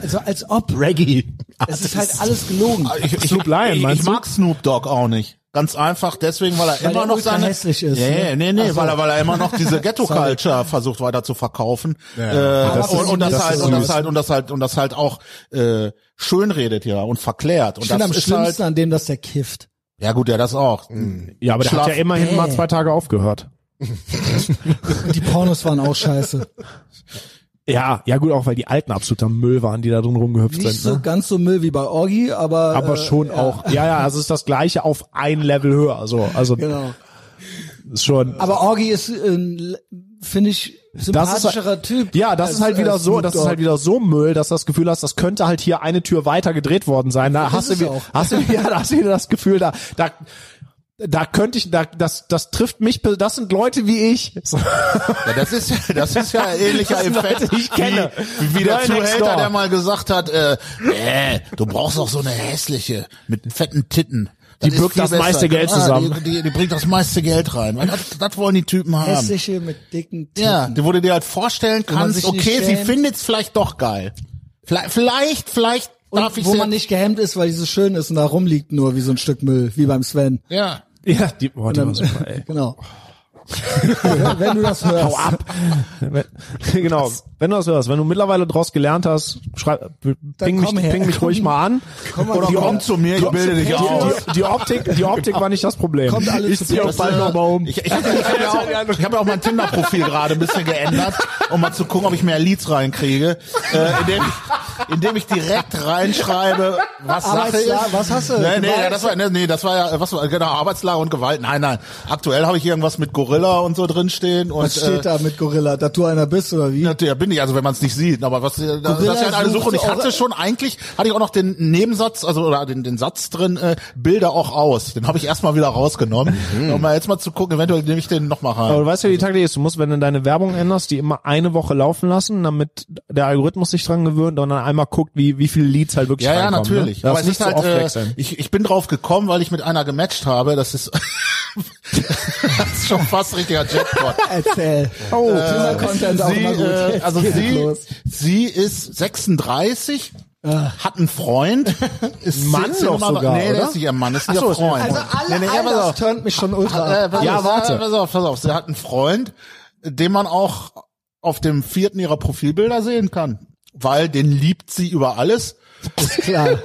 Speaker 1: Also als ob.
Speaker 2: Reggae.
Speaker 1: Es ist halt alles gelogen.
Speaker 5: Ich, ich,
Speaker 6: Snoop Lion,
Speaker 5: ich,
Speaker 6: meinst
Speaker 5: ich
Speaker 6: du?
Speaker 5: mag Snoop Dogg auch nicht. Ganz einfach deswegen, weil er
Speaker 1: Weil
Speaker 5: immer
Speaker 1: er
Speaker 5: noch
Speaker 1: ultra
Speaker 5: seine
Speaker 1: hässlich ist,
Speaker 5: Nee,
Speaker 1: ne?
Speaker 5: nee, nee,
Speaker 1: Ach so.
Speaker 5: weil er weil er immer noch diese Ghetto Culture versucht weiter zu verkaufen. äh,
Speaker 1: das
Speaker 5: und,
Speaker 1: ist-
Speaker 5: und das,
Speaker 1: das
Speaker 5: halt
Speaker 1: ist
Speaker 5: und das
Speaker 1: süß.
Speaker 5: halt und das halt und das halt auch äh, schön redet ja und verklärt und
Speaker 1: Ich finde
Speaker 5: das
Speaker 1: am
Speaker 5: ist
Speaker 1: schlimmsten
Speaker 5: halt
Speaker 1: an dem, dass der kifft.
Speaker 5: Ja gut, ja, das auch. Hm.
Speaker 6: Ja, aber der
Speaker 5: Schlaf-
Speaker 6: hat ja immerhin mal
Speaker 1: Hey.
Speaker 6: zwei Tage aufgehört.
Speaker 1: Und die Pornos waren auch scheiße.
Speaker 6: Ja, ja gut, auch weil die alten absoluter Müll waren, die da drin rumgehüpft
Speaker 1: Nicht
Speaker 6: sind. Ne?
Speaker 1: so ganz so Müll wie bei Orgi, aber
Speaker 6: aber
Speaker 1: äh,
Speaker 6: schon auch. Ja, ja, also es ist das gleiche auf ein Level höher. So, also
Speaker 1: genau.
Speaker 6: ist schon.
Speaker 1: Aber Orgi ist, äh, finde ich,
Speaker 6: das ist
Speaker 1: sympathischerer Typ.
Speaker 6: Ja, das
Speaker 1: als-
Speaker 6: ist halt wieder
Speaker 1: als
Speaker 6: so,
Speaker 1: Snoop
Speaker 6: das ist
Speaker 1: Dogg.
Speaker 6: halt wieder so Müll, dass du das Gefühl hast, das könnte halt hier eine Tür weiter gedreht worden sein. Da hast du,
Speaker 1: es
Speaker 6: wie-
Speaker 1: auch.
Speaker 6: hast du, ja, da hast du wieder das Gefühl, da, da, da könnte ich, da, das, das trifft mich, be- das sind Leute wie ich. So,
Speaker 5: Ja, das ist das ist ja ein ähnlicher
Speaker 6: Das sind Leute,
Speaker 5: Effekt,
Speaker 6: die ich kenne.
Speaker 5: wie, wie der
Speaker 6: Girl next door.
Speaker 5: Zuhälter, der mal gesagt hat, äh, äh, du brauchst doch so eine hässliche mit fetten Titten. Das
Speaker 6: Die
Speaker 5: ist
Speaker 6: birgt
Speaker 5: viel
Speaker 6: das meiste Geld zusammen.
Speaker 5: Die, die, die bringt das meiste Geld rein. Weil Das, das wollen die Typen haben.
Speaker 1: hässliche mit dicken Titten.
Speaker 5: Ja, die- wo du dir halt vorstellen
Speaker 1: man
Speaker 5: kannst,
Speaker 1: sich nicht
Speaker 5: okay, sie
Speaker 1: schämt.
Speaker 5: findet's vielleicht doch geil. Vielleicht, vielleicht, vielleicht darf
Speaker 1: Und
Speaker 5: ich
Speaker 1: wo
Speaker 5: sie-
Speaker 1: man nicht gehemmt ist, weil die so schön ist und da rumliegt nur wie so ein Stück Müll, wie beim Sven.
Speaker 5: Ja.
Speaker 6: ja, die, boah, die war super, ey.
Speaker 1: Genau. Wenn du das hörst.
Speaker 6: Hau ab. Wenn- genau. Wenn du das hörst, wenn du mittlerweile draus gelernt hast, schreib, ping, mich,
Speaker 1: komm her.
Speaker 6: ping mich ruhig mal an.
Speaker 1: Komm mal
Speaker 6: Oder
Speaker 1: zu mir.
Speaker 6: komm
Speaker 5: zu mir, ich bilde dich aus.
Speaker 6: Die, die Optik, die Optik war nicht das Problem.
Speaker 1: Kommt alles
Speaker 6: ich
Speaker 1: zu
Speaker 6: zieh
Speaker 1: mir.
Speaker 6: auch bald nochmal um.
Speaker 5: Ich, ich habe ich hab ja auch, ich hab ja auch mein Tinder-Profil gerade ein bisschen geändert, um mal zu gucken, ob ich mehr Leads reinkriege, äh, indem, ich, indem ich direkt reinschreibe, was Sache ist.
Speaker 1: Arbeitslage, was hast du?
Speaker 5: Nee, nee,
Speaker 1: Gewalt?
Speaker 5: ja, das war, nee, nee, das war ja, was war, genau, Arbeitslager und Gewalt. Nein, nein. Aktuell habe ich irgendwas mit Gorilla und so drinstehen. Und,
Speaker 1: Was steht
Speaker 5: äh,
Speaker 1: da mit Gorilla? Dass du einer bist oder wie?
Speaker 5: Natürlich, ja, bin ich, also wenn man es nicht sieht, aber was äh, das ist
Speaker 1: Gorilla
Speaker 5: halt eine Suche und ich
Speaker 1: sucht
Speaker 5: hatte
Speaker 1: eure-
Speaker 5: schon eigentlich, hatte ich auch noch den Nebensatz, also oder den, den Satz drin, äh, Bilder auch aus. Den habe ich erstmal wieder rausgenommen.
Speaker 6: Mhm.
Speaker 5: Um mal jetzt mal zu gucken, eventuell nehme ich den nochmal rein.
Speaker 6: Aber du weißt ja, wie die Taktik ist. Du musst, wenn du deine Werbung änderst, die immer eine Woche laufen lassen, damit der Algorithmus sich dran gewöhnt und dann einmal guckt, wie, wie viele Leads halt wirklich
Speaker 5: ja, ja,
Speaker 6: reinkommen.
Speaker 5: natürlich.
Speaker 6: Ne?
Speaker 5: Aber
Speaker 6: Darfst
Speaker 5: es
Speaker 6: nicht
Speaker 5: ist halt,
Speaker 6: so oft
Speaker 5: äh,
Speaker 6: wechseln.
Speaker 5: ich, ich bin drauf gekommen, weil ich mit einer gematcht habe. Das ist, das ist schon fast richtiger Jackpot.
Speaker 1: Erzähl. Oh, dieser Content auch
Speaker 5: sie,
Speaker 1: mal gut.
Speaker 5: äh, also
Speaker 1: Jetzt geht's
Speaker 5: sie,
Speaker 1: los.
Speaker 5: sie ist 36, hat einen Freund, ist
Speaker 6: Ah. Mann
Speaker 5: Single-
Speaker 6: doch sogar,
Speaker 5: nee,
Speaker 6: oder?
Speaker 5: der ist nicht ihr Mann, das ist
Speaker 6: Ach
Speaker 5: ihr
Speaker 6: so, ist ihr
Speaker 5: Freund.
Speaker 1: Also alle, all das turnt mich schon ultra
Speaker 5: Äh,
Speaker 1: ab.
Speaker 5: pass
Speaker 6: Ja,
Speaker 5: auf,
Speaker 6: warte.
Speaker 5: äh, Pass auf, pass auf. Sie hat einen Freund, den man auch auf dem vierten ihrer Profilbilder sehen kann. Weil den liebt sie über alles
Speaker 1: Ist klar.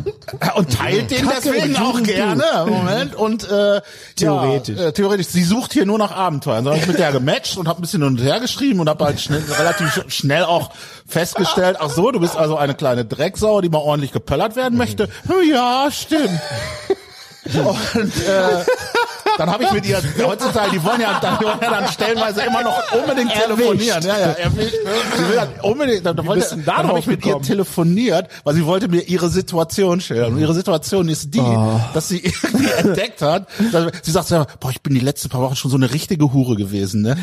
Speaker 5: und teilt den
Speaker 1: Kacke,
Speaker 5: deswegen
Speaker 1: Jugend,
Speaker 5: auch
Speaker 1: du.
Speaker 5: gerne. Moment. Und äh,
Speaker 6: Theoretisch.
Speaker 5: Ja, äh, theoretisch. Sie sucht hier nur nach Abenteuern. So habe ich mit der gematcht und habe ein bisschen hin und her geschrieben und habe halt schnell, relativ sch- schnell auch festgestellt, ach so, du bist also eine kleine Drecksau, die mal ordentlich
Speaker 1: Mhm.
Speaker 5: gepöllert werden möchte. Ja, stimmt. Und äh, Dann habe ich mit ihr heutzutage, die wollen ja dann, die wollen ja dann stellenweise immer noch unbedingt telefonieren. Ja, ja, erwischt. ne? Sie will dann unbedingt, dann, wollte,
Speaker 6: bist denn da
Speaker 5: dann habe
Speaker 6: drauf
Speaker 5: ich mit ihr
Speaker 6: gekommen?
Speaker 5: telefoniert, weil sie wollte mir ihre Situation schildern. Und ihre Situation ist die,
Speaker 1: Oh.
Speaker 5: dass sie irgendwie entdeckt hat, dass, sie sagt selber, boah, ich bin die letzten paar Wochen schon so eine richtige Hure gewesen. Ne?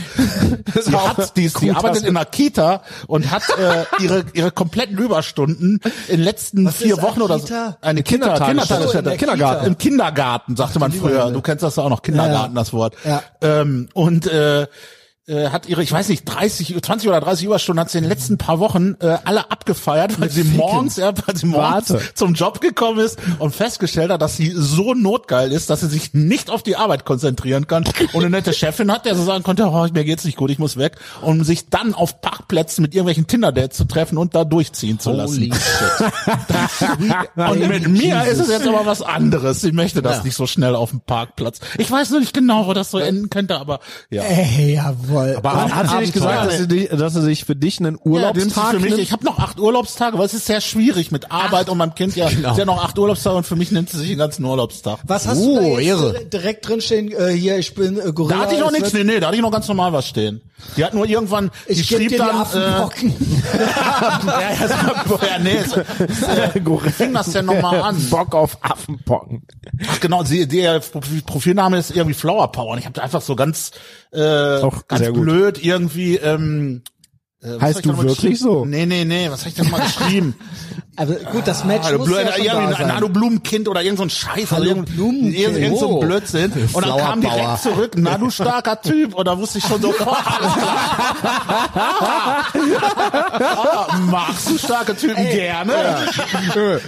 Speaker 5: Sie, hat, die, ist- die
Speaker 6: Gut, dass
Speaker 5: arbeitet
Speaker 6: du-
Speaker 5: in einer Kita und hat äh, ihre, ihre kompletten Überstunden in den letzten vier
Speaker 1: ist
Speaker 5: Wochen
Speaker 1: eine
Speaker 5: oder so.
Speaker 1: Kita?
Speaker 5: Eine Kita,
Speaker 6: Kindertagesstätte.
Speaker 1: Ach so, in der
Speaker 5: Kindergarten.
Speaker 1: Kita.
Speaker 5: Im Kindergarten, sagte man früher. Du kennst das auch noch, Kindergarten, das Wort.
Speaker 1: Ja.
Speaker 5: Ähm, und äh, äh, hat ihre, ich weiß nicht, 30, 20 oder 30 Überstunden hat sie in den letzten paar Wochen äh, alle abgefeiert, weil sie morgens, ja, weil sie morgens
Speaker 6: Warte.
Speaker 5: zum Job gekommen ist und festgestellt hat, dass sie so notgeil ist, dass sie sich nicht auf die Arbeit konzentrieren kann und eine nette Chefin hat, der so sagen konnte, oh, mir geht's nicht gut, ich muss weg, um sich dann auf Parkplätzen mit irgendwelchen Tinder-Dates zu treffen und da durchziehen zu lassen. Und mit mir ist es jetzt aber was anderes. Ich möchte das nicht so schnell auf dem Parkplatz. Ich weiß noch nicht genau, wo das so enden könnte, aber äh, ja.
Speaker 1: Ey, jawohl.
Speaker 5: Aber
Speaker 6: Hat sie nicht gesagt, dass sie, dich- dass sie sich für dich einen
Speaker 5: Ja, den
Speaker 6: Urlaubstag
Speaker 5: für mich,
Speaker 6: nimmt?
Speaker 5: ich habe noch acht Urlaubstage, weil es ist sehr schwierig mit Arbeit und meinem Kind. Ja, sie hat noch acht Urlaubstage und für mich nimmt sie sich den ganzen Urlaubstag.
Speaker 1: Was hast
Speaker 2: Oh,
Speaker 1: du da jetzt
Speaker 2: Ehre.
Speaker 1: äh, direkt drinstehen? Äh, hier, ich bin äh, Gorilla.
Speaker 5: Da hatte ich noch
Speaker 1: es
Speaker 5: nichts,
Speaker 1: wird-
Speaker 5: nee, nee, da hatte ich noch ganz normal was stehen. Die hat nur irgendwann, die
Speaker 1: Ich geb
Speaker 5: schrieb
Speaker 1: dir die
Speaker 5: dann, äh,
Speaker 1: Affenbrocken.
Speaker 5: ja, ja, es war- ja, nee, es,
Speaker 6: Gorilla.
Speaker 5: wie fing das denn nochmal an?
Speaker 6: Bock auf Affenpocken.
Speaker 5: Ach genau, sie, der Profi- Profilname ist irgendwie Flower Power. Und ich habe da einfach so ganz, äh,
Speaker 6: Auch
Speaker 5: ganz
Speaker 6: sehr gut.
Speaker 5: blöd irgendwie. Ähm, äh, was
Speaker 6: Heißt
Speaker 5: hab ich da
Speaker 6: du
Speaker 5: mal
Speaker 6: wirklich
Speaker 5: geschrieben?
Speaker 6: so?
Speaker 5: Nee, nee, nee, was hab ich denn mal geschrieben?
Speaker 1: Aber Also gut, das Match
Speaker 5: Ah, du
Speaker 1: muss
Speaker 5: Blöd,
Speaker 1: ja schon
Speaker 5: ja,
Speaker 1: da
Speaker 5: irgendwie ein
Speaker 1: sein.
Speaker 5: Hallo-Blumenkind oder irgend so ein Scheiß.
Speaker 1: Hallo
Speaker 5: also irgend,
Speaker 1: Blumenkind.
Speaker 5: irgend, irgend so ein Blödsinn. Und dann kam
Speaker 2: Flowerbauer.
Speaker 5: direkt zurück, na du starker Typ. Und da wusste ich schon so, boah, alles klar. ah, magst du starke Typen gerne?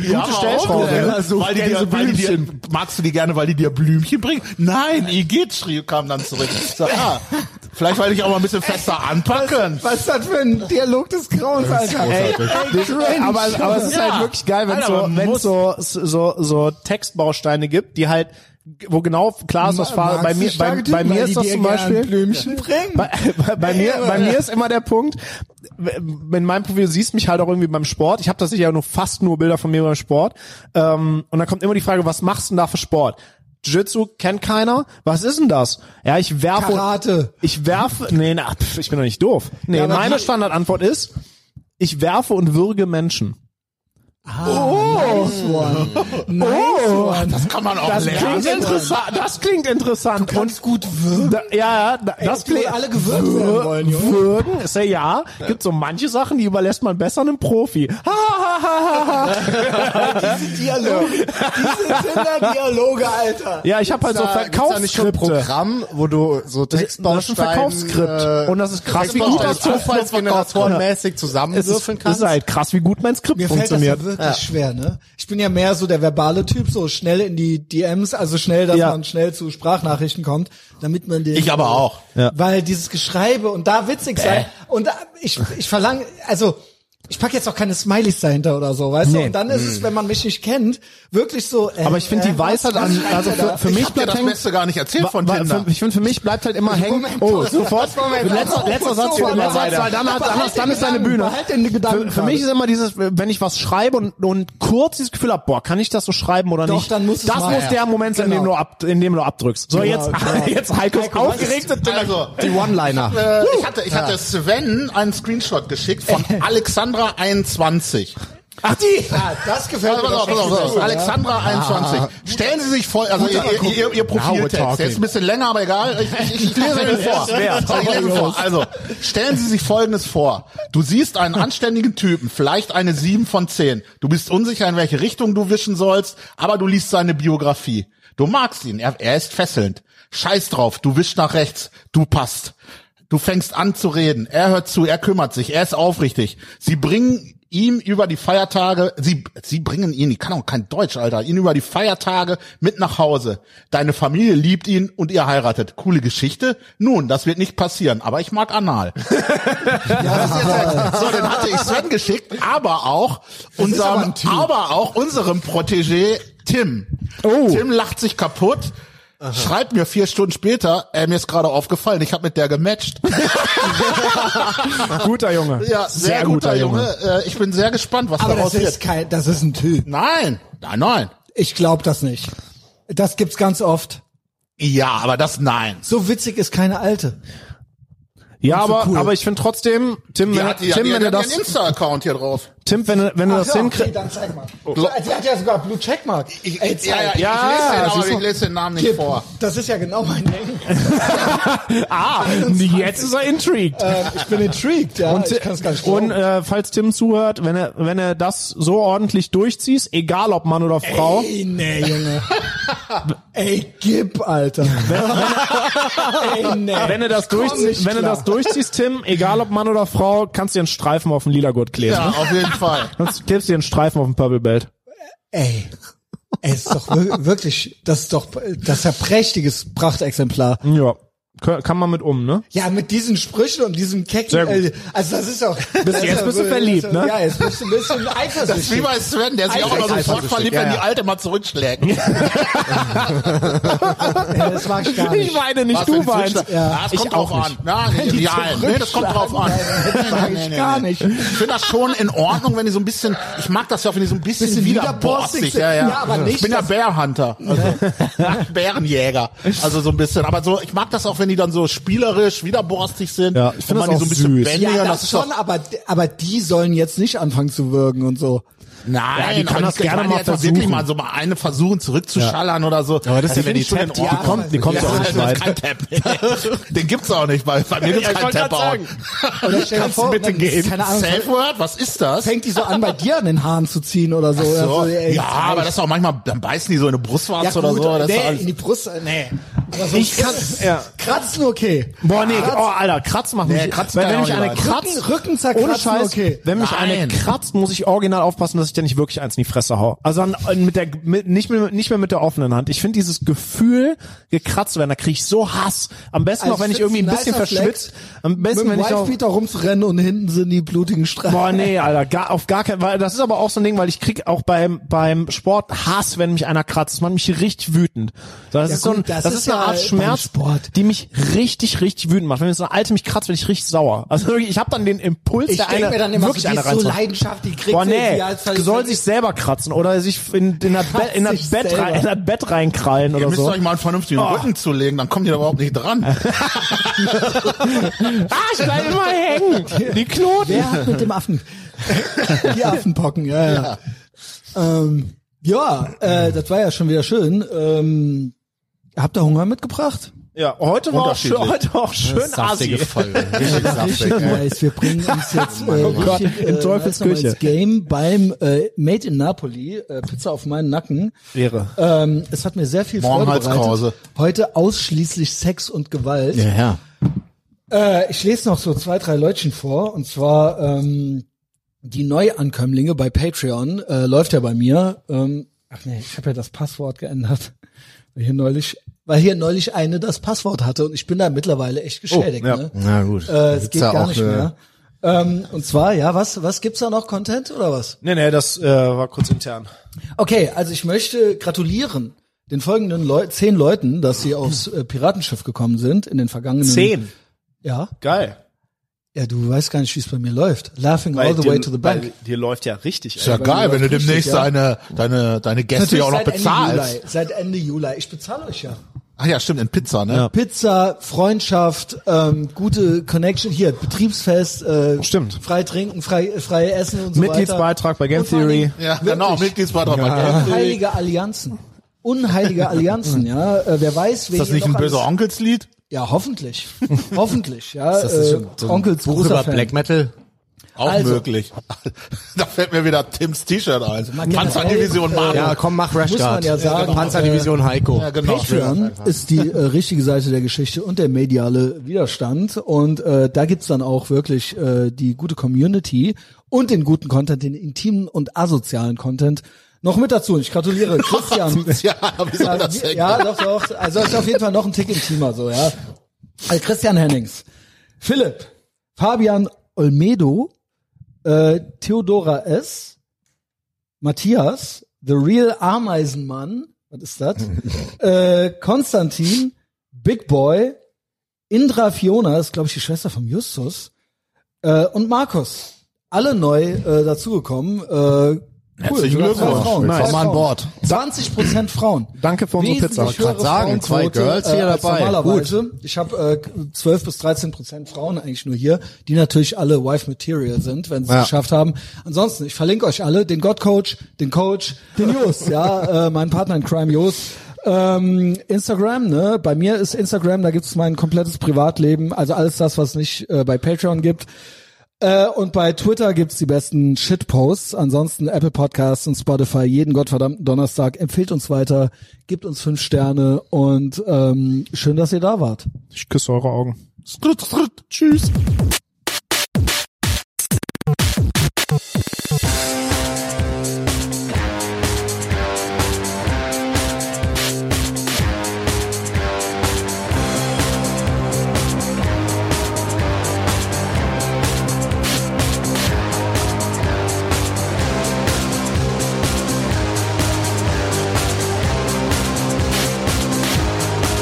Speaker 5: Ja, aber
Speaker 6: Stellschraube,
Speaker 5: auch, äh,
Speaker 6: ne? So
Speaker 5: weil die dir, weil die dir, magst du die gerne, weil die dir Blümchen bringen? Nein, Igitt, schrie, kam dann zurück. Ich sag, ah, vielleicht, weil ich auch mal ein bisschen fester anpacken.
Speaker 1: Was ist das für ein Dialog des Grauens, Alter? Ey, ey, cringe.
Speaker 6: aber, aber es ist
Speaker 5: Ja.
Speaker 6: halt wirklich geil, wenn
Speaker 5: Alter,
Speaker 6: so,
Speaker 5: man
Speaker 6: wenn
Speaker 5: muss-
Speaker 6: so, so, so Textbausteine gibt, die halt, wo genau klar ist, was Farbe, bei mir, bei, bei mir ist das zum Beispiel,
Speaker 1: Blümchen bringen.
Speaker 6: bei, bei, bei mir, bei mir ist immer der Punkt, in meinem Profil du siehst mich halt auch irgendwie beim Sport. Ich habe tatsächlich ja nur fast nur Bilder von mir beim Sport. Ähm, und dann kommt immer die Frage, was machst du denn da für Sport? Jiu-Jitsu kennt keiner. Was ist denn das? Ja, ich werfe.
Speaker 1: Karate.
Speaker 6: Ich werfe. Nee, na, pf, ich bin doch nicht doof. Nee,
Speaker 1: Ja, aber
Speaker 6: meine
Speaker 1: die-
Speaker 6: Standardantwort ist, ich werfe und würge Menschen.
Speaker 1: Nice
Speaker 6: Oh.
Speaker 1: one. Nice one.
Speaker 5: Das kann man auch
Speaker 6: Das
Speaker 5: lernen.
Speaker 6: klingt interessant. Das klingt interessant. Und
Speaker 1: gut wirken.
Speaker 6: da, ja, ja, da, das
Speaker 1: ob die wohl
Speaker 6: klingt-
Speaker 1: alle gewürgt werden wollen, Junge.
Speaker 6: Würgen ist ja ja. Gibt so manche Sachen, die überlässt man besser einem Profi. Ha, ha, ha, ha, ha.
Speaker 1: Dialog. Diese Tinder-Dialoge, Alter.
Speaker 6: Ja, ich habe halt so
Speaker 2: Da gibt's da nicht schon ein
Speaker 6: Verkaufsskripte.
Speaker 2: Programm, wo du so
Speaker 6: Das ist ein
Speaker 2: Textbausteine...
Speaker 6: Verkaufsskript.
Speaker 2: äh,
Speaker 6: Und das ist krass, wie
Speaker 2: Wie
Speaker 6: gut
Speaker 2: gut
Speaker 6: das
Speaker 2: das zufallsgeneratorenmäßig
Speaker 6: Es ist,
Speaker 2: zusammenwürfeln
Speaker 6: es
Speaker 2: kannst.
Speaker 6: ist halt krass, wie gut mein Skript
Speaker 1: Mir fällt das
Speaker 6: funktioniert.
Speaker 1: ja wirklich schwer, ne? Ich bin ja mehr so der verbale Typ, so schnell in die DMs, also schnell, dass
Speaker 6: Ja.
Speaker 1: man schnell zu Sprachnachrichten kommt, damit man den.
Speaker 5: Ich aber auch.
Speaker 6: Ja.
Speaker 1: Weil dieses Geschreibe und da witzig sein und da, ich, ich verlange, also ich pack jetzt auch keine Smileys dahinter oder so, weißt du?
Speaker 6: Nee. Mhm.
Speaker 1: Und dann ist es, wenn man mich nicht kennt, wirklich so. Äh,
Speaker 6: Aber ich finde
Speaker 1: äh,
Speaker 6: die Weisheit
Speaker 1: was-
Speaker 6: an,
Speaker 1: was
Speaker 6: also
Speaker 1: schreibt er
Speaker 6: für,
Speaker 1: da?
Speaker 6: für mich
Speaker 5: Ich hab dir
Speaker 6: bleibt
Speaker 5: das
Speaker 6: hängen,
Speaker 5: Beste gar nicht erzählt von
Speaker 6: wa-
Speaker 5: Tinder.
Speaker 6: für, ich finde, für mich bleibt halt immer hängen.
Speaker 1: Moment,
Speaker 6: Oh,
Speaker 1: was-
Speaker 6: sofort.
Speaker 1: Moment,
Speaker 6: letzter,
Speaker 1: Moment,
Speaker 6: letzter Satz,
Speaker 1: Moment,
Speaker 6: letzter Satz, weil dann, hat,
Speaker 1: Behalt
Speaker 6: dann,
Speaker 1: halt den
Speaker 6: hast- dann ist deine
Speaker 1: Gedanken,
Speaker 6: Bühne.
Speaker 1: behalt den Gedanken
Speaker 6: Für, für mich
Speaker 1: gerade.
Speaker 6: ist immer dieses, wenn ich was schreibe und, und kurz dieses Gefühl hab, boah, kann ich das so schreiben oder
Speaker 1: Doch,
Speaker 6: nicht?
Speaker 1: dann musst du es
Speaker 6: das
Speaker 1: machen.
Speaker 6: muss der Moment sein, in dem
Speaker 1: Genau.
Speaker 6: du ab, in dem du abdrückst. So
Speaker 1: Genau,
Speaker 6: jetzt,
Speaker 1: genau.
Speaker 6: jetzt Heiko ist aufgeregt.
Speaker 5: Also,
Speaker 2: Die One-Liner.
Speaker 5: äh, ich hatte, ich hatte Sven einen Screenshot geschickt von Alexandra 21.
Speaker 6: Ach die.
Speaker 1: Ah, das gefällt
Speaker 5: Pass
Speaker 1: mir.
Speaker 5: auf,
Speaker 1: doch
Speaker 5: pass auf,
Speaker 1: schon
Speaker 5: pass auf.
Speaker 1: gut, ja.
Speaker 5: Alexandra 21. Stellen Sie sich vor, also ihr, ihr, ihr, ihr Profiltext, der ist ein bisschen länger, aber egal, ich, ich, ich lese ihn vor.
Speaker 6: wert.
Speaker 5: So, ich lese ihn vor. Also, stellen Sie sich Folgendes vor. Du siehst einen anständigen Typen, vielleicht eine 7 von 10. Du bist unsicher, in welche Richtung du wischen sollst, aber du liest seine Biografie. Du magst ihn, er, er ist fesselnd. Scheiß drauf, du wischst nach rechts, du passt. Du fängst an zu reden. Er hört zu, er kümmert sich, er ist aufrichtig. Sie bringen ihm über die Feiertage, sie, sie bringen ihn, ich kann auch kein Deutsch, Alter, ihn über die Feiertage mit nach Hause. Deine Familie liebt ihn und ihr heiratet. Coole Geschichte? Nun, das wird nicht passieren, aber ich mag anal. So, den hatte ich Sven geschickt, aber auch
Speaker 1: aber
Speaker 5: unserem,
Speaker 1: ein Typ.
Speaker 5: aber auch unserem Protégé Tim. Oh. Tim lacht sich kaputt. Schreibt mir vier Stunden später, äh, mir ist gerade aufgefallen, ich habe mit der gematcht.
Speaker 6: Guter Junge.
Speaker 5: Ja, sehr, guter, Junge. Äh, ich bin sehr gespannt, was
Speaker 1: Aber
Speaker 5: daraus
Speaker 1: das
Speaker 5: wird.
Speaker 1: ist kein, das ist ein Typ.
Speaker 5: Nein, nein, nein.
Speaker 1: Ich glaube das nicht. Das gibt's ganz oft.
Speaker 5: Ja, aber das nein.
Speaker 1: So witzig ist keine alte.
Speaker 6: Ja,
Speaker 1: so
Speaker 6: aber,
Speaker 1: cool.
Speaker 6: aber ich finde trotzdem, Tim,
Speaker 5: Die
Speaker 6: wenn,
Speaker 5: hat, die,
Speaker 6: Tim,
Speaker 5: die,
Speaker 6: wenn
Speaker 5: die
Speaker 6: du
Speaker 5: hat
Speaker 6: das,
Speaker 5: ihren Insta-Account hier drauf.
Speaker 6: Tim, wenn du, wenn du das
Speaker 1: ja, okay,
Speaker 6: hinkriegst,
Speaker 1: dann zeig mal. Die hat ja sogar Blue Checkmark.
Speaker 5: Ich,
Speaker 1: Ey,
Speaker 5: ja, Äh, ja,
Speaker 1: zeig.
Speaker 5: ich,
Speaker 6: Ja,
Speaker 5: ich, lese den,
Speaker 6: siehst du.
Speaker 5: aber ich lese den Namen nicht
Speaker 1: Kipp,
Speaker 5: vor.
Speaker 1: Das ist ja genau mein Ding.
Speaker 6: ah, jetzt ist er intrigued.
Speaker 1: Äh, ich bin intrigued, ja.
Speaker 6: Und,
Speaker 1: ich kann's gar nicht glauben.
Speaker 6: und äh, falls Tim zuhört, wenn er wenn er das so ordentlich durchziehst, egal ob Mann oder Frau,
Speaker 1: Ey, nee, Junge. Ey, gib, Alter. Ey, nee.
Speaker 6: wenn du das
Speaker 1: Ich komm nicht
Speaker 6: durchziehst, wenn du
Speaker 1: klar.
Speaker 6: das durchziehst, Tim, egal ob Mann oder Frau, kannst du dir einen Streifen auf den lila Gurt kleben.
Speaker 5: Ja,
Speaker 6: ne?
Speaker 5: auf jeden Fall.
Speaker 6: Sonst klebst du dir einen Streifen auf den Purple Belt.
Speaker 1: Ey. Ey, ist doch wir- wirklich, das ist doch, das ist ja prächtiges Prachtexemplar.
Speaker 6: Ja, Kö- kann man mit um, ne?
Speaker 1: Ja, mit diesen Sprüchen und diesem Keck,
Speaker 6: Sehr gut.
Speaker 1: äh, also das ist doch.
Speaker 6: Bis jetzt bist du verliebt, ne?
Speaker 1: Ja, jetzt bist du ein bisschen eifersüchtig.
Speaker 5: Wie bei Sven, der sich auch immer sofort
Speaker 2: Eifersüchtig,
Speaker 5: verliebt,
Speaker 2: ja,
Speaker 5: wenn die
Speaker 2: ja.
Speaker 5: Alte mal zurückschlägt.
Speaker 1: Ja, das mag ich gar
Speaker 6: Ich
Speaker 1: nicht.
Speaker 6: weine nicht,
Speaker 5: Was, wenn
Speaker 6: du
Speaker 5: die
Speaker 6: weinst.
Speaker 5: zurückschlägt? Ja, das
Speaker 6: Ich
Speaker 5: kommt drauf
Speaker 6: auch
Speaker 5: an. Na, nicht
Speaker 1: Die
Speaker 5: ideal. Nee, das kommt drauf an.
Speaker 1: zurückschlagen, das mag ich gar nicht.
Speaker 5: Ich finde das schon in Ordnung, wenn die so ein bisschen, ich mag das ja auch, wenn die so ein bisschen,
Speaker 1: Bisschen widerborstig
Speaker 5: widerborstig,
Speaker 1: sind.
Speaker 5: ja, ja.
Speaker 1: Ja, aber nicht,
Speaker 5: ich bin ja
Speaker 1: dass-
Speaker 5: Bärhunter, also Bärenjäger, also so ein bisschen. Aber so, ich mag das auch, wenn die dann so spielerisch widerborstig sind.
Speaker 6: Ja, ich
Speaker 5: wenn
Speaker 6: find
Speaker 5: man die so
Speaker 6: das
Speaker 5: ein
Speaker 6: auch
Speaker 5: bisschen
Speaker 6: süß.
Speaker 5: bändigen,
Speaker 1: Ja, das,
Speaker 5: ist doch
Speaker 1: schon, aber, aber die sollen jetzt nicht anfangen zu würgen und so.
Speaker 5: Nein,
Speaker 6: Ja, die kann
Speaker 5: aber
Speaker 6: das
Speaker 5: ich
Speaker 6: gerne
Speaker 5: meine
Speaker 6: mal
Speaker 5: jetzt wirklich
Speaker 6: versuchen.
Speaker 5: mal so mal eine versuchen zurückzuschallern oder so. Also
Speaker 2: Aber das ist ja, wenn
Speaker 5: finde
Speaker 2: die
Speaker 5: ich schon
Speaker 2: tappt,
Speaker 5: in
Speaker 2: die
Speaker 5: Ordnung.
Speaker 1: kommt- die kommt
Speaker 5: ja
Speaker 1: ja auch nicht
Speaker 5: das ist kein Tap. Den gibt's auch nicht, bei, bei mir gibt's
Speaker 6: Ja, ich
Speaker 5: keinen
Speaker 6: wollte
Speaker 5: Tap
Speaker 6: grad
Speaker 5: out.
Speaker 6: sagen.
Speaker 1: Oder stell dir vor,
Speaker 5: Bitte
Speaker 1: dann-
Speaker 5: gehen.
Speaker 1: keine Ahnung,
Speaker 5: Safe Word, was ist das?
Speaker 1: fängt die so an, bei dir an den Haaren zu ziehen oder so.
Speaker 5: so.
Speaker 1: Also, ey,
Speaker 5: ja, aber das ist auch manchmal, dann beißen die so in eine
Speaker 1: ja,
Speaker 5: Brustwarze
Speaker 1: gut,
Speaker 5: oder so. Das ist
Speaker 1: nee,
Speaker 5: alles-
Speaker 1: in die Brust, äh, nee. Aber so
Speaker 6: Ich kann-
Speaker 1: kratzen-
Speaker 6: ja.
Speaker 1: Kratzen okay.
Speaker 6: Boah, nee, oh, Alter, Kratz macht mich.
Speaker 5: Nee, Kratz
Speaker 6: weil
Speaker 5: kann
Speaker 6: wenn
Speaker 5: ich
Speaker 6: mich
Speaker 5: auch
Speaker 6: eine
Speaker 5: nicht
Speaker 1: leiden.
Speaker 6: kratzt,
Speaker 1: Rücken- Rückenzerkratzen,
Speaker 6: ohne Scheiß,
Speaker 1: okay.
Speaker 6: wenn mich eine
Speaker 5: Nein.
Speaker 6: kratzt, muss ich original aufpassen, dass ich dir nicht wirklich eins in die Fresse hau. Also dann äh, mit der mit, nicht mehr nicht mehr mit der offenen Hand. Ich finde dieses Gefühl, gekratzt zu werden, da krieg ich so Hass. Am besten
Speaker 1: Also
Speaker 6: noch, wenn
Speaker 1: ich
Speaker 6: ich irgendwie ein
Speaker 1: find's ein nicer
Speaker 6: bisschen
Speaker 1: Flex.
Speaker 6: verschwitzt. Am besten,
Speaker 1: Mit dem
Speaker 6: wenn ich noch
Speaker 1: Wifebeater rumzurennen und hinten sind die blutigen Streifen.
Speaker 6: Boah, nee, Alter, gar, auf gar keinen Fall. Das ist aber auch so ein Ding, weil ich krieg auch beim, beim Sport Hass, wenn mich einer kratzt. Das macht mich richtig wütend. So, Das
Speaker 1: Ja,
Speaker 6: ist so ein,
Speaker 1: gut, das
Speaker 6: das,
Speaker 1: ist
Speaker 6: ist eine
Speaker 1: ja
Speaker 6: Art
Speaker 1: beim
Speaker 6: Schmerz,
Speaker 1: Sport.
Speaker 6: die mich richtig, richtig wütend macht. Wenn jetzt so eine Alte mich kratzt, werde ich richtig sauer. Also wirklich, ich habe dann den Impuls,
Speaker 1: ich
Speaker 6: der
Speaker 1: denke
Speaker 6: eine,
Speaker 1: mir dann immer, so,
Speaker 6: wirklich
Speaker 1: die
Speaker 6: eine
Speaker 1: ist so
Speaker 6: reinzuhauen.
Speaker 1: leidenschaftlich, die kriegt
Speaker 6: Boah,
Speaker 1: sie
Speaker 6: nee,
Speaker 1: irgendwie als-
Speaker 6: soll sich selber kratzen oder sich in, in, das Bett, in, das
Speaker 1: sich
Speaker 6: Bett
Speaker 1: selber.
Speaker 6: rein, in das Bett reinkrallen
Speaker 5: Ihr
Speaker 6: oder
Speaker 5: müsst
Speaker 6: so.
Speaker 5: euch mal einen vernünftigen Rücken zulegen, dann kommt ihr da überhaupt nicht dran.
Speaker 6: Ah, ich bleib immer hängen. Die Knoten.
Speaker 1: Wer hat mit dem Affen? Die Affenpocken, ja, ja. Ähm, ja, äh, das war ja schon wieder schön. Ähm, habt ihr Hunger mitgebracht?
Speaker 6: Ja, heute war auch schön,
Speaker 5: Unterschiedlich.
Speaker 6: heute auch schön
Speaker 2: Saftige
Speaker 6: Assi.
Speaker 2: Folge. Richtig saftig, ey.
Speaker 1: Nice. Wir bringen uns jetzt äh,
Speaker 6: Oh Gott,
Speaker 1: richtig,
Speaker 6: in
Speaker 1: äh, nice
Speaker 6: Teufels
Speaker 1: nochmal
Speaker 6: Küche.
Speaker 1: ins Game beim äh, Made in Napoli, äh, Pizza auf meinen Nacken.
Speaker 6: Wäre.
Speaker 1: Ähm, es hat mir sehr viel
Speaker 5: Morgen
Speaker 1: Freude
Speaker 5: als Krause.
Speaker 1: bereitet. Heute ausschließlich Sex und Gewalt.
Speaker 2: Ja, ja.
Speaker 1: Äh, ich lese noch so zwei, drei Leutchen vor. Und zwar ähm, die Neuankömmlinge bei Patreon. Äh, läuft ja bei mir. Ähm, ach nee, ich habe ja das Passwort geändert. Weil hier neulich, weil hier neulich eine das Passwort hatte. Und ich bin da mittlerweile echt geschädigt.
Speaker 6: Oh, ja.
Speaker 1: ne?
Speaker 2: Na gut.
Speaker 1: Äh, es
Speaker 2: Gibt's
Speaker 1: geht
Speaker 2: da
Speaker 1: gar
Speaker 2: auch
Speaker 1: nicht
Speaker 2: eine-
Speaker 1: mehr. Ähm, und zwar, ja, was, was gibt's da noch? Content oder was?
Speaker 6: Nee, nee, das äh, war kurz intern.
Speaker 1: Okay, also ich möchte gratulieren den folgenden Leu zehn Leuten, dass sie aufs äh, Piratenschiff gekommen sind in den vergangenen
Speaker 6: Zehn.
Speaker 1: Ja,
Speaker 6: Geil.
Speaker 1: ja, du weißt gar nicht, wie es bei mir läuft. Laughing all the
Speaker 6: dir,
Speaker 1: way to the bank.
Speaker 6: Weil dir läuft ja richtig.
Speaker 5: Ist ja
Speaker 1: bei
Speaker 5: geil,
Speaker 1: mir
Speaker 5: wenn du
Speaker 1: läuft richtig,
Speaker 5: demnächst
Speaker 1: ja.
Speaker 5: deine, deine, Äh, deine Gäste ja auch noch
Speaker 1: seit Ende
Speaker 5: bezahlst.
Speaker 1: Juli. Seit Ende Juli. Ich bezahle euch ja.
Speaker 5: Ach ja, stimmt, in Pizza, ne?
Speaker 1: Pizza, Freundschaft, ähm, gute Connection. Hier, Betriebsfest. Äh,
Speaker 6: Stimmt.
Speaker 1: Frei trinken, frei, frei essen und so weiter.
Speaker 6: Mitgliedsbeitrag bei Game
Speaker 1: Und vor allen
Speaker 6: Theory.
Speaker 1: Dingen-
Speaker 5: Ja, genau, Mitgliedsbeitrag. Ja.
Speaker 1: Unheilige Allianzen. Unheilige Allianzen, ja. Äh, wer weiß, wer
Speaker 5: Ist das
Speaker 1: hier
Speaker 5: nicht ein
Speaker 1: noch
Speaker 5: böser
Speaker 1: alles-
Speaker 5: Onkelslied?
Speaker 1: Ja, hoffentlich. hoffentlich, ja.
Speaker 2: Das ist
Speaker 1: äh,
Speaker 2: schon so ein
Speaker 1: Onkels
Speaker 2: Buch
Speaker 1: großer
Speaker 2: über
Speaker 1: Fan.
Speaker 2: Black Metal.
Speaker 5: Auch
Speaker 1: Also. Also,
Speaker 5: möglich. da fällt mir wieder Tims T-Shirt ein.
Speaker 1: generell,
Speaker 5: Panzerdivision
Speaker 1: äh,
Speaker 5: Marburg.
Speaker 2: Ja, komm, mach Rash
Speaker 1: Muss man
Speaker 2: Guard.
Speaker 1: ja sagen,
Speaker 2: Panzerdivision Heiko.
Speaker 5: Ja, genau.
Speaker 1: Patreon ist die äh, richtige Seite der Geschichte und der mediale Widerstand. Und äh, da gibt's dann auch wirklich äh, die gute Community und den guten Content, den intimen und asozialen Content noch mit dazu. Und ich gratuliere Christian.
Speaker 5: Ja, wie soll das denn?
Speaker 1: ja, doch, doch. Also ist auf jeden Fall noch ein Tick intimer so, ja. Also Christian Hennings, Philipp, Fabian Olmedo, äh, Theodora S., Matthias, The Real Ameisenmann, was ist das? äh, Konstantin, Big Boy, Indra Fiona, ist glaube ich die Schwester von Justus, äh, und Markus. Alle neu äh, dazugekommen. Äh,
Speaker 5: Herzlichen
Speaker 1: sogar zwei
Speaker 5: Glückwunsch.
Speaker 1: Frauen.
Speaker 6: Nice.
Speaker 1: Zwei
Speaker 2: Komm an
Speaker 1: Frauen.
Speaker 2: Bord.
Speaker 1: 20 Prozent Frauen.
Speaker 6: Danke für unsere Pizza.
Speaker 2: Ich wollte gerade sagen, zwei Girls hier dabei.
Speaker 1: äh, Normalerweise. Ich habe äh, 12 bis 13 Prozent Frauen eigentlich nur hier, die natürlich alle Wife Material sind, wenn sie es
Speaker 2: Ja.
Speaker 1: geschafft haben. Ansonsten, ich verlinke euch alle, den God Coach, den Coach, den Jos, ja, äh, meinen Partner in Crime Jos. Ähm, Instagram, ne? Bei mir ist Instagram, da gibt's mein komplettes Privatleben, also alles das, was nicht äh, bei Patreon gibt. Äh, und bei Twitter gibt's die besten Shitposts. Ansonsten Apple Podcasts und Spotify jeden gottverdammten Donnerstag. Empfehlt uns weiter, gebt uns fünf Sterne und ähm, schön, dass ihr da wart.
Speaker 6: Ich küsse eure Augen.
Speaker 5: Skrutt, skrutt. Tschüss.
Speaker 8: Wir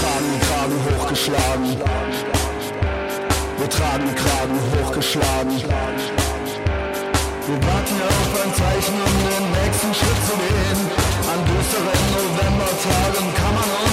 Speaker 8: tragen Kragen hochgeschlagen. Wir tragen Kragen hochgeschlagen. Wir warten auf ein Zeichen, um den nächsten Schritt zu gehen. An düsteren Novembertagen kann man uns